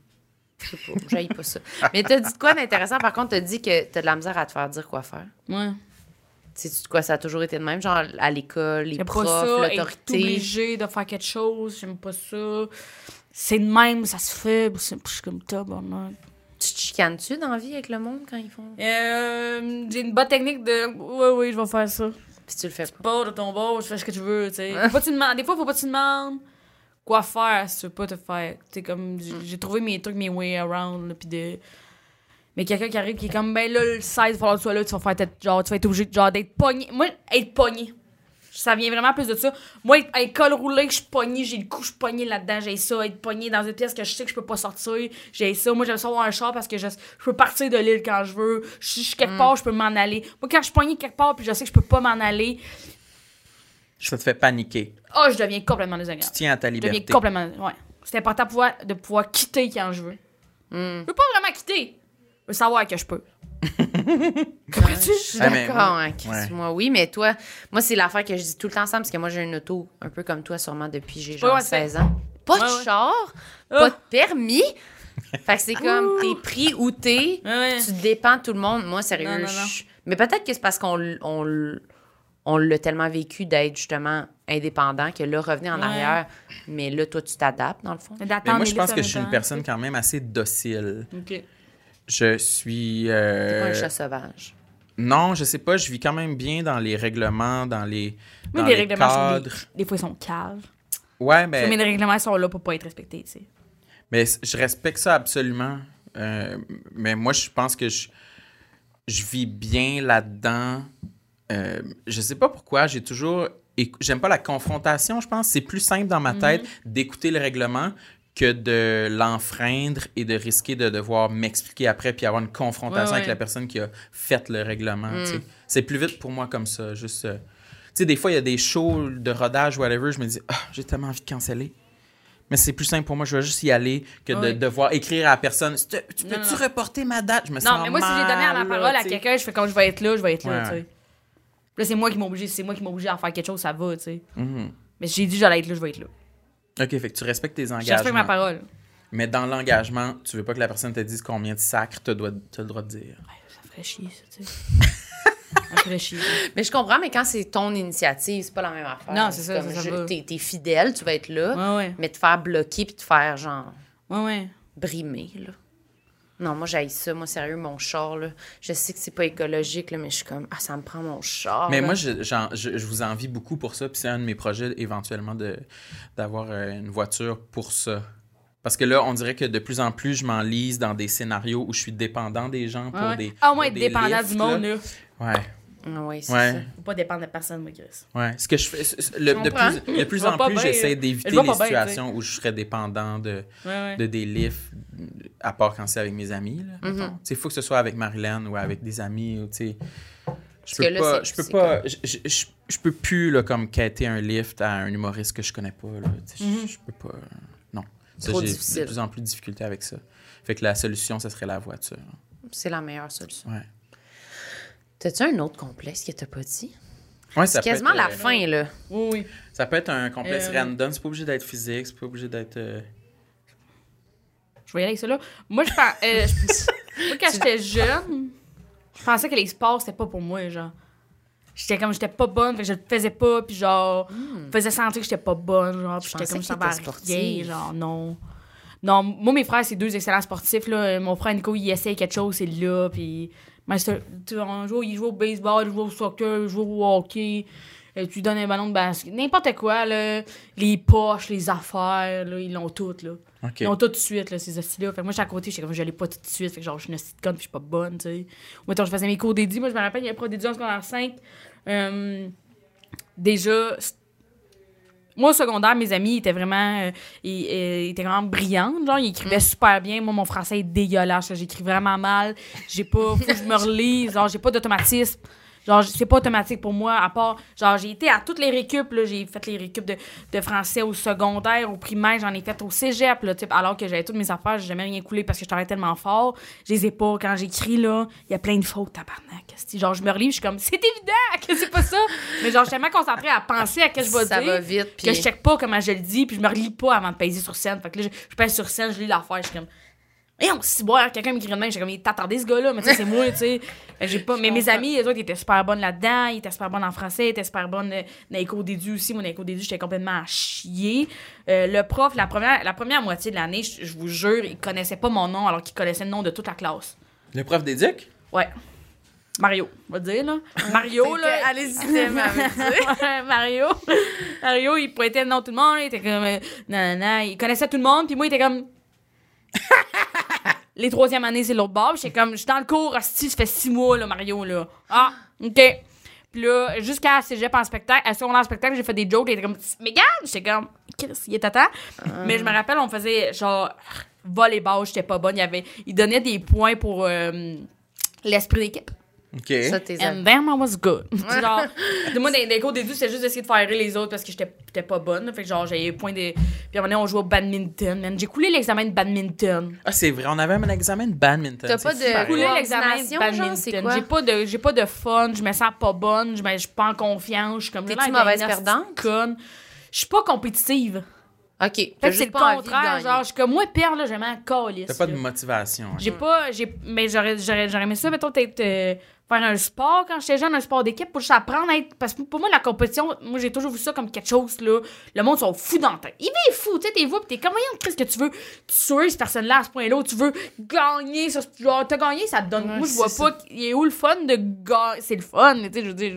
[SPEAKER 2] je sais pas, j'haïs pas
[SPEAKER 4] (laughs)
[SPEAKER 2] ça. Mais t'as dit de quoi d'intéressant? Par contre, t'as dit que t'as de la misère à te faire dire quoi faire.
[SPEAKER 4] Ouais.
[SPEAKER 2] Sais-tu de quoi ça a toujours été de même? Genre à l'école, les
[SPEAKER 4] J'aime
[SPEAKER 2] profs,
[SPEAKER 4] pas ça, être
[SPEAKER 2] l'autorité.
[SPEAKER 4] obligé de faire quelque chose, j'aime pas ça. C'est de même, ça se fait, puis c'est- puis je suis comme tabarnak.
[SPEAKER 2] Tu te chicanes-tu dans la vie avec le monde quand ils font?
[SPEAKER 4] Euh, j'ai une bonne technique de. Ouais, oui, je vais faire ça.
[SPEAKER 2] Puis tu le fais pas.
[SPEAKER 4] pas de ton boss, fais ce que tu veux, tu sais. Faut pas que tu demandes- Des fois, faut pas que tu demandes quoi faire si tu veux pas te faire. Tu sais, comme, j- j'ai trouvé mes trucs, mes way around, là, pis de... Mais quelqu'un qui arrive qui est comme, ben là, le 16, il va falloir que tu sois là, tu vas faire tête- genre, tu vas être obligé, genre, d'être pogné. Moi, être pogné. Ça vient vraiment plus de ça. Moi, être- un col roulé, je suis pogné, j'ai le cou, je suis pogné là-dedans, j'ai ça. Être pogné dans une pièce que je sais que je peux pas sortir, j'ai ça. Moi, j'aime ça avoir un char parce que je, je peux partir de l'île quand je veux. Je suis je suis quelque part, je peux m'en aller. Moi, quand je suis pogné quelque part puis je sais que je peux pas m'en aller,
[SPEAKER 3] Ça te fait paniquer.
[SPEAKER 4] ah, je deviens complètement désagréable.
[SPEAKER 3] Tu tiens à ta
[SPEAKER 4] Je deviens
[SPEAKER 3] liberté.
[SPEAKER 4] complètement. Ouais. C'est important de pouvoir, de pouvoir quitter quand je veux.
[SPEAKER 3] Hmm.
[SPEAKER 4] Je veux pas vraiment quitter. Je veux savoir que
[SPEAKER 3] (laughs)
[SPEAKER 4] je peux. Comprends-tu?
[SPEAKER 2] Je suis
[SPEAKER 3] Ah, mais
[SPEAKER 2] d'accord,
[SPEAKER 3] moi-
[SPEAKER 2] hein, Chris.
[SPEAKER 3] ouais.
[SPEAKER 2] Moi, oui, mais toi, moi, c'est l'affaire que je dis tout le temps ensemble, parce que moi, j'ai une auto un peu comme toi, sûrement depuis j'ai genre
[SPEAKER 4] Ouais, ouais,
[SPEAKER 2] 16 ans. Pas de
[SPEAKER 4] Ouais, ouais.
[SPEAKER 2] char,
[SPEAKER 4] Ah.
[SPEAKER 2] pas de permis. Fait que c'est comme, t'es pris où t'es,
[SPEAKER 4] Ouais, ouais.
[SPEAKER 2] tu dépends de tout le monde. Moi, sérieux,
[SPEAKER 4] Non, non, non.
[SPEAKER 2] je- Mais peut-être que c'est parce qu'on l- on l- on l'a tellement vécu d'être justement indépendant que là, revenir en
[SPEAKER 4] Ouais.
[SPEAKER 2] arrière, mais là, toi, tu t'adaptes, dans le fond.
[SPEAKER 4] Mais d'attendre
[SPEAKER 3] Mais moi,
[SPEAKER 4] les
[SPEAKER 3] je pense
[SPEAKER 4] lèvres
[SPEAKER 3] que
[SPEAKER 4] en
[SPEAKER 3] je suis
[SPEAKER 4] même
[SPEAKER 3] une personne quand même assez docile.
[SPEAKER 4] temps. Ok.
[SPEAKER 3] Je suis. euh,
[SPEAKER 2] T'es pas un chat sauvage.
[SPEAKER 3] non, je sais pas. Je vis quand même bien dans les règlements, dans les.
[SPEAKER 4] Moi,
[SPEAKER 3] dans
[SPEAKER 4] les
[SPEAKER 3] les
[SPEAKER 4] règlements sont des,
[SPEAKER 3] cadres. Euh,
[SPEAKER 4] des fois, ils sont caves.
[SPEAKER 3] Ouais, ben,
[SPEAKER 4] Mais
[SPEAKER 3] mais,
[SPEAKER 4] les règlements sont là pour pas être respectés, tu sais.
[SPEAKER 3] mais c- je respecte ça absolument. Euh, mais moi, je pense que je, je vis bien là-dedans. Euh, je sais pas pourquoi. J'ai toujours. éc- J'aime pas la confrontation, je pense. C'est plus simple dans
[SPEAKER 4] Mhm.
[SPEAKER 3] ma tête d'écouter le règlement que de l'enfreindre et de risquer de devoir m'expliquer après puis avoir une confrontation
[SPEAKER 4] Ouais, ouais. Mm.
[SPEAKER 3] avec la personne qui a fait le règlement. tu sais. C'est plus vite pour moi comme ça. Juste, euh, tu sais, des fois, il y a des shows de rodage, whatever, je me dis, ah, j'ai tellement envie de canceller. Mais c'est plus simple pour moi, je vais juste y aller que de
[SPEAKER 4] Ouais.
[SPEAKER 3] devoir écrire à la personne, tu te- tu
[SPEAKER 4] Non,
[SPEAKER 3] peux-tu
[SPEAKER 4] non.
[SPEAKER 3] reporter ma date? Je me sens
[SPEAKER 4] Non, mais moi, si j'ai donné la
[SPEAKER 3] mal, là,
[SPEAKER 4] parole à
[SPEAKER 3] tu sais.
[SPEAKER 4] quelqu'un, je fais quand je vais être là, je vais être là,
[SPEAKER 3] Ouais,
[SPEAKER 4] tu
[SPEAKER 3] ouais.
[SPEAKER 4] sais. Puis là, c'est moi qui m'oblige, c'est moi qui m'oblige à faire quelque chose, ça va, tu sais.
[SPEAKER 3] Mhm.
[SPEAKER 4] Mais j'ai dit, j'allais être là, je vais être là.
[SPEAKER 3] OK, fait que tu respectes tes
[SPEAKER 4] Je respecte ma
[SPEAKER 3] engagements.
[SPEAKER 4] parole.
[SPEAKER 3] mais dans l'engagement, tu veux pas que la personne te dise combien de sacres tu as le droit de dire.
[SPEAKER 4] Ça ferait chier, ça, tu
[SPEAKER 3] (laughs)
[SPEAKER 4] sais. ça ferait chier.
[SPEAKER 2] Mais je comprends, mais quand c'est ton initiative, c'est pas la même affaire.
[SPEAKER 4] Non, c'est ça,
[SPEAKER 2] comme
[SPEAKER 4] ça, ça
[SPEAKER 2] je-
[SPEAKER 4] va.
[SPEAKER 2] T'es, t'es fidèle, tu vas être là,
[SPEAKER 4] Ouais, ouais.
[SPEAKER 2] mais te faire bloquer puis te faire, genre,
[SPEAKER 4] Ouais, ouais.
[SPEAKER 2] brimer, là. Non, moi, j'aille ça. Moi, sérieux, mon char, là. Je sais que c'est pas écologique, là, mais je suis comme, ah, ça me prend mon char.
[SPEAKER 3] Mais
[SPEAKER 4] ben.
[SPEAKER 2] là.
[SPEAKER 3] moi, je, j'en- je- je vous envie beaucoup pour ça. Puis c'est un de mes projets éventuellement de, d'avoir euh, une voiture pour ça. Parce que là, on dirait que de plus en plus, je m'enlise dans des scénarios où je suis dépendant des gens pour
[SPEAKER 4] Ah, ouais.
[SPEAKER 3] des.
[SPEAKER 4] Ah, moi,
[SPEAKER 3] pour
[SPEAKER 4] être
[SPEAKER 3] des
[SPEAKER 4] dépendant
[SPEAKER 3] lifts,
[SPEAKER 4] du monde,
[SPEAKER 3] là.
[SPEAKER 4] là.
[SPEAKER 3] Ouais,
[SPEAKER 2] Ah ouais, c'est ça.
[SPEAKER 3] ouais,
[SPEAKER 4] Faut pas dépendre de personne, moi, Chris.
[SPEAKER 3] ouais. Ce que je fais, c'est- c'est- le- de
[SPEAKER 2] comprends.
[SPEAKER 3] plus, de plus
[SPEAKER 4] Je vois
[SPEAKER 3] en
[SPEAKER 4] pas
[SPEAKER 3] plus,
[SPEAKER 4] bien,
[SPEAKER 3] j'essaie
[SPEAKER 4] euh,
[SPEAKER 3] d'éviter
[SPEAKER 4] je vois
[SPEAKER 3] les
[SPEAKER 4] pas bien, tu sais.
[SPEAKER 3] situations où je serais dépendant de,
[SPEAKER 4] Ouais, ouais.
[SPEAKER 3] de des lifts, à part quand c'est avec mes amis.
[SPEAKER 2] Mhm.
[SPEAKER 3] Il faut que ce soit avec Marilyn ou avec des amis. Ou, tu sais. je
[SPEAKER 2] que
[SPEAKER 3] peux
[SPEAKER 2] là,
[SPEAKER 3] pas,
[SPEAKER 2] c'est-
[SPEAKER 3] je peux
[SPEAKER 2] c'est
[SPEAKER 3] pas, je, je- je- je peux plus là, comme quêter un lift à un humoriste que je connais pas. là. Tu sais, je- Je peux pas. euh, Non. Ça,
[SPEAKER 2] Mhm. Trop
[SPEAKER 3] j'ai
[SPEAKER 2] difficile.
[SPEAKER 3] de plus en plus de difficultés avec ça. Fait que la solution, ça serait la voiture.
[SPEAKER 2] C'est la meilleure solution.
[SPEAKER 3] Ouais.
[SPEAKER 2] T'as-tu un autre complexe que t'as pas dit?
[SPEAKER 3] Ouais,
[SPEAKER 2] C'est
[SPEAKER 3] ça peut
[SPEAKER 2] quasiment
[SPEAKER 3] être,
[SPEAKER 2] la
[SPEAKER 3] euh,
[SPEAKER 2] fin, là.
[SPEAKER 4] Oui, oui.
[SPEAKER 3] Ça peut être un complexe
[SPEAKER 4] Euh,
[SPEAKER 3] random. C'est pas obligé d'être physique. C'est pas obligé d'être. euh,
[SPEAKER 4] Je vais y aller avec ça, là. Moi, je pense.
[SPEAKER 2] (laughs)
[SPEAKER 4] euh, je- moi, quand j'étais jeune, je pensais que les sports, c'était pas pour moi, genre. J'étais comme, j'étais pas bonne, fait que je le faisais pas, puis genre, me faisait sentir que j'étais pas bonne, genre, puis
[SPEAKER 2] Hmm. Je
[SPEAKER 4] j'étais
[SPEAKER 2] pensais
[SPEAKER 4] comme, je
[SPEAKER 2] que t'étais
[SPEAKER 4] savais rien,
[SPEAKER 2] sportive.
[SPEAKER 4] genre, non. Non, moi, mes frères, c'est deux excellents sportifs, là. Euh, Mon frère Nico, il essaie quelque chose, c'est là, puis. moi, c'est- tu vois, un jour, il joue au baseball, il joue au soccer, il joue au hockey. euh, Tu lui donnes un ballon de basket, n'importe quoi, là. Les poches, les affaires, là, ils l'ont toutes, là.
[SPEAKER 3] OK.
[SPEAKER 4] Ils ont tout de suite, là, ces hosties-là. Fait que moi, j'étais à côté, j'étais comme, je l'ai pas tout de suite. Fait que genre, je suis une hostie de conne, puis je suis pas bonne, tu sais. Ou mettons, je faisais mes cours d'édit. Moi, je me rappelle, il y avait un prof d'édit en secondaire 5. Euh, déjà, c- moi, au secondaire, mes amis, ils étaient vraiment, euh, ils, euh, ils étaient vraiment brillants. Genre, ils écrivaient super bien. Moi, mon français est dégueulasse. là. J'écris vraiment mal. J'ai pas, faut que je me relise. Genre, j'ai pas d'automatisme. Genre, c'est pas automatique pour moi, à part. Genre, j'ai été à toutes les récup, là. J'ai fait les récup de, de français au secondaire, au primaire, j'en ai fait au cégep, là. tu sais, alors que j'avais toutes mes affaires, j'ai jamais rien coulé parce que je travaillais tellement fort. Je les ai pas. Quand j'écris, là, il y a plein de fautes, tabarnak. esti. Genre, je me relis, je suis comme, c'est évident que c'est pas ça. Mais genre, je suis tellement concentrée à penser à ce que je vais
[SPEAKER 2] Ça
[SPEAKER 4] dire
[SPEAKER 2] va vite, puis-
[SPEAKER 4] que je check pas comment je le dis, puis je me relis pas avant de peser sur scène. Fait que là, je, je pèse sur scène, je lis l'affaire, je suis comme. Et on s'y boit, quelqu'un m'écrit de même, j'étais comme, t'attendais ce gars-là, mais tu sais, c'est moi, tu sais. Fait que j'ai pas, mais mes amis, les autres, ils étaient super bonnes là-dedans, ils étaient super bonnes en français, ils étaient super bonnes euh, dans les cours d'édu aussi. Moi, dans les cours d'édu, j'étais complètement à chier. Euh, le prof, la première, la première moitié de l'année, je je vous jure, il connaissait pas mon nom, alors qu'il connaissait le nom de toute la classe.
[SPEAKER 3] Le prof d'éduc?
[SPEAKER 4] Ouais. Mario, on va
[SPEAKER 2] (laughs)
[SPEAKER 4] dire, là. Mario, Oh, là.
[SPEAKER 2] C'était- Allez-y, Tim,
[SPEAKER 3] (laughs)
[SPEAKER 2] avec ça.
[SPEAKER 4] Ouais, Mario. Mario, il pointait le nom de tout le monde. Il était comme. euh, nanana. Il connaissait tout le monde. Puis moi, il était comme. Les troisième années, c'est l'autre bord. Puis J'étais comme. Je suis dans le cours. Hostie, ça fait six mois, là, Mario, là. Ah, OK. Puis là, jusqu'à cégep en spectacle, à secondaire en spectacle, j'ai fait des jokes. Il était comme. Mais regarde! J'étais comme. Chris, il est à temps. Mais je me rappelle, on faisait genre. Volleyball, j'étais pas bonne. Il, y avait, il donnait des points pour euh, l'esprit d'équipe.
[SPEAKER 3] OK.
[SPEAKER 2] Ça, tes amis.
[SPEAKER 4] And then I was good.
[SPEAKER 2] (laughs)
[SPEAKER 4] genre, de moi, dans les cours début, c'était juste d'essayer de faire rire les autres parce que j'étais j'étais pas bonne. là. Fait que genre, j'avais eu point des. Puis à un moment donné, on jouait au badminton, man. J'ai coulé l'examen de badminton.
[SPEAKER 2] Euh,
[SPEAKER 3] Ah, c'est vrai. On avait un examen de badminton.
[SPEAKER 2] T'as
[SPEAKER 3] c'est
[SPEAKER 2] pas de-
[SPEAKER 3] super.
[SPEAKER 4] J'ai coulé l'examen de
[SPEAKER 2] Coordination, genre, c'est
[SPEAKER 4] badminton.
[SPEAKER 2] quoi?
[SPEAKER 4] J'ai pas, de- j'ai pas de fun, je me sens pas bonne, je me- je suis pas en confiance, je suis comme.
[SPEAKER 2] T'es-tu
[SPEAKER 4] là,
[SPEAKER 2] mauvaise
[SPEAKER 4] une hostie de
[SPEAKER 2] perdante?
[SPEAKER 4] conne. Je suis pas compétitive.
[SPEAKER 2] OK. Fait
[SPEAKER 4] Fait que c'est le contraire. Genre, je suis comme moi, perdre, là, j'aime en calice.
[SPEAKER 3] T'as pas de
[SPEAKER 4] là.
[SPEAKER 3] motivation. hein.
[SPEAKER 4] J'ai pas. J'ai, mais j'aurais, j'aurais, j'aurais aimé ça, mettons, peut-être euh, faire un sport quand j'étais jeune, un sport d'équipe pour juste apprendre à être. Parce que pour moi, la compétition, moi, j'ai toujours vu ça comme quelque chose, là. Le monde sont fous dans la tête. Il est fou, tu sais, t'es fou, pis t'es comme, voyons, qu'est-ce que tu veux tuer cette personne-là à ce point-là, où tu veux gagner sur ce- Genre, t'as gagné, ça te donne.
[SPEAKER 2] Ouais,
[SPEAKER 4] moi, je
[SPEAKER 2] c'est
[SPEAKER 4] vois
[SPEAKER 2] ça.
[SPEAKER 4] pas. Il est où le fun de gagner. C'est le fun, mais tu sais, je veux dire.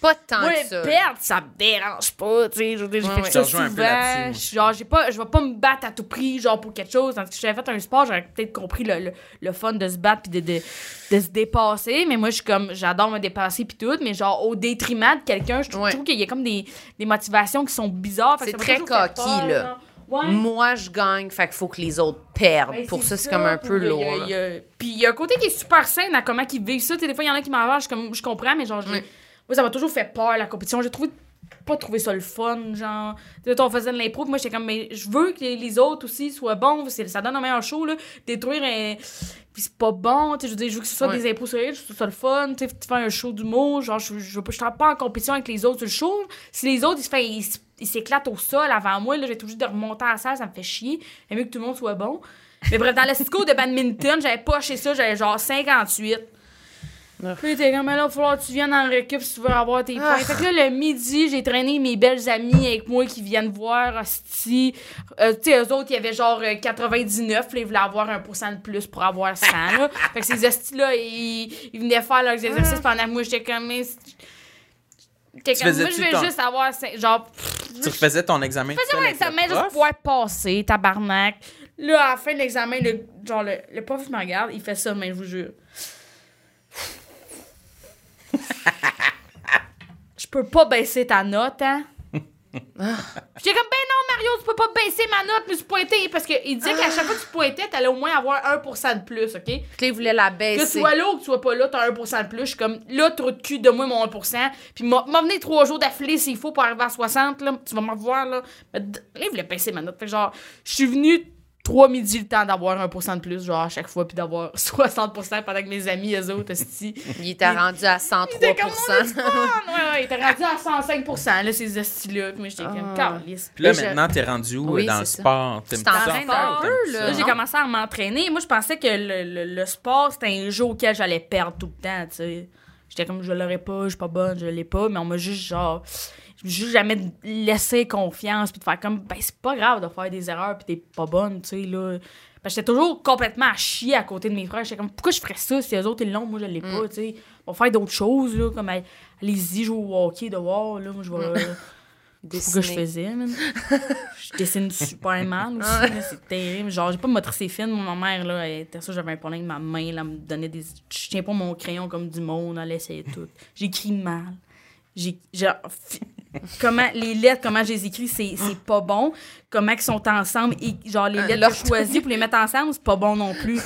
[SPEAKER 2] Pas tant
[SPEAKER 4] Moi,
[SPEAKER 2] que ça.
[SPEAKER 4] perdre, ça me dérange pas, tu sais. Je veux dire, j'ai
[SPEAKER 2] Ouais,
[SPEAKER 4] fait
[SPEAKER 2] ouais.
[SPEAKER 4] ça
[SPEAKER 3] Je te rejoins un peu là-dessus,
[SPEAKER 4] souvent.
[SPEAKER 3] moi.
[SPEAKER 4] Je suis Genre, j'ai pas, je vais pas me battre à tout prix, genre, pour quelque chose. Tandis que si j'avais fait un sport, j'aurais peut-être compris le, le, le fun de se battre puis de, de, de se dépasser. Mais moi, je suis comme, j'adore me dépasser puis tout, mais genre, au détriment de quelqu'un, je trouve,
[SPEAKER 2] Ouais.
[SPEAKER 4] je trouve qu'il y a comme des, des motivations qui sont bizarres. Fait que
[SPEAKER 2] C'est
[SPEAKER 4] ça m'a
[SPEAKER 2] très
[SPEAKER 4] toujours fait
[SPEAKER 2] coquille,
[SPEAKER 4] peur,
[SPEAKER 2] là.
[SPEAKER 4] genre. Ouais.
[SPEAKER 2] Moi, je gagne, fait qu'il faut que les autres perdent.
[SPEAKER 4] Ben,
[SPEAKER 2] Pour ça, c'est comme un peu
[SPEAKER 4] puis il y a-
[SPEAKER 2] lourd.
[SPEAKER 4] il y a- Puis il y a un côté qui est super sain à comment ils vivent ça. Tu sais, des fois, il y en a qui m'en vengent, je, suis comme- je comprends, mais genre, j'ai- moi, ça m'a toujours fait peur, la compétition. J'ai trouvé pas trouvé ça le fun, genre. Tu sais, on faisait de l'impro, puis moi, j'étais comme, mais je veux que les autres aussi soient bons, c'est- ça donne un meilleur show, là. Détruire un. Puis c'est pas bon, tu sais, je veux dire, je veux que ce soit
[SPEAKER 2] Ouais.
[SPEAKER 4] des impros sérieux, je trouve ça le fun, tu sais, tu fais un show d'humour, genre, je, je, veux pas- je serai pas en compétition avec les autres sur le show. Si les autres, ils se font- ils s- ils s'éclatent au sol avant moi, là, j'ai toujours de remonter à la salle, ça me fait chier. Mais mieux que tout le monde soit bon. Mais bref, dans le (laughs) sco de badminton, j'avais pas acheté ça, j'avais genre 58.
[SPEAKER 2] Ah.
[SPEAKER 4] Puis t'es comme, mais là, il va falloir que tu viennes en récup si tu veux avoir tes points.
[SPEAKER 2] Ah.
[SPEAKER 4] Fait que là, le midi, j'ai traîné mes belles amies avec moi qui viennent voir, hostie. Euh, tu sais, eux autres, il y avait genre euh, 99, là, ils voulaient avoir 1% de plus pour avoir 100,
[SPEAKER 3] (laughs)
[SPEAKER 4] là. Fait que ces hosties-là, ils, ils venaient faire
[SPEAKER 3] Ah.
[SPEAKER 4] leurs exercices pendant que moi, j'étais comme, mais... J'étais
[SPEAKER 3] Tu
[SPEAKER 4] comme,
[SPEAKER 3] faisais
[SPEAKER 4] moi, je
[SPEAKER 3] tout
[SPEAKER 4] vais
[SPEAKER 3] le temps.
[SPEAKER 4] juste avoir... cinq- Genre, pff,
[SPEAKER 3] Tu refaisais ton examen.
[SPEAKER 4] faisais
[SPEAKER 3] tout
[SPEAKER 4] mon
[SPEAKER 3] seul avec le
[SPEAKER 4] examen juste pour
[SPEAKER 3] prof?
[SPEAKER 4] pouvoir passer, tabarnak. Là, à la fin de l'examen, le, genre, le, le prof me regarde, il fait ça, mais je vous jure. Je peux pas baisser ta note, hein? (laughs) J'étais comme, ben non, Mario, tu peux pas baisser ma note, mais je pointais. Parce qu'il disait qu'à chaque fois que tu pointais, t'allais au moins avoir 1% de plus, OK?
[SPEAKER 2] Clé voulait la
[SPEAKER 4] Que tu
[SPEAKER 2] baisser.
[SPEAKER 4] sois là ou que tu sois pas là, t'as 1% de plus. Je suis comme, là, trop de cul, donne-moi mon 1%. Puis m'a m'a venu trois jours d'affilée s'il faut pour arriver à 60, là. Tu vas me revoir, là. Mais d- là, il voulait baisser ma note. Fait que genre, je suis venu trois midi le temps d'avoir 1% de plus, genre, à chaque fois, puis d'avoir (laughs) 60% pendant que mes amis, eux autres, esti.
[SPEAKER 2] Il était rendu à
[SPEAKER 4] T'es comme, mon
[SPEAKER 2] 103
[SPEAKER 4] Dieu, ouais, ouais, il était rendu à 105%, là, ces estis-là. Puis moi, j'étais comme,
[SPEAKER 2] Ah.
[SPEAKER 4] calisse.
[SPEAKER 3] Puis là,
[SPEAKER 2] Et je-
[SPEAKER 3] maintenant, t'es rendu
[SPEAKER 4] Ah
[SPEAKER 3] où
[SPEAKER 2] Oui,
[SPEAKER 3] euh, dans
[SPEAKER 2] c'est
[SPEAKER 3] le
[SPEAKER 2] ça.
[SPEAKER 3] sport? T'aimes-tu
[SPEAKER 2] t'en
[SPEAKER 3] ça en
[SPEAKER 2] traînes
[SPEAKER 3] faire?
[SPEAKER 2] un peu,
[SPEAKER 3] T'aimes-tu
[SPEAKER 2] là.
[SPEAKER 4] Là,
[SPEAKER 3] ça?
[SPEAKER 4] j'ai commencé à m'entraîner. Moi, je pensais que le, le- le sport, c'était un jeu auquel j'allais perdre tout le temps, tu sais. J'étais comme, je l'aurais pas, je suis pas bonne, je l'ai pas, mais on m'a juste, genre, je me suis juste jamais laissé confiance, puis de faire comme, ben, c'est pas grave de faire des erreurs, puis t'es pas bonne, tu sais, là. Parce que j'étais toujours complètement à chier à côté de mes frères. J'étais comme, pourquoi je ferais ça si les autres, ils l'ont, moi, je l'ai pas, tu sais. On va faire d'autres choses, là, comme, allez-y, jouer au hockey dehors, là, moi, je vais. C'est que je faisais, man. je dessine Superman aussi, là, c'est terrible. Genre, j'ai pas de motricité fine. Moi, Ma mère, là, elle était sûre que j'avais un problème avec ma main, là, elle me donnait des. Je tiens pas mon crayon comme du monde, elle essayait tout. J'écris mal. J'ai. Genre. fi- Comment les lettres, comment je les écris, c'est c'est pas bon. Comment ils sont ensemble, et, genre les lettres que je choisis pour les mettre ensemble, c'est pas bon non plus.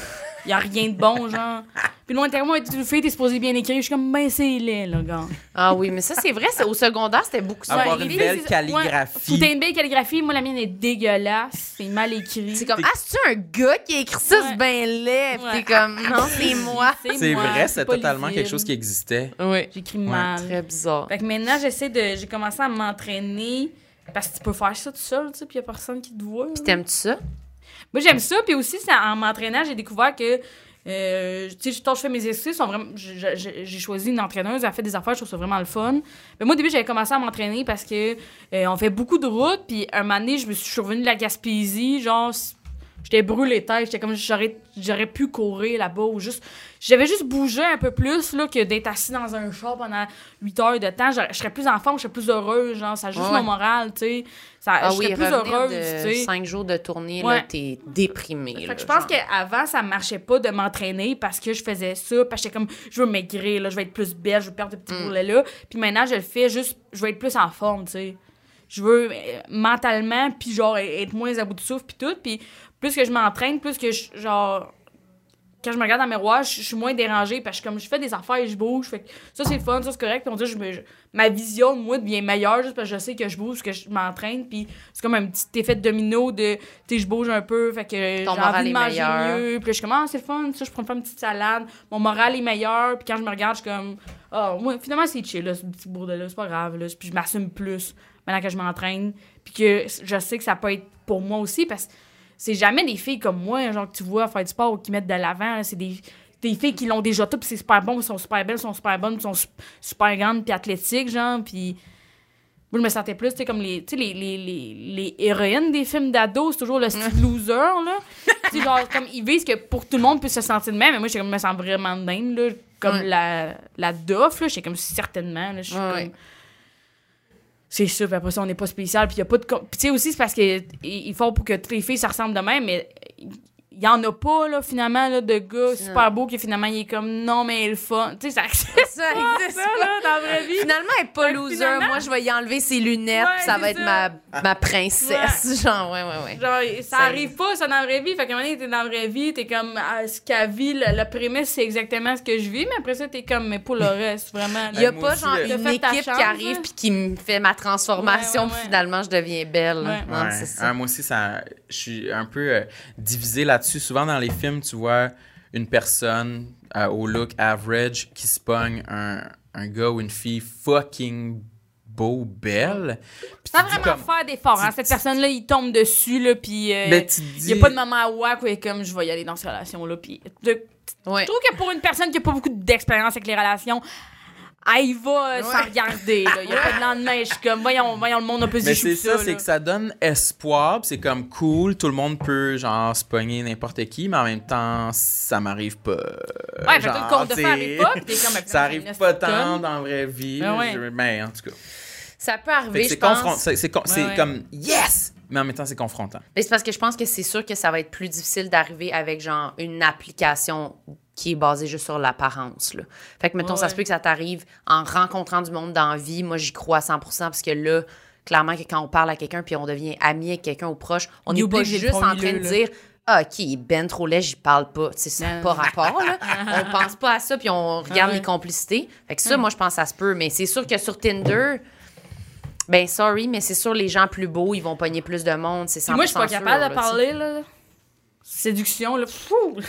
[SPEAKER 4] Y a rien de bon, genre. Puis loin intérieur, moi, tu fais, t'es supposé bien écrire. Je suis comme, ben c'est laid, là, gars.
[SPEAKER 2] Ah oui, mais ça, c'est vrai. c'est- Au secondaire, c'était beaucoup ça.
[SPEAKER 3] Ah, Avoir
[SPEAKER 4] Ouais,
[SPEAKER 3] une
[SPEAKER 4] les
[SPEAKER 3] belle
[SPEAKER 4] filles,
[SPEAKER 3] calligraphie.
[SPEAKER 4] Ouais, faut que t'aies une belle calligraphie. Moi, la mienne est dégueulasse. C'est mal écrit. (laughs)
[SPEAKER 2] C'est comme, ah, c'est-tu un gars qui a écrit ça,
[SPEAKER 4] Ouais.
[SPEAKER 2] c'est bien laid? Puis
[SPEAKER 4] Ouais. Ah,
[SPEAKER 2] t'es comme, non, c'est moi.
[SPEAKER 3] C'est
[SPEAKER 4] moi,
[SPEAKER 3] vrai, c'est
[SPEAKER 4] pas
[SPEAKER 3] totalement
[SPEAKER 4] lisible.
[SPEAKER 3] quelque chose qui existait.
[SPEAKER 2] Oui.
[SPEAKER 4] J'écris mal.
[SPEAKER 2] Très bizarre.
[SPEAKER 4] Fait que maintenant, j'essaie de. J'ai commencé à m'entraîner. Parce que tu peux faire ça tout seul, tu sais, puis y a personne qui te voit.
[SPEAKER 2] Puis t'aimes-tu ça?
[SPEAKER 4] Moi, j'aime ça. Puis aussi, c'est en m'entraînant, j'ai découvert que. euh, tu sais, quand je fais mes exercices, sont vraiment- je- je- je- j'ai choisi une entraîneuse, elle fait des affaires, je trouve ça vraiment le fun. Mais moi, au début, j'avais commencé à m'entraîner parce que euh, on fait beaucoup de routes, puis un moment donné, je me suis je suis revenue de la Gaspésie, genre, s- j'étais brûlée tête, j'étais comme, j'aurais j'aurais pu courir là-bas ou juste. J'avais juste bougé un peu plus, là, que d'être assis dans un char pendant 8 heures de temps. J'aurais- Je serais plus en forme, je serais plus heureuse, genre, ça juste
[SPEAKER 2] Ouais.
[SPEAKER 4] mon moral, tu sais. Ça-
[SPEAKER 2] Ah
[SPEAKER 4] je
[SPEAKER 2] oui,
[SPEAKER 4] serais plus
[SPEAKER 2] revenir
[SPEAKER 4] heureuse, tu
[SPEAKER 2] de
[SPEAKER 4] sais.
[SPEAKER 2] cinq jours de tournée, là,
[SPEAKER 4] Ouais.
[SPEAKER 2] t'es déprimé.
[SPEAKER 4] Fait que je pense
[SPEAKER 2] que...
[SPEAKER 4] qu'avant, ça marchait pas de m'entraîner parce que je faisais ça, parce que j'étais comme, je veux maigrir, là, je veux être plus belle, je veux perdre des petits bourrelets là. Puis maintenant, je le fais juste, je veux être plus en forme, tu sais. Je veux euh, mentalement, puis genre, être moins à bout de souffle, puis tout. Puis plus que je m'entraîne, plus que je, genre, quand je me regarde dans le miroir, je, je suis moins dérangée parce que comme je fais des affaires et je bouge, fait que ça c'est le fun, ça c'est correct. Puis on dirait que je me- je- ma vision de moi devient meilleure juste parce que je sais que je bouge, que je m'entraîne. Puis c'est comme un petit effet de domino de, tu sais, je bouge un peu, fait que j'ai
[SPEAKER 2] Ton moral
[SPEAKER 4] envie de
[SPEAKER 2] est
[SPEAKER 4] manger
[SPEAKER 2] meilleur.
[SPEAKER 4] mieux. Puis là, je suis comme, ah, c'est le fun, ça, je prends me faire une petite salade, mon moral est meilleur. Puis quand je me regarde, je suis comme, ah, moi, finalement c'est chill, là, ce petit bourdel-là, c'est pas grave, là. Puis je m'assume plus maintenant que je m'entraîne. Puis que je sais que ça peut être pour moi aussi parce que c'est jamais des filles comme moi, genre que tu vois faire du sport ou qui mettent de l'avant. là. C'est des, des filles qui l'ont déjà tout, puis c'est super bon, puis sont super belles, sont super bonnes, puis sont su- super grandes, puis athlétiques, genre. Puis moi, je me sentais plus, tu sais, comme les, tu sais, les, les, les, les héroïnes des films d'ados, c'est toujours le style loser,
[SPEAKER 2] (laughs)
[SPEAKER 4] là. tu sais, genre, comme ils visent que pour que tout le monde puisse se sentir de même, mais moi, j'étais comme, je me sens vraiment de même, là. Comme
[SPEAKER 2] Ouais.
[SPEAKER 4] la, la dof, là, j'étais comme, certainement, là, je suis
[SPEAKER 2] Ouais,
[SPEAKER 4] comme-
[SPEAKER 2] ouais.
[SPEAKER 4] c'est sûr, puis après ça, on n'est pas spécial, puis il a pas de... com- Puis tu sais, aussi, c'est parce qu'ils ils font pour que toutes les filles, ça ressemble de même, mais il
[SPEAKER 2] (laughs)
[SPEAKER 4] y en a pas, là, finalement, là, de gars super beaux qui, finalement, il est comme, non, mais elle est le fun. Tu sais, ça,
[SPEAKER 2] ça existe
[SPEAKER 4] ça, là, dans la vraie vie.
[SPEAKER 2] Finalement, elle est pas
[SPEAKER 4] Fait que
[SPEAKER 2] loser.
[SPEAKER 4] finalement-
[SPEAKER 2] Moi, je vais y enlever ses lunettes,
[SPEAKER 4] Ouais,
[SPEAKER 2] puis ça va
[SPEAKER 4] c'est
[SPEAKER 2] être
[SPEAKER 4] ça.
[SPEAKER 2] ma, ma princesse. Genre, ouais, ouais, ouais.
[SPEAKER 4] Genre, ça
[SPEAKER 2] Ça-
[SPEAKER 4] arrive pas, ça, dans la vraie vie. Fait qu'à un moment donné, t'es dans la vraie vie, t'es comme, ah, ce qu'elle vit, le, le prémisse, c'est exactement ce que je vis, mais après ça, t'es comme, mais (laughs) pour le reste, vraiment.
[SPEAKER 2] Il y a
[SPEAKER 3] Hey, moi
[SPEAKER 2] pas
[SPEAKER 3] aussi,
[SPEAKER 2] genre
[SPEAKER 3] euh,
[SPEAKER 2] une
[SPEAKER 4] T'as fait ta
[SPEAKER 2] équipe
[SPEAKER 4] chance,
[SPEAKER 2] qui arrive
[SPEAKER 4] hein?
[SPEAKER 2] puis qui me fait ma transformation
[SPEAKER 4] Ouais, ouais,
[SPEAKER 2] puis
[SPEAKER 4] ouais.
[SPEAKER 2] finalement je deviens belle.
[SPEAKER 4] Ouais.
[SPEAKER 2] Non,
[SPEAKER 3] Ouais.
[SPEAKER 2] c'est ça.
[SPEAKER 3] Ah, moi aussi, ça, je suis un peu euh, divisée là-dessus. Souvent dans les films, tu vois une personne euh, au look average qui se pogne un, un gars ou une fille fucking beau, belle. Puis
[SPEAKER 4] Sans
[SPEAKER 3] tu dis
[SPEAKER 4] vraiment
[SPEAKER 3] comme-
[SPEAKER 4] faire d'efforts, hein.
[SPEAKER 3] tu-
[SPEAKER 4] Cette
[SPEAKER 3] tu-
[SPEAKER 4] personne-là, il tombe dessus, là, puis euh,
[SPEAKER 3] Ben, tu
[SPEAKER 4] il y a
[SPEAKER 3] dis-
[SPEAKER 4] pas de moment à wack où il est comme, je vais y aller dans cette relation-là, puis... de-
[SPEAKER 2] Ouais.
[SPEAKER 4] Je trouve que pour une personne qui a pas beaucoup d'expérience avec les relations, elle y va euh, sans
[SPEAKER 2] Ouais.
[SPEAKER 4] regarder. là. Il n'y a pas de lendemain. Je suis comme, voyons, voyons le monde a (laughs)
[SPEAKER 3] Mais
[SPEAKER 4] pesé
[SPEAKER 3] c'est ça, c'est
[SPEAKER 4] là.
[SPEAKER 3] que ça donne espoir, pis c'est comme cool, tout le monde peut genre se pogner n'importe qui, mais en même temps, ça m'arrive pas.
[SPEAKER 4] Ouais, fait que
[SPEAKER 3] genre,
[SPEAKER 4] toi, le compte de
[SPEAKER 3] t'sais,
[SPEAKER 4] faire arrive pas, puis t'es
[SPEAKER 3] (laughs)
[SPEAKER 4] comme,
[SPEAKER 3] ça arrive pas tant dans la vraie vie.
[SPEAKER 4] Ben ouais.
[SPEAKER 3] je- mais en tout cas,
[SPEAKER 2] Ça peut
[SPEAKER 3] Fait que
[SPEAKER 2] arriver, je
[SPEAKER 3] c'est
[SPEAKER 2] pense.
[SPEAKER 3] confrontant, c'est c'est con- c'est
[SPEAKER 4] ouais.
[SPEAKER 3] comme yes, mais en même temps c'est confrontant.
[SPEAKER 2] Mais c'est parce que je pense que c'est sûr que ça va être plus difficile d'arriver avec genre une application qui est basée juste sur l'apparence. là. Fait que mettons, ça se
[SPEAKER 4] Ouais.
[SPEAKER 2] peut que ça t'arrive en rencontrant du monde dans la vie. Moi, j'y crois à 100 parce que là, clairement, que quand on parle à quelqu'un puis on devient ami avec quelqu'un ou proche, on
[SPEAKER 4] Il
[SPEAKER 2] n'est
[SPEAKER 4] oublie
[SPEAKER 2] pas
[SPEAKER 4] que j'ai le
[SPEAKER 2] juste en
[SPEAKER 4] premier
[SPEAKER 2] train de
[SPEAKER 4] lieu, là.
[SPEAKER 2] dire. Ah, ok, il est ben trop laid, j'y parle pas. Tu sais, ça n'a
[SPEAKER 4] Non.
[SPEAKER 2] pas rapport, là. On pense pas à ça, puis on regarde
[SPEAKER 4] Ah ouais.
[SPEAKER 2] les complicités. Fait que ça, moi, je pense que ça se peut. Mais c'est sûr que sur Tinder, ben, sorry, mais c'est sûr, les gens plus beaux, ils vont pogner plus de monde. C'est
[SPEAKER 4] Puis
[SPEAKER 2] 100%
[SPEAKER 4] moi, je suis pas
[SPEAKER 2] sûr,
[SPEAKER 4] capable
[SPEAKER 2] là,
[SPEAKER 4] de
[SPEAKER 2] tu sais.
[SPEAKER 4] parler, là. Séduction, là. Fou! (laughs)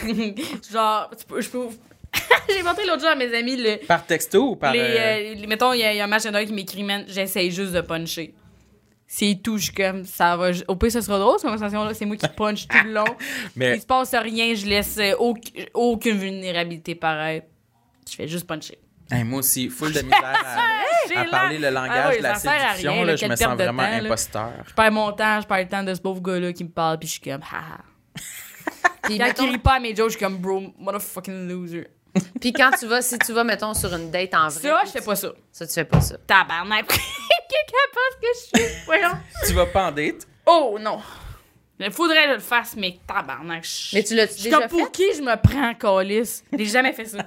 [SPEAKER 4] Genre, tu peux- je peux. (laughs) J'ai montré l'autre jour à mes amis le.
[SPEAKER 3] Par texto ou par
[SPEAKER 4] les,
[SPEAKER 3] euh,
[SPEAKER 4] euh, les- mettons, il y, a il y a un match d'un qui m'écrit, man, j'essaye juste de puncher. C'est tout, je suis comme, ça va. ju- Au pire, ce sera drôle, cette conversation-là. C'est moi qui punch tout le long.
[SPEAKER 3] (laughs) Mais-
[SPEAKER 4] Il se passe rien, je laisse euh, auc- aucune vulnérabilité paraître. Je fais juste puncher.
[SPEAKER 3] hey, moi aussi full
[SPEAKER 4] (laughs)
[SPEAKER 3] de misère à,
[SPEAKER 4] J'ai
[SPEAKER 3] à
[SPEAKER 4] l'air-
[SPEAKER 3] parler le
[SPEAKER 4] Ah
[SPEAKER 3] langage
[SPEAKER 4] oui,
[SPEAKER 3] de la
[SPEAKER 4] ça sert à
[SPEAKER 3] séduction,
[SPEAKER 4] rien,
[SPEAKER 3] là,
[SPEAKER 4] là,
[SPEAKER 3] je me
[SPEAKER 4] quelle
[SPEAKER 3] sens
[SPEAKER 4] perte de
[SPEAKER 3] vraiment
[SPEAKER 4] temps, là.
[SPEAKER 3] imposteur.
[SPEAKER 4] Je perds mon temps, je perds le temps de ce pauvre gars-là qui me parle, puis je suis comme,
[SPEAKER 3] (laughs)
[SPEAKER 4] haha.
[SPEAKER 2] Puis,
[SPEAKER 4] Quand
[SPEAKER 2] mettons-
[SPEAKER 4] il rit pas à mes jokes, je suis comme, bro, motherfucking loser.
[SPEAKER 2] puis quand tu vas, si tu vas, mettons, sur une date en vrai.
[SPEAKER 4] Ça, je fais pas ça.
[SPEAKER 2] Ça, tu fais pas ça.
[SPEAKER 4] Tabarnak. (laughs) Quelqu'un pense que je suis. Voyons.
[SPEAKER 3] tu vas pas en date
[SPEAKER 4] Oh non. Il faudrait que je le fasse, mais tabarnak. je-
[SPEAKER 2] Mais tu l'as
[SPEAKER 4] Je suis
[SPEAKER 2] déjà
[SPEAKER 4] comme, pour
[SPEAKER 2] fait?
[SPEAKER 4] qui je me prends, Calis? J'ai jamais
[SPEAKER 2] (laughs)
[SPEAKER 4] fait ça.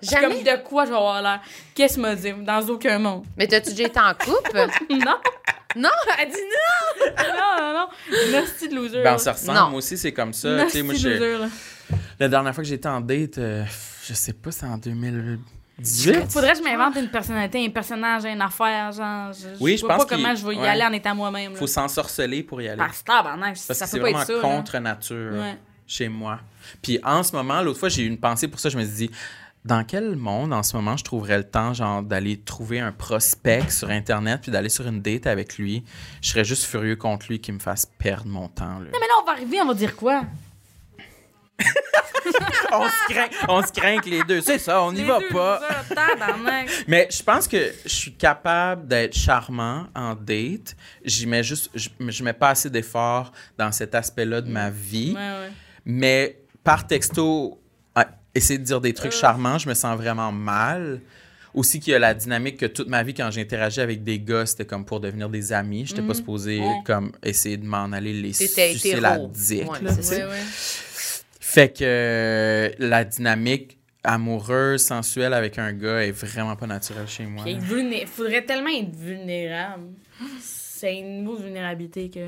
[SPEAKER 4] Je suis
[SPEAKER 2] Jamais?
[SPEAKER 4] Comme de quoi je vais avoir l'air? Qu'est-ce que me dire? Dans aucun monde.
[SPEAKER 2] Mais t'as-tu déjà été en couple?
[SPEAKER 4] Non,
[SPEAKER 2] (laughs) non, elle dit non!
[SPEAKER 4] non, non, non. Nasty de loser.
[SPEAKER 3] Ben
[SPEAKER 4] là.
[SPEAKER 3] on se ressemble,
[SPEAKER 2] Non.
[SPEAKER 3] moi aussi c'est comme ça, tu
[SPEAKER 4] Nasty
[SPEAKER 3] sais
[SPEAKER 4] de
[SPEAKER 3] moi je-
[SPEAKER 4] loser, là.
[SPEAKER 3] la dernière fois que j'étais en date, euh, je sais pas c'est en 2018.
[SPEAKER 4] Faudrait que je m'invente une personnalité, un personnage, une affaire, genre. Je,
[SPEAKER 3] Oui, je
[SPEAKER 4] vois
[SPEAKER 3] pense
[SPEAKER 4] pas comment
[SPEAKER 3] qu'il-
[SPEAKER 4] je vais y
[SPEAKER 3] ouais.
[SPEAKER 4] aller en étant moi-même. là.
[SPEAKER 3] Faut s'ensorceler pour y aller.
[SPEAKER 4] Parce que tabarnak,
[SPEAKER 3] Parce
[SPEAKER 4] ça
[SPEAKER 3] que c'est
[SPEAKER 4] peut
[SPEAKER 3] vraiment
[SPEAKER 4] pas être ça. là.
[SPEAKER 3] contre nature
[SPEAKER 4] Ouais.
[SPEAKER 3] chez moi. Puis en ce moment, l'autre fois, j'ai eu une pensée pour ça. Je me suis dit, dans quel monde en ce moment je trouverais le temps genre d'aller trouver un prospect sur Internet puis d'aller sur une date avec lui? Je serais juste furieux contre lui qu'il me fasse perdre mon temps. là.
[SPEAKER 4] Non, Ah, mais là, on va arriver, on va dire quoi?
[SPEAKER 3] on se craint, on se craint que les deux. C'est ça, on n'y
[SPEAKER 4] Les
[SPEAKER 3] va
[SPEAKER 4] deux
[SPEAKER 3] pas.
[SPEAKER 4] losers, Tabarnak.
[SPEAKER 3] Mais je pense que je suis capable d'être charmant en date. J'y mets juste, je, je mets pas assez d'efforts dans cet aspect-là de ma vie.
[SPEAKER 4] Ouais, ouais.
[SPEAKER 3] Mais par texto, à essayer de dire des
[SPEAKER 2] Euh.
[SPEAKER 3] trucs charmants, je me sens vraiment mal. Aussi qu'il y a la dynamique que toute ma vie, quand j'interagis avec des gars, c'était comme pour devenir des amis. J'étais pas supposé
[SPEAKER 4] Ouais.
[SPEAKER 3] comme essayer de m'en aller les
[SPEAKER 2] Mhm. T'étais
[SPEAKER 3] sucer la
[SPEAKER 2] hétéro.
[SPEAKER 3] dick.
[SPEAKER 2] Ouais,
[SPEAKER 3] là,
[SPEAKER 2] c'est
[SPEAKER 3] tu sais.
[SPEAKER 4] Ouais, ouais.
[SPEAKER 3] Fait que euh, la dynamique amoureuse, sensuelle avec un gars est vraiment pas naturelle chez moi.
[SPEAKER 4] Puis être vulné- faudrait tellement être vulnérable. C'est une mauvaise vulnérabilité que.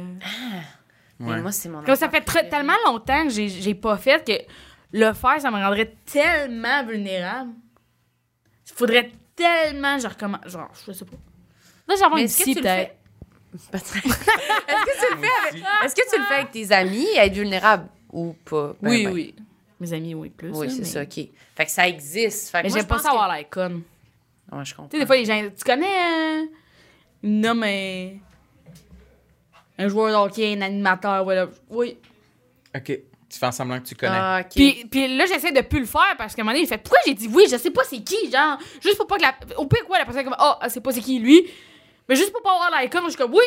[SPEAKER 2] Mais
[SPEAKER 3] Ouais.
[SPEAKER 2] moi, c'est mon
[SPEAKER 4] Comme ça fait très- tellement longtemps que j'ai- j'ai pas fait que le faire, ça me rendrait tellement vulnérable. Faudrait tellement, genre, comment. Genre, je sais pas. Là, j'ai envie
[SPEAKER 2] Mais
[SPEAKER 4] une
[SPEAKER 2] est-ce que
[SPEAKER 4] psy,
[SPEAKER 2] tu le fais?
[SPEAKER 4] peut-être.
[SPEAKER 2] Peut-être. (laughs) est-ce, que tu le fais avec, est-ce que tu le fais avec tes amis, être vulnérable ou pas? Ben,
[SPEAKER 4] oui,
[SPEAKER 2] ben.
[SPEAKER 4] oui. Mes amis, oui, plus.
[SPEAKER 2] Oui,
[SPEAKER 4] là,
[SPEAKER 2] c'est
[SPEAKER 4] mais-
[SPEAKER 2] ça, OK. Fait que ça existe. Fait que
[SPEAKER 4] Mais
[SPEAKER 2] moi,
[SPEAKER 4] j'aime
[SPEAKER 2] je
[SPEAKER 4] pas
[SPEAKER 2] pense
[SPEAKER 4] ça
[SPEAKER 2] que-
[SPEAKER 4] avoir l'air conne.
[SPEAKER 2] Ouais, je
[SPEAKER 4] Tu
[SPEAKER 2] comprends.
[SPEAKER 4] sais, des fois, les gens. Tu connais. euh, Une homme, un. Un joueur de hockey, un animateur, voilà. Oui.
[SPEAKER 3] Ok. Tu fais semblant que tu connais.
[SPEAKER 2] Ah, OK.
[SPEAKER 4] Puis, puis là, j'essaie de plus le faire parce qu'à un moment donné, il fait Pourquoi j'ai dit oui Je sais pas c'est qui, genre. Juste pour pas que la. Au pire, quoi, la personne est comme Ah, oh, c'est pas c'est qui lui. Mais juste pour pas avoir l'icône, je suis comme Oui,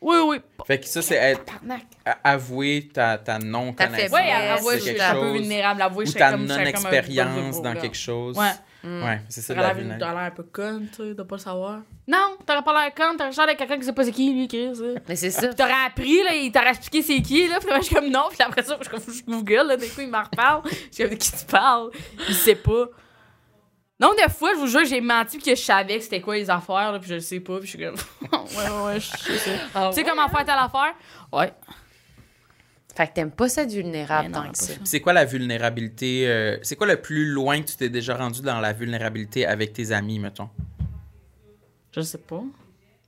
[SPEAKER 4] oui, oui.
[SPEAKER 3] Fait que ça, c'est être,
[SPEAKER 4] Tabarnak.
[SPEAKER 3] a- avouer ta, ta non-connaissance.
[SPEAKER 2] faiblesse,
[SPEAKER 4] Ouais,
[SPEAKER 2] elle
[SPEAKER 3] de
[SPEAKER 2] avoue,
[SPEAKER 4] avouer, je
[SPEAKER 3] quelque
[SPEAKER 4] suis un peu
[SPEAKER 3] chose.
[SPEAKER 4] vulnérable. Avouer, je
[SPEAKER 3] ou
[SPEAKER 4] suis
[SPEAKER 3] ta
[SPEAKER 4] comme je suis comme un
[SPEAKER 3] non-expérience
[SPEAKER 4] gros
[SPEAKER 3] dans
[SPEAKER 4] gars.
[SPEAKER 3] quelque chose.
[SPEAKER 4] Ouais.
[SPEAKER 3] Ouais, c'est ça de la
[SPEAKER 4] T'aurais l'air-
[SPEAKER 3] vulnérabilité.
[SPEAKER 4] t'aurais l'air un peu con, tu sais, de pas le savoir. Non, t'aurais pas l'air con, t'aurais l'air de quelqu'un qui sait pas c'est qui lui, Chris. hein.
[SPEAKER 2] Mais c'est ça.
[SPEAKER 4] Puis t'aurais appris, là, il t'aurait expliqué c'est qui, là. Puis là, je suis comme non. Puis après ça, je, je Google, là, d'un coup, il m'en reparle. Je suis comme de qui tu parles Il sait pas. Non, des fois, je vous jure, j'ai menti que je savais que c'était quoi les affaires, là, puis je le sais pas, puis je suis comme. (laughs) ouais, ouais, ouais, je sais ça.
[SPEAKER 2] Ah
[SPEAKER 4] Tu sais comment faire telle affaire? Ouais.
[SPEAKER 2] Fait que t'aimes pas ça être vulnérable
[SPEAKER 4] Mais non,
[SPEAKER 2] tant que
[SPEAKER 4] pas
[SPEAKER 2] ça.
[SPEAKER 4] ça.
[SPEAKER 3] Puis C'est quoi la vulnérabilité? euh, c'est quoi le plus loin que tu t'es déjà rendu dans la vulnérabilité avec tes amis, mettons?
[SPEAKER 4] Je sais pas.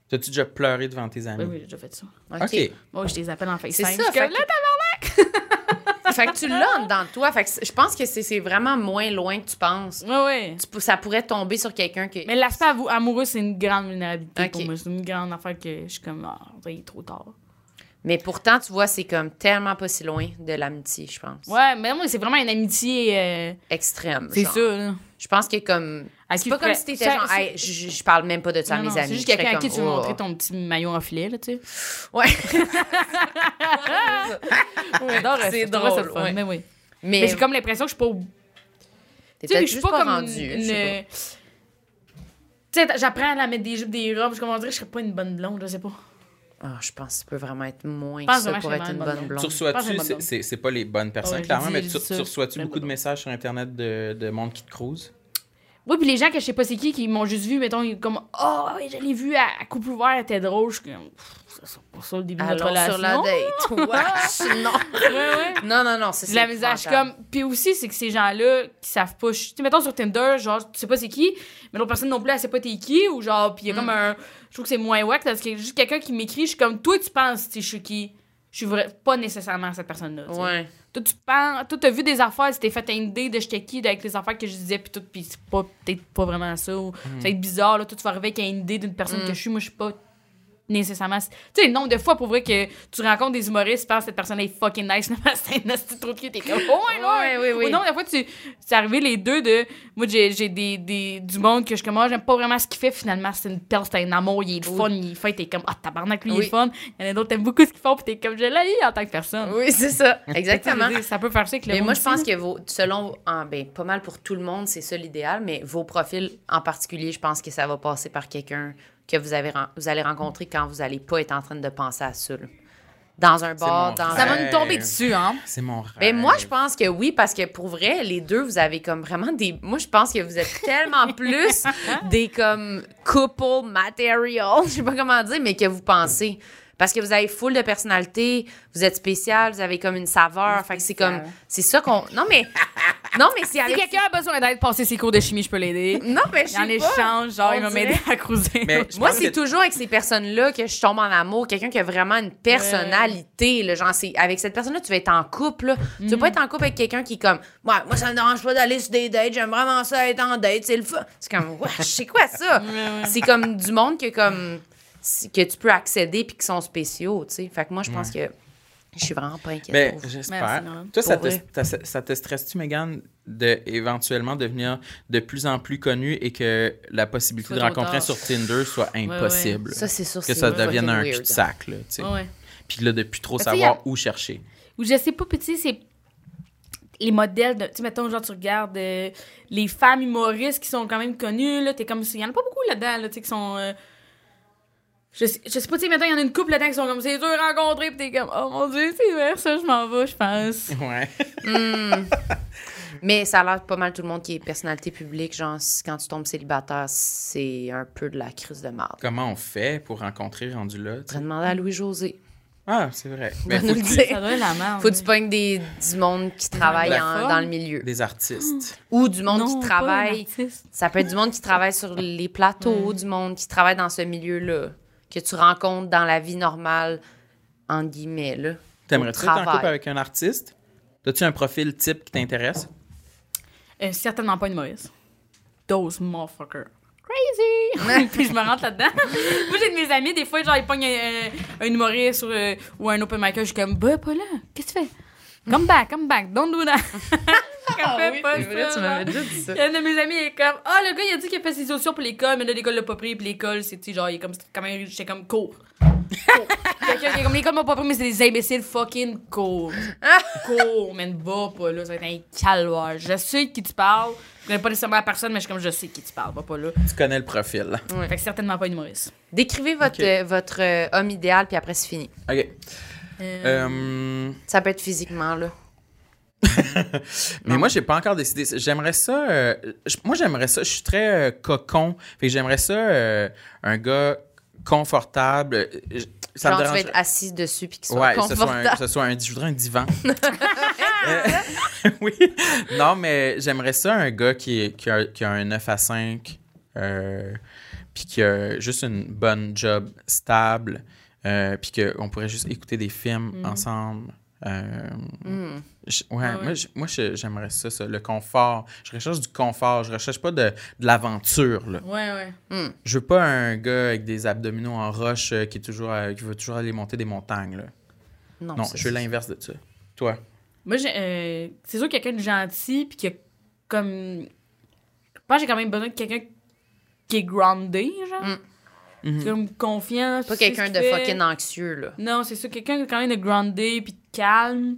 [SPEAKER 3] T'as-tu déjà pleuré devant tes amis?
[SPEAKER 4] Oui, oui, j'ai déjà fait ça.
[SPEAKER 3] OK.
[SPEAKER 4] Moi, je les appelle en FaceTime.
[SPEAKER 2] C'est ça,
[SPEAKER 4] Je suis
[SPEAKER 2] fait
[SPEAKER 4] comme,
[SPEAKER 2] que-
[SPEAKER 4] là, t'as-
[SPEAKER 2] fait que tu l'as en dedans de toi. Fait que c'est- je pense que c'est c'est vraiment moins loin que tu penses.
[SPEAKER 4] Ouais, ouais.
[SPEAKER 2] Tu pou- ça pourrait tomber sur quelqu'un qui.
[SPEAKER 4] Mais l'aspect avou- amoureux, c'est une grande vulnérabilité
[SPEAKER 2] Ok.
[SPEAKER 4] pour moi. C'est une grande affaire que je suis comme, ah, on dirait qu'il est trop tard.
[SPEAKER 2] Mais pourtant, tu vois, c'est comme tellement pas si loin de l'amitié, je pense.
[SPEAKER 4] Ouais, mais moi, c'est vraiment une amitié. euh,
[SPEAKER 2] Extrême.
[SPEAKER 4] c'est
[SPEAKER 2] genre.
[SPEAKER 4] ça, là.
[SPEAKER 2] Je pense que comme.
[SPEAKER 4] À qui
[SPEAKER 2] C'est pas
[SPEAKER 4] tu pourrais-
[SPEAKER 2] comme si t'étais
[SPEAKER 4] ça-
[SPEAKER 2] genre,
[SPEAKER 4] c'est-
[SPEAKER 2] Hey, je, je- je parle même pas de ça à
[SPEAKER 4] Non,
[SPEAKER 2] mes
[SPEAKER 4] non,
[SPEAKER 2] amis.
[SPEAKER 4] C'est juste
[SPEAKER 2] Je serais
[SPEAKER 4] quelqu'un à qui
[SPEAKER 2] comme,
[SPEAKER 4] tu veux
[SPEAKER 2] Oh.
[SPEAKER 4] montrer ton petit maillot en filet, là, tu sais.
[SPEAKER 2] Ouais. (laughs)
[SPEAKER 4] J'adore ça,
[SPEAKER 2] C'est
[SPEAKER 4] je trouve ça
[SPEAKER 2] drôle,
[SPEAKER 4] le fun,
[SPEAKER 2] ouais.
[SPEAKER 4] Mais oui.
[SPEAKER 2] Mais,
[SPEAKER 4] Mais j'ai comme l'impression que je suis pas au
[SPEAKER 2] t'es
[SPEAKER 4] Tu sais,
[SPEAKER 2] peut-être
[SPEAKER 4] je suis
[SPEAKER 2] juste
[SPEAKER 4] pas,
[SPEAKER 2] pas,
[SPEAKER 4] comme
[SPEAKER 2] rendu.
[SPEAKER 4] une...
[SPEAKER 2] je sais
[SPEAKER 4] Tu sais, j'apprends à la mettre des jupes, des robes. Je comment dire, je serais pas une bonne blonde, je sais pas.
[SPEAKER 2] pas. Ah, je pense que ça peut vraiment être moins
[SPEAKER 4] Pense
[SPEAKER 2] que ça
[SPEAKER 4] vraiment
[SPEAKER 2] pour
[SPEAKER 4] que
[SPEAKER 2] être
[SPEAKER 4] c'est
[SPEAKER 2] une
[SPEAKER 4] vraiment
[SPEAKER 2] bonne
[SPEAKER 4] une
[SPEAKER 3] Tu
[SPEAKER 2] blonde.
[SPEAKER 4] Je pense que
[SPEAKER 3] reçois-tu,
[SPEAKER 4] c'est une
[SPEAKER 3] c'est-
[SPEAKER 4] bonne
[SPEAKER 3] c'est c'est pas les bonnes personnes,
[SPEAKER 4] Ouais, je
[SPEAKER 3] clairement,
[SPEAKER 4] dis-
[SPEAKER 3] mais
[SPEAKER 4] je
[SPEAKER 3] tu,
[SPEAKER 4] dis ça,
[SPEAKER 3] tu reçois-tu
[SPEAKER 4] c'est une
[SPEAKER 3] beaucoup de
[SPEAKER 4] bonne
[SPEAKER 3] messages sur Internet de, de monde qui te crouse?
[SPEAKER 4] Oui, puis les gens que je sais pas c'est qui, qui m'ont juste vu, mettons, ils- comme « Oh, oui, je l'ai vu à, à Coupe Ouvert, elle était drôle. » Je suis comme Pff, Ça, c'est pas ça le début de notre
[SPEAKER 2] Allons
[SPEAKER 4] relation.
[SPEAKER 2] sur la date.
[SPEAKER 4] (laughs)
[SPEAKER 2] Wesh, non.
[SPEAKER 4] Ouais, ouais.
[SPEAKER 2] Non, non, non, c'est
[SPEAKER 4] De la visage comme. Puis aussi, c'est que ces gens-là qui savent pas. je- Tu sais, mettons sur Tinder, genre, tu sais pas c'est qui, mais l'autre personne non plus, elle sait pas t'es qui, ou genre, puis il y a comme
[SPEAKER 2] Mm.
[SPEAKER 4] un. Je trouve que c'est moins wack parce que juste quelqu'un qui m'écrit, je suis comme, toi, tu penses, tu sais, je suis qui. Je suis vrai- pas nécessairement cette personne-là. tu sais.
[SPEAKER 2] Ouais.
[SPEAKER 4] Toi, tu penses. Toi, t'as vu des affaires, tu t'es fait une idée de j'étais qui, avec les affaires que je disais, puis tout, puis c'est pas, peut-être pas vraiment ça, ou
[SPEAKER 2] Hmm.
[SPEAKER 4] ça va être bizarre, là. Toi, tu vas arriver avec une idée d'une personne que je suis, moi, je suis pas nécessairement. Tu sais, le nombre de fois pour vrai que tu rencontres des humoristes, tu penses que cette personne est fucking nice, (laughs) non, c'est un esti trop cute, t'es comme, oh my lord!
[SPEAKER 2] Ouais, oui, oui.
[SPEAKER 4] Ou non, des fois, tu, c'est arrivé les deux de. Moi, j'ai, j'ai des, des, du monde que je commence, j'aime pas vraiment ce qu'il fait, finalement, c'est une perle, c'est un amour, il est le
[SPEAKER 2] Oui.
[SPEAKER 4] fun, il est fait, t'es comme, ah, tabarnak, lui, il est
[SPEAKER 2] Oui.
[SPEAKER 4] le fun. Il y en a d'autres, t'aimes beaucoup ce qu'ils font, puis t'es comme, je l'ai en tant que personne.
[SPEAKER 2] Oui, c'est
[SPEAKER 4] (laughs)
[SPEAKER 2] ça.
[SPEAKER 4] Ça veut
[SPEAKER 2] Exactement.
[SPEAKER 4] dire, Ça peut faire ça avec le
[SPEAKER 2] Mais
[SPEAKER 4] monde
[SPEAKER 2] moi, je
[SPEAKER 4] aussi,
[SPEAKER 2] pense
[SPEAKER 4] là.
[SPEAKER 2] que vos, selon, en, ben, pas mal pour tout le monde, c'est ça l'idéal, mais vos profils en particulier, je pense que ça va passer par quelqu'un que vous, avez, ren- vous allez rencontrer quand vous n'allez pas être en train de penser à ça. là. Dans un bar,
[SPEAKER 3] mon
[SPEAKER 2] dans
[SPEAKER 4] Ça
[SPEAKER 2] un...
[SPEAKER 3] rêve.
[SPEAKER 4] va nous tomber dessus, hein?
[SPEAKER 3] C'est mon rêve.
[SPEAKER 2] Ben, moi, je pense que oui, parce que pour vrai, les deux, vous avez comme vraiment des. Moi, je pense que vous êtes
[SPEAKER 4] (laughs)
[SPEAKER 2] tellement plus des comme couple material, je sais pas comment dire, mais que vous pensez. Parce que vous avez full de personnalité, vous êtes spécial, vous avez comme une saveur. Fait que c'est comme.
[SPEAKER 4] spécial.
[SPEAKER 2] C'est ça qu'on. Non, mais. Non,
[SPEAKER 4] (laughs)
[SPEAKER 2] mais c'est
[SPEAKER 4] Si
[SPEAKER 2] avec.
[SPEAKER 4] quelqu'un a besoin d'aide, passer ses cours de chimie, je peux l'aider.
[SPEAKER 2] Non, mais (laughs) je
[SPEAKER 4] Il en
[SPEAKER 2] sais pas.
[SPEAKER 4] échange, genre, il
[SPEAKER 2] On
[SPEAKER 4] va
[SPEAKER 2] dirait-
[SPEAKER 4] m'aider (laughs) à cruiser.
[SPEAKER 3] Mais je
[SPEAKER 2] Moi,
[SPEAKER 3] pense
[SPEAKER 2] c'est
[SPEAKER 3] que-
[SPEAKER 2] toujours avec ces personnes-là que je tombe en amour. Quelqu'un qui a vraiment une personnalité. là. genre, c'est, avec cette personne-là, tu vas être en couple. là. Tu vas pas être en couple avec quelqu'un qui est comme Ouais, Moi, ça me dérange pas d'aller sur des dates. J'aime vraiment ça être en date. C'est le fun. C'est comme Ouais, c'est quoi ça? c'est comme du monde que, comme, c'est- que tu peux accéder puis qui sont spéciaux. tu sais. Fait que moi, je pense que je suis vraiment pas inquiète.
[SPEAKER 3] Ben,
[SPEAKER 2] pour vous.
[SPEAKER 3] j'espère.
[SPEAKER 4] Merci, Nolan.
[SPEAKER 3] Toi, ça
[SPEAKER 2] Pour
[SPEAKER 3] te,
[SPEAKER 2] vrai.
[SPEAKER 3] t'as- ça te stresse-tu, Megan, de éventuellement devenir de plus en plus connue et que la possibilité
[SPEAKER 4] Soit
[SPEAKER 3] de
[SPEAKER 4] trop
[SPEAKER 3] rencontrer
[SPEAKER 4] tard.
[SPEAKER 3] sur Tinder soit impossible?
[SPEAKER 2] Ça, c'est sûr.
[SPEAKER 3] Que
[SPEAKER 2] c'est
[SPEAKER 3] ça
[SPEAKER 2] fucking
[SPEAKER 3] devienne un
[SPEAKER 2] weird.
[SPEAKER 3] cul-de-sac, là, tu sais.
[SPEAKER 4] Ouais, ouais.
[SPEAKER 3] Puis là, de plus trop
[SPEAKER 4] Mais tu sais,
[SPEAKER 3] savoir où chercher.
[SPEAKER 4] Ou je sais pas, puis tu sais, c'est les modèles de. Tu sais, mettons, genre, tu regardes euh, les femmes humoristes qui sont quand même connues, là, t'es comme. Il y en a pas beaucoup là-dedans, là, tu sais, qui sont. euh, je sais, je sais pas, tu sais, mettons, il y en a une couple là-dedans qui sont comme, c'est dur à rencontrer, pis t'es comme, oh mon dieu, c'est vers ça, je m'en vais, je pense.
[SPEAKER 3] Ouais.
[SPEAKER 2] Mais ça a l'air pas mal tout le monde qui est personnalité publique. Genre, si- quand tu tombes célibataire, c'est un peu de la crise de marde.
[SPEAKER 3] (laughs) Comment on fait pour rencontrer rendu là? tu
[SPEAKER 2] Je
[SPEAKER 3] sais?
[SPEAKER 2] vais demander à Louis-José.
[SPEAKER 3] Ah,
[SPEAKER 2] (laughs)
[SPEAKER 3] c'est vrai.
[SPEAKER 2] Il
[SPEAKER 3] Mais
[SPEAKER 2] va
[SPEAKER 3] faut
[SPEAKER 2] nous le
[SPEAKER 3] que-
[SPEAKER 2] dire.
[SPEAKER 4] Ça doit être la merde.
[SPEAKER 2] Faut que tu pognes des, du monde qui travaille
[SPEAKER 3] la
[SPEAKER 2] en-
[SPEAKER 4] forme.
[SPEAKER 2] dans le milieu.
[SPEAKER 3] Des artistes.
[SPEAKER 2] Ou du monde
[SPEAKER 4] Non,
[SPEAKER 2] qui
[SPEAKER 4] pas un
[SPEAKER 2] travaille.
[SPEAKER 4] artiste.
[SPEAKER 2] Ça peut être du monde qui travaille sur les plateaux, du monde qui travaille dans ce milieu-là, que tu rencontres dans la vie normale, en guillemets. Là,
[SPEAKER 3] T'aimerais-tu
[SPEAKER 2] Au
[SPEAKER 3] être en
[SPEAKER 2] travail.
[SPEAKER 3] couple avec un artiste? As-tu un profil type qui t'intéresse?
[SPEAKER 4] Euh, certainement pas une Maurice. Those motherfuckers. Crazy! (laughs) puis je me rentre là-dedans. Moi, j'ai de mes amis, des fois, genre, ils pognent un, un humoriste ou, euh, ou un open micer, je suis comme, bah, pas là, qu'est-ce que tu fais? Come back, come back,
[SPEAKER 2] (laughs)
[SPEAKER 4] don't do that. ah,
[SPEAKER 2] déjà dit ça.
[SPEAKER 4] il y a un de mes amis, il est comme, ah, le gars, il a dit qu'il a fait ses auditions pour l'école, mais là, l'école l'a pas pris, puis l'école, c'est, tu sais, genre, il est comme, c'était quand même, j'étais comme, cours. Cours. Quelqu'un qui est comme, l'école m'a pas pris, mais c'est des imbéciles fucking cours. cours, mais ne va pas là, ça va être un calvaire. Je sais de qui tu parles, je connais pas nécessairement la personne, mais je suis comme, je sais de qui tu parles, va pas là.
[SPEAKER 3] Tu connais le profil.
[SPEAKER 4] Fait que certainement pas une Maurice.
[SPEAKER 2] Décrivez votre,
[SPEAKER 3] Ok.
[SPEAKER 2] euh, votre euh, homme idéal, puis après, c'est fini.
[SPEAKER 3] OK. Euh,
[SPEAKER 2] Ça peut être physiquement, là.
[SPEAKER 3] Mais moi, j'ai pas encore décidé. J'aimerais ça. euh, je- moi, j'aimerais ça. Je suis très euh, cocon. Fait que j'aimerais ça, euh, un gars confortable. Euh, Je- Ça
[SPEAKER 2] Genre,
[SPEAKER 3] me
[SPEAKER 2] tu vas
[SPEAKER 3] dérange.
[SPEAKER 2] être assise dessus puis qu'il soit
[SPEAKER 3] Ouais, que ce soit,
[SPEAKER 2] confortable.
[SPEAKER 3] un, que ce soit un- je voudrais
[SPEAKER 2] (laughs)
[SPEAKER 3] un divan. Euh, (laughs) oui. Non, mais j'aimerais ça, un gars qui, est- qui, a, qui a un 9 à 5, euh, puis qui a juste une bonne job stable, euh, puis qu'on pourrait juste écouter des films ensemble. Euh,
[SPEAKER 2] Mm.
[SPEAKER 3] je- ouais, moi, je- moi, je- j'aimerais ça, ça, le confort. Je recherche du confort, je recherche pas de, de l'aventure. là.
[SPEAKER 4] Ouais, ouais.
[SPEAKER 3] Je veux pas un gars avec des abdominaux en roche euh, qui, est toujours, à- qui veut toujours aller monter des montagnes. là.
[SPEAKER 2] Non, Ah,
[SPEAKER 3] Non,
[SPEAKER 2] ça,
[SPEAKER 3] je veux
[SPEAKER 2] c'est-
[SPEAKER 3] l'inverse de ça. Toi.
[SPEAKER 4] Moi, j'ai, euh, c'est sûr quelqu'un de gentil, puis qui a comme... Je pense que j'ai quand même besoin de quelqu'un qui est groundé, genre.
[SPEAKER 2] Mm.
[SPEAKER 3] Mhm.
[SPEAKER 4] Comme confiant.
[SPEAKER 2] Pas
[SPEAKER 4] tu sais
[SPEAKER 2] quelqu'un
[SPEAKER 4] ce
[SPEAKER 2] de
[SPEAKER 4] qu'il fait.
[SPEAKER 2] fucking anxieux,
[SPEAKER 4] (laughs)
[SPEAKER 2] là.
[SPEAKER 4] Non, c'est ça. Quelqu'un qui est quand même de groundé, puis de calme.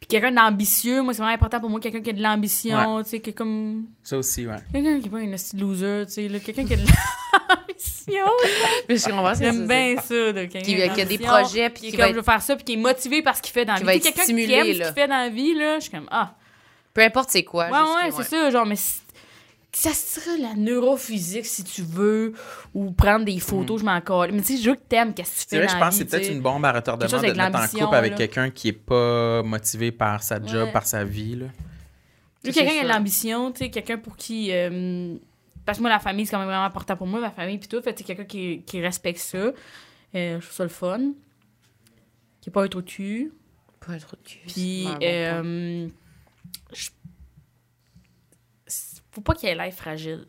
[SPEAKER 4] Puis quelqu'un d'ambitieux. Moi, c'est vraiment important pour moi, quelqu'un qui a de l'ambition, tu sais, qui est comme...
[SPEAKER 3] Ça aussi, ouais.
[SPEAKER 4] Quelqu'un qui est pas un esti de loser, tu sais, là. Quelqu'un qui a de l'ambition.
[SPEAKER 3] (laughs)
[SPEAKER 2] Mais je comprends ce que tu veux
[SPEAKER 4] J'aime bien
[SPEAKER 2] dire.
[SPEAKER 4] ça, de quelqu'un
[SPEAKER 2] Qui, euh,
[SPEAKER 4] a
[SPEAKER 2] qui
[SPEAKER 4] de
[SPEAKER 2] a des
[SPEAKER 4] l'ambition,
[SPEAKER 2] projets
[SPEAKER 4] Qui
[SPEAKER 2] puis
[SPEAKER 4] est
[SPEAKER 2] qui
[SPEAKER 4] comme,
[SPEAKER 2] va
[SPEAKER 4] je
[SPEAKER 2] être-
[SPEAKER 4] veux faire ça, puis qui est motivé par ce qu'il fait dans la
[SPEAKER 2] Qui
[SPEAKER 4] vie.
[SPEAKER 2] va
[SPEAKER 4] Tu sais,
[SPEAKER 2] être
[SPEAKER 4] quelqu'un
[SPEAKER 2] stimulé,
[SPEAKER 4] qui aime ce
[SPEAKER 2] là.
[SPEAKER 4] qu'il fait dans la vie, là, je suis comme, ah,
[SPEAKER 2] Peu importe c'est quoi. juste
[SPEAKER 4] ouais, ouais,
[SPEAKER 2] que-
[SPEAKER 4] c'est ça. Genre, mais c'est- ça serait la neurophysique si tu veux, ou prendre des
[SPEAKER 2] Hmm.
[SPEAKER 4] photos, je m'en colle. Mais tu sais, je veux que t'aimes, qu'est-ce que tu
[SPEAKER 3] C'est
[SPEAKER 4] fais.
[SPEAKER 3] vrai, je
[SPEAKER 4] dans la
[SPEAKER 3] pense que c'est
[SPEAKER 4] vie,
[SPEAKER 3] peut-être
[SPEAKER 4] tu sais.
[SPEAKER 3] une bombe à retardement
[SPEAKER 4] Quelque chose
[SPEAKER 3] de
[SPEAKER 4] avec
[SPEAKER 3] te mettre en
[SPEAKER 4] l'ambition,
[SPEAKER 3] couple avec
[SPEAKER 4] là.
[SPEAKER 3] quelqu'un qui est pas motivé par sa job,
[SPEAKER 4] Ouais.
[SPEAKER 3] par sa vie. Là.
[SPEAKER 4] Je veux
[SPEAKER 2] c'est
[SPEAKER 4] quelqu'un qui a de
[SPEAKER 2] sûr.
[SPEAKER 4] l'ambition, tu sais, quelqu'un pour qui. euh, parce que moi, la famille, c'est quand même vraiment important pour moi, ma famille, puis tout. Fait que c'est quelqu'un qui, qui respecte ça. Euh, je trouve ça le fun. Qui est pas un taux cul.
[SPEAKER 2] Pas trop de cul.
[SPEAKER 4] Puis,
[SPEAKER 2] Ouais, bon point.
[SPEAKER 4] euh, je- faut pas qu'il ait l'air fragile.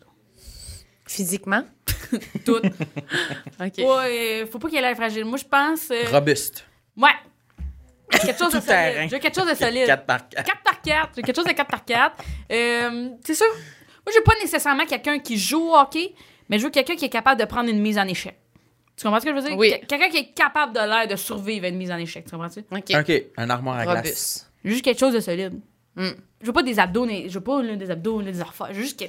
[SPEAKER 2] Physiquement?
[SPEAKER 4] Tout.
[SPEAKER 2] OK.
[SPEAKER 4] Ouais, euh, faut pas qu'il ait l'air fragile. Moi, je pense. euh,
[SPEAKER 3] Robuste.
[SPEAKER 4] Ouais. Quelque chose de
[SPEAKER 3] tout terrain.
[SPEAKER 4] solide. J'ai quelque chose de solide.
[SPEAKER 3] 4
[SPEAKER 4] 4
[SPEAKER 3] par 4.
[SPEAKER 4] par 4. J'ai quelque chose de 4 par 4. Euh, c'est sûr. Moi, je veux pas nécessairement quelqu'un qui joue au hockey, mais je veux quelqu'un qui est capable de prendre une mise en échec. Tu comprends ce que je veux dire?
[SPEAKER 2] Oui.
[SPEAKER 4] Que- Quelqu'un qui est capable de l'air de survivre à une mise en échec. Tu comprends-tu?
[SPEAKER 2] OK.
[SPEAKER 3] OK, un armoire à glace.
[SPEAKER 2] Robuste.
[SPEAKER 4] Juste quelque chose de solide.
[SPEAKER 2] Mm.
[SPEAKER 4] Je veux pas des abdos, mais- je veux pas là, des abdos, là, des affaires. Juste que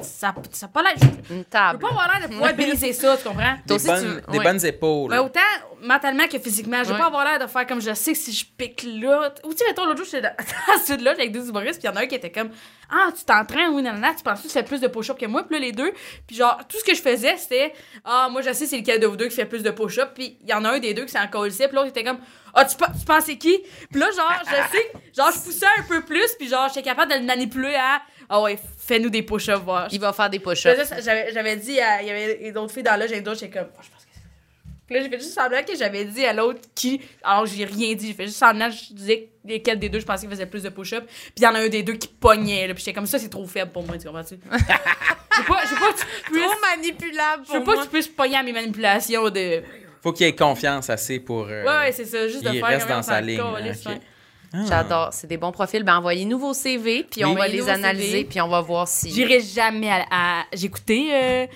[SPEAKER 4] ça, ça a pas l'air. Je veux
[SPEAKER 2] Une
[SPEAKER 4] pas
[SPEAKER 2] table.
[SPEAKER 4] avoir l'air de pouvoir briser ça, tu comprends?
[SPEAKER 3] Des,
[SPEAKER 2] Toi aussi,
[SPEAKER 3] bonnes,
[SPEAKER 2] tu-
[SPEAKER 3] des
[SPEAKER 2] ouais.
[SPEAKER 3] bonnes épaules.
[SPEAKER 4] Mais autant mentalement que physiquement, je veux
[SPEAKER 2] Ouais.
[SPEAKER 4] pas avoir l'air de faire comme je sais que si je pique là. Ou tu sais, mettons, l'autre jour, j'étais dans- (laughs) dans ce sud-là avec deux humoristes, puis il y en a un qui était comme Ah, tu t'entraînes, oui, nanana, tu penses que tu fais plus de push-up que moi, puis là, les deux. Puis genre, tout ce que je faisais, c'était Ah, moi, je sais, c'est lequel de vous deux qui fait plus de push-up, puis il y en a un des deux qui s'en colissait, puis l'autre était comme Ah, tu, pe- tu penses c'est qui Puis là, genre, je sais, genre, je poussais un peu plus, puis genre, j'étais capable de le manipuler à Ah ouais, fais-nous des push-ups, voir.
[SPEAKER 2] Il va faire des push-ups.
[SPEAKER 4] J'avais- J'avais j'avais dit, à- il y avait d'autres filles dans là, j'ai d'autres, j'étais comme, Oh, je pense que c'est ça. Puis là, j'ai fait juste semblant que j'avais dit à l'autre qui. Alors, j'ai rien dit. J'ai fait juste semblant, je disais que lesquels des deux, je pensais qu'ils faisaient plus de push-up. Puis il y en a un des deux qui pognait, là. Puis j'étais comme ça, c'est trop faible pour moi, tu comprends-tu? je veux pas, je veux pas que tu puisses.
[SPEAKER 2] manipulable
[SPEAKER 4] Je veux pas que tu puisses pogner à mes manipulations de.
[SPEAKER 3] Faut qu'il ait confiance assez pour. euh,
[SPEAKER 4] Ouais, ouais, c'est ça, juste de
[SPEAKER 3] il
[SPEAKER 4] faire
[SPEAKER 3] reste
[SPEAKER 4] comme on
[SPEAKER 3] dans sa
[SPEAKER 4] s'en
[SPEAKER 3] ligne. hein,
[SPEAKER 4] calisse,
[SPEAKER 3] ok.
[SPEAKER 4] ouais.
[SPEAKER 3] Ah.
[SPEAKER 2] J'adore. C'est des bons profils. Ben, envoyez-nous vos CV, puis on
[SPEAKER 3] Oui.
[SPEAKER 2] va
[SPEAKER 4] Envoyez-nous
[SPEAKER 2] les
[SPEAKER 4] vos
[SPEAKER 2] analyser,
[SPEAKER 4] CV.
[SPEAKER 2] puis on va voir si...
[SPEAKER 4] J'irai jamais à. à- J'ai écouté euh,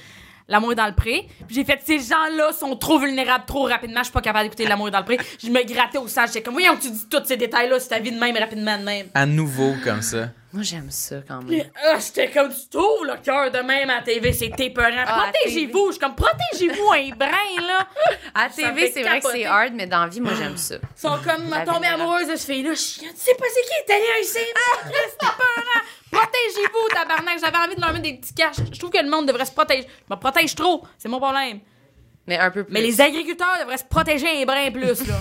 [SPEAKER 4] L'amour est dans le pré. Puis j'ai fait, ces gens-là sont trop vulnérables trop rapidement. Je suis pas capable d'écouter L'amour est dans le pré. Je me grattais au sang. J'étais comme, voyons, tu dis tous ces détails-là sur ta vie de même, rapidement de même.
[SPEAKER 3] À nouveau, comme ça.
[SPEAKER 2] Moi, j'aime ça quand même.
[SPEAKER 4] Ah, j'étais comme, tu t'ouvres le cœur de même à la TV, c'est épeurant.
[SPEAKER 2] Ah, à
[SPEAKER 4] protégez-vous. Je suis comme, protégez-vous un brin, là.
[SPEAKER 2] À
[SPEAKER 4] Ça
[SPEAKER 2] TV,
[SPEAKER 4] fait
[SPEAKER 2] Ah, c'est vrai que c'est
[SPEAKER 4] capoter.
[SPEAKER 2] hard, mais dans la vie, moi, j'aime ça.
[SPEAKER 4] Ils sont comme,
[SPEAKER 2] La
[SPEAKER 4] tombée
[SPEAKER 2] vulnérable. Ah.
[SPEAKER 4] amoureuse de ce fille-là. Je suis, tu sais pas c'est qui, italien ici. C'est épeurant. Protégez-vous, tabarnak. J'avais envie de leur mettre des petits caches. Je trouve que le monde devrait se protéger. Je me protège trop. C'est mon problème.
[SPEAKER 2] Mais un peu plus.
[SPEAKER 4] Mais les agriculteurs devraient se protéger un brin
[SPEAKER 2] (laughs)
[SPEAKER 4] plus, là.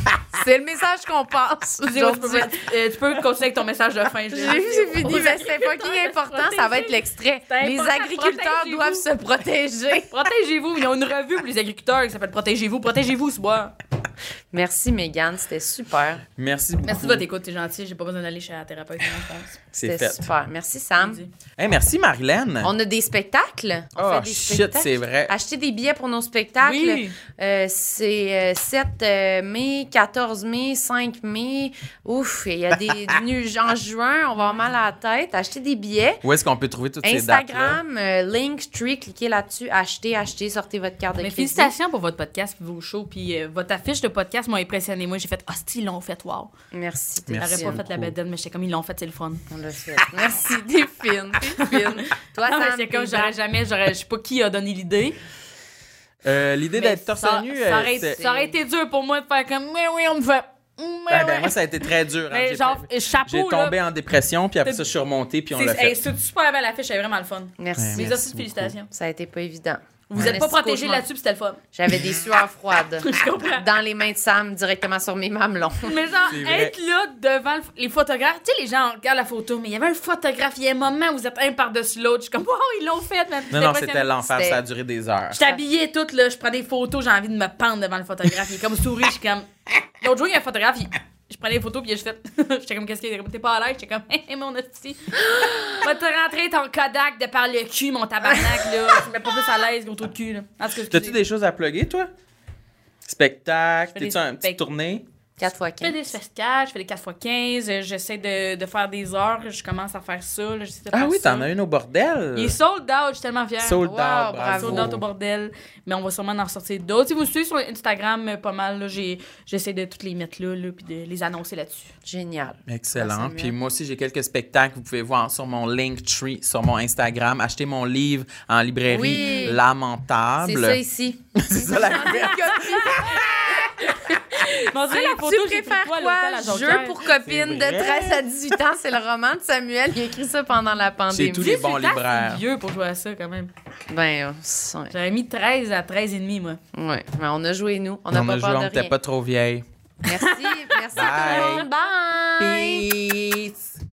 [SPEAKER 2] C'est le message qu'on (laughs) passe
[SPEAKER 4] Tu dis, oh, tu, peux,
[SPEAKER 2] aujourd'hui.
[SPEAKER 4] euh, tu peux continuer avec ton message de fin.
[SPEAKER 2] J'ai vu, c'est fini, mais c'est fucking important, ça va être l'extrait.
[SPEAKER 4] C'est
[SPEAKER 2] Les
[SPEAKER 4] important,
[SPEAKER 2] agriculteurs
[SPEAKER 4] protégez-vous.
[SPEAKER 2] doivent se protéger.
[SPEAKER 4] (laughs) Protégez-vous. Ils ont une revue pour les agriculteurs qui s'appelle Protégez-vous. Protégez-vous, ce bois.
[SPEAKER 2] Merci, Mégane, c'était super.
[SPEAKER 3] Merci beaucoup.
[SPEAKER 4] Merci de votre écoute. T'es gentil. J'ai pas besoin d'aller chez la thérapeute.
[SPEAKER 3] C'est
[SPEAKER 2] C'était
[SPEAKER 3] fait.
[SPEAKER 2] super. Merci, Sam.
[SPEAKER 3] Hey, merci, Marilène.
[SPEAKER 2] On a des spectacles. On
[SPEAKER 3] Oh,
[SPEAKER 2] fait des
[SPEAKER 3] shit,
[SPEAKER 2] spectacles.
[SPEAKER 3] c'est vrai.
[SPEAKER 2] Acheter des billets pour nos spectacles.
[SPEAKER 4] Oui.
[SPEAKER 2] Euh, c'est euh, 7 euh, mai, 14 mai, 5 mai. Ouf, il y a des nus en juin, on va avoir mal à la tête. Acheter des billets.
[SPEAKER 3] Où est-ce qu'on peut trouver toutes ces dates-là?
[SPEAKER 2] Instagram, euh, Linktree, cliquez là-dessus, achetez, achetez, sortez votre carte de
[SPEAKER 4] Mais
[SPEAKER 2] crédit.
[SPEAKER 4] félicitations pour votre podcast, puis vos shows, puis euh, votre affiche de podcast m'a impressionné. Moi, j'ai fait Ah, si, ils l'ont fait, wow.
[SPEAKER 2] Merci, t'es
[SPEAKER 3] Merci
[SPEAKER 4] J'aurais pas
[SPEAKER 2] fine.
[SPEAKER 4] fait la
[SPEAKER 3] beaucoup.
[SPEAKER 4] bedaine, mais j'étais comme ils l'ont fait, c'est le fun.
[SPEAKER 2] On l'a fait. (laughs) Merci, t'es fine, t'es fine. Toi,
[SPEAKER 4] Non, mais
[SPEAKER 2] Sam,
[SPEAKER 4] c'est comme
[SPEAKER 2] t'es
[SPEAKER 4] j'aurais jamais, j'aurais- je sais pas qui a donné l'idée.
[SPEAKER 3] Euh, L'idée
[SPEAKER 4] Mais
[SPEAKER 3] d'être torse
[SPEAKER 4] ça-
[SPEAKER 3] nu,
[SPEAKER 4] ça
[SPEAKER 3] euh,
[SPEAKER 4] aurait-
[SPEAKER 3] c'est-
[SPEAKER 4] ça aurait été dur pour moi de faire comme, mais oui, on me fait.
[SPEAKER 3] Ben, ben, moi, ça a été très dur. hein.
[SPEAKER 4] Mais
[SPEAKER 3] J'ai-
[SPEAKER 4] genre, chapeau,
[SPEAKER 3] J'ai
[SPEAKER 4] là.
[SPEAKER 3] tombé en dépression, puis après
[SPEAKER 4] T'as-
[SPEAKER 3] ça, je suis remontée, puis on
[SPEAKER 4] C'est
[SPEAKER 3] l'a
[SPEAKER 4] hey,
[SPEAKER 3] fait.
[SPEAKER 4] c'est super belle affiche, elle est vraiment le fun.
[SPEAKER 2] Merci.
[SPEAKER 3] Ouais.
[SPEAKER 4] Mes
[SPEAKER 3] Merci
[SPEAKER 4] aussi,
[SPEAKER 3] beaucoup.
[SPEAKER 4] félicitations.
[SPEAKER 2] Ça a été pas évident.
[SPEAKER 4] Vous
[SPEAKER 2] Ouais.
[SPEAKER 4] n'êtes pas
[SPEAKER 2] Merci,
[SPEAKER 4] protégés
[SPEAKER 2] cauchemar.
[SPEAKER 4] là-dessus, puis c'était le fun. (laughs)
[SPEAKER 2] J'avais des sueurs froides
[SPEAKER 4] Je comprends.
[SPEAKER 2] dans les mains de Sam directement sur mes mamelons.
[SPEAKER 4] (laughs) Mais genre,
[SPEAKER 3] C'est vrai.
[SPEAKER 4] être là devant le- les photographes, tu sais, les gens regardent la photo, mais il y avait un photographe, il y a un moment où vous êtes un par-dessus l'autre. Je suis comme, (laughs) wow, ils l'ont fait, mais
[SPEAKER 3] Non, non, c'était l'enfer,
[SPEAKER 2] C'était-
[SPEAKER 3] ça a duré des heures.
[SPEAKER 4] Je t'habillais toute, là, je prends des photos, j'ai envie de me pendre devant le photographe. Il est comme souris, je suis comme. L'autre jour, il y a un photographe, il- je prenais des photos, puis je fait. (laughs) J'étais comme, qu'est-ce qu'il y a? Il est comme, T'es pas à l'aise? J'étais comme, (laughs) hé, hé, mon hostie. (gasps) Va te rentrer ton Kodak de par le cul, mon tabarnak, là. Je mets pas plus à l'aise, gros trou de cul, là. En tout cas,
[SPEAKER 3] T'as-tu
[SPEAKER 4] excusez.
[SPEAKER 3] des choses à plugger, toi? Spectacle,
[SPEAKER 4] Je fais des
[SPEAKER 3] t'es-tu un petit
[SPEAKER 4] spect-
[SPEAKER 3] tournée?
[SPEAKER 2] 4 fois
[SPEAKER 4] Je
[SPEAKER 2] 15.
[SPEAKER 4] fais des festivals, je fais des 4x15, euh, j'essaie de, de faire des heures, je commence à faire ça. Là, j'essaie de
[SPEAKER 3] Ah
[SPEAKER 4] faire
[SPEAKER 3] oui,
[SPEAKER 4] ça.
[SPEAKER 3] t'en as
[SPEAKER 4] eu.
[SPEAKER 3] une au bordel.
[SPEAKER 4] Il est sold out, je suis tellement fière.
[SPEAKER 3] Sold out,
[SPEAKER 2] Wow,
[SPEAKER 3] bravo.
[SPEAKER 2] bravo.
[SPEAKER 4] Sold out au bordel, mais on va sûrement en ressortir d'autres. Si vous me suivez sur Instagram, euh, pas mal, là, j'ai, j'essaie de toutes les mettre là, là puis de les annoncer là-dessus.
[SPEAKER 2] Génial.
[SPEAKER 3] Excellent.
[SPEAKER 2] Merci,
[SPEAKER 3] Puis
[SPEAKER 2] Mia.
[SPEAKER 3] moi aussi, j'ai quelques spectacles. que Vous pouvez voir sur mon Linktree, sur mon Instagram. Achetez mon livre en librairie
[SPEAKER 2] Oui.
[SPEAKER 3] Lamentable.
[SPEAKER 2] C'est ça ici.
[SPEAKER 3] (laughs) C'est ça la couverture.
[SPEAKER 4] Mon Dieu, la photo,
[SPEAKER 2] tu
[SPEAKER 4] j'ai pris
[SPEAKER 2] préfères
[SPEAKER 4] toi,
[SPEAKER 2] quoi?
[SPEAKER 4] l'hôtel à Jonquière.
[SPEAKER 2] Jeu pour copines
[SPEAKER 3] C'est
[SPEAKER 2] de
[SPEAKER 3] vrai.
[SPEAKER 2] 13 à 18 ans. C'est le roman de Samuel. Il a écrit ça pendant la pandémie.
[SPEAKER 3] J'ai tous les bons
[SPEAKER 4] 18 ans,
[SPEAKER 3] libraires.
[SPEAKER 4] C'est vieux pour jouer à ça, quand même.
[SPEAKER 2] Ben, euh, c'est- ouais.
[SPEAKER 4] J'avais mis 13 à 13 et demi, moi.
[SPEAKER 2] Ouais. Mais on a joué, nous. On
[SPEAKER 3] On
[SPEAKER 2] n'a
[SPEAKER 3] a
[SPEAKER 2] pas
[SPEAKER 3] joué,
[SPEAKER 2] peur
[SPEAKER 3] on
[SPEAKER 2] de
[SPEAKER 3] n'était
[SPEAKER 2] rien.
[SPEAKER 3] pas trop vieille.
[SPEAKER 2] Merci. Merci à tout le
[SPEAKER 3] Bye.
[SPEAKER 2] monde. Bye.
[SPEAKER 3] Peace.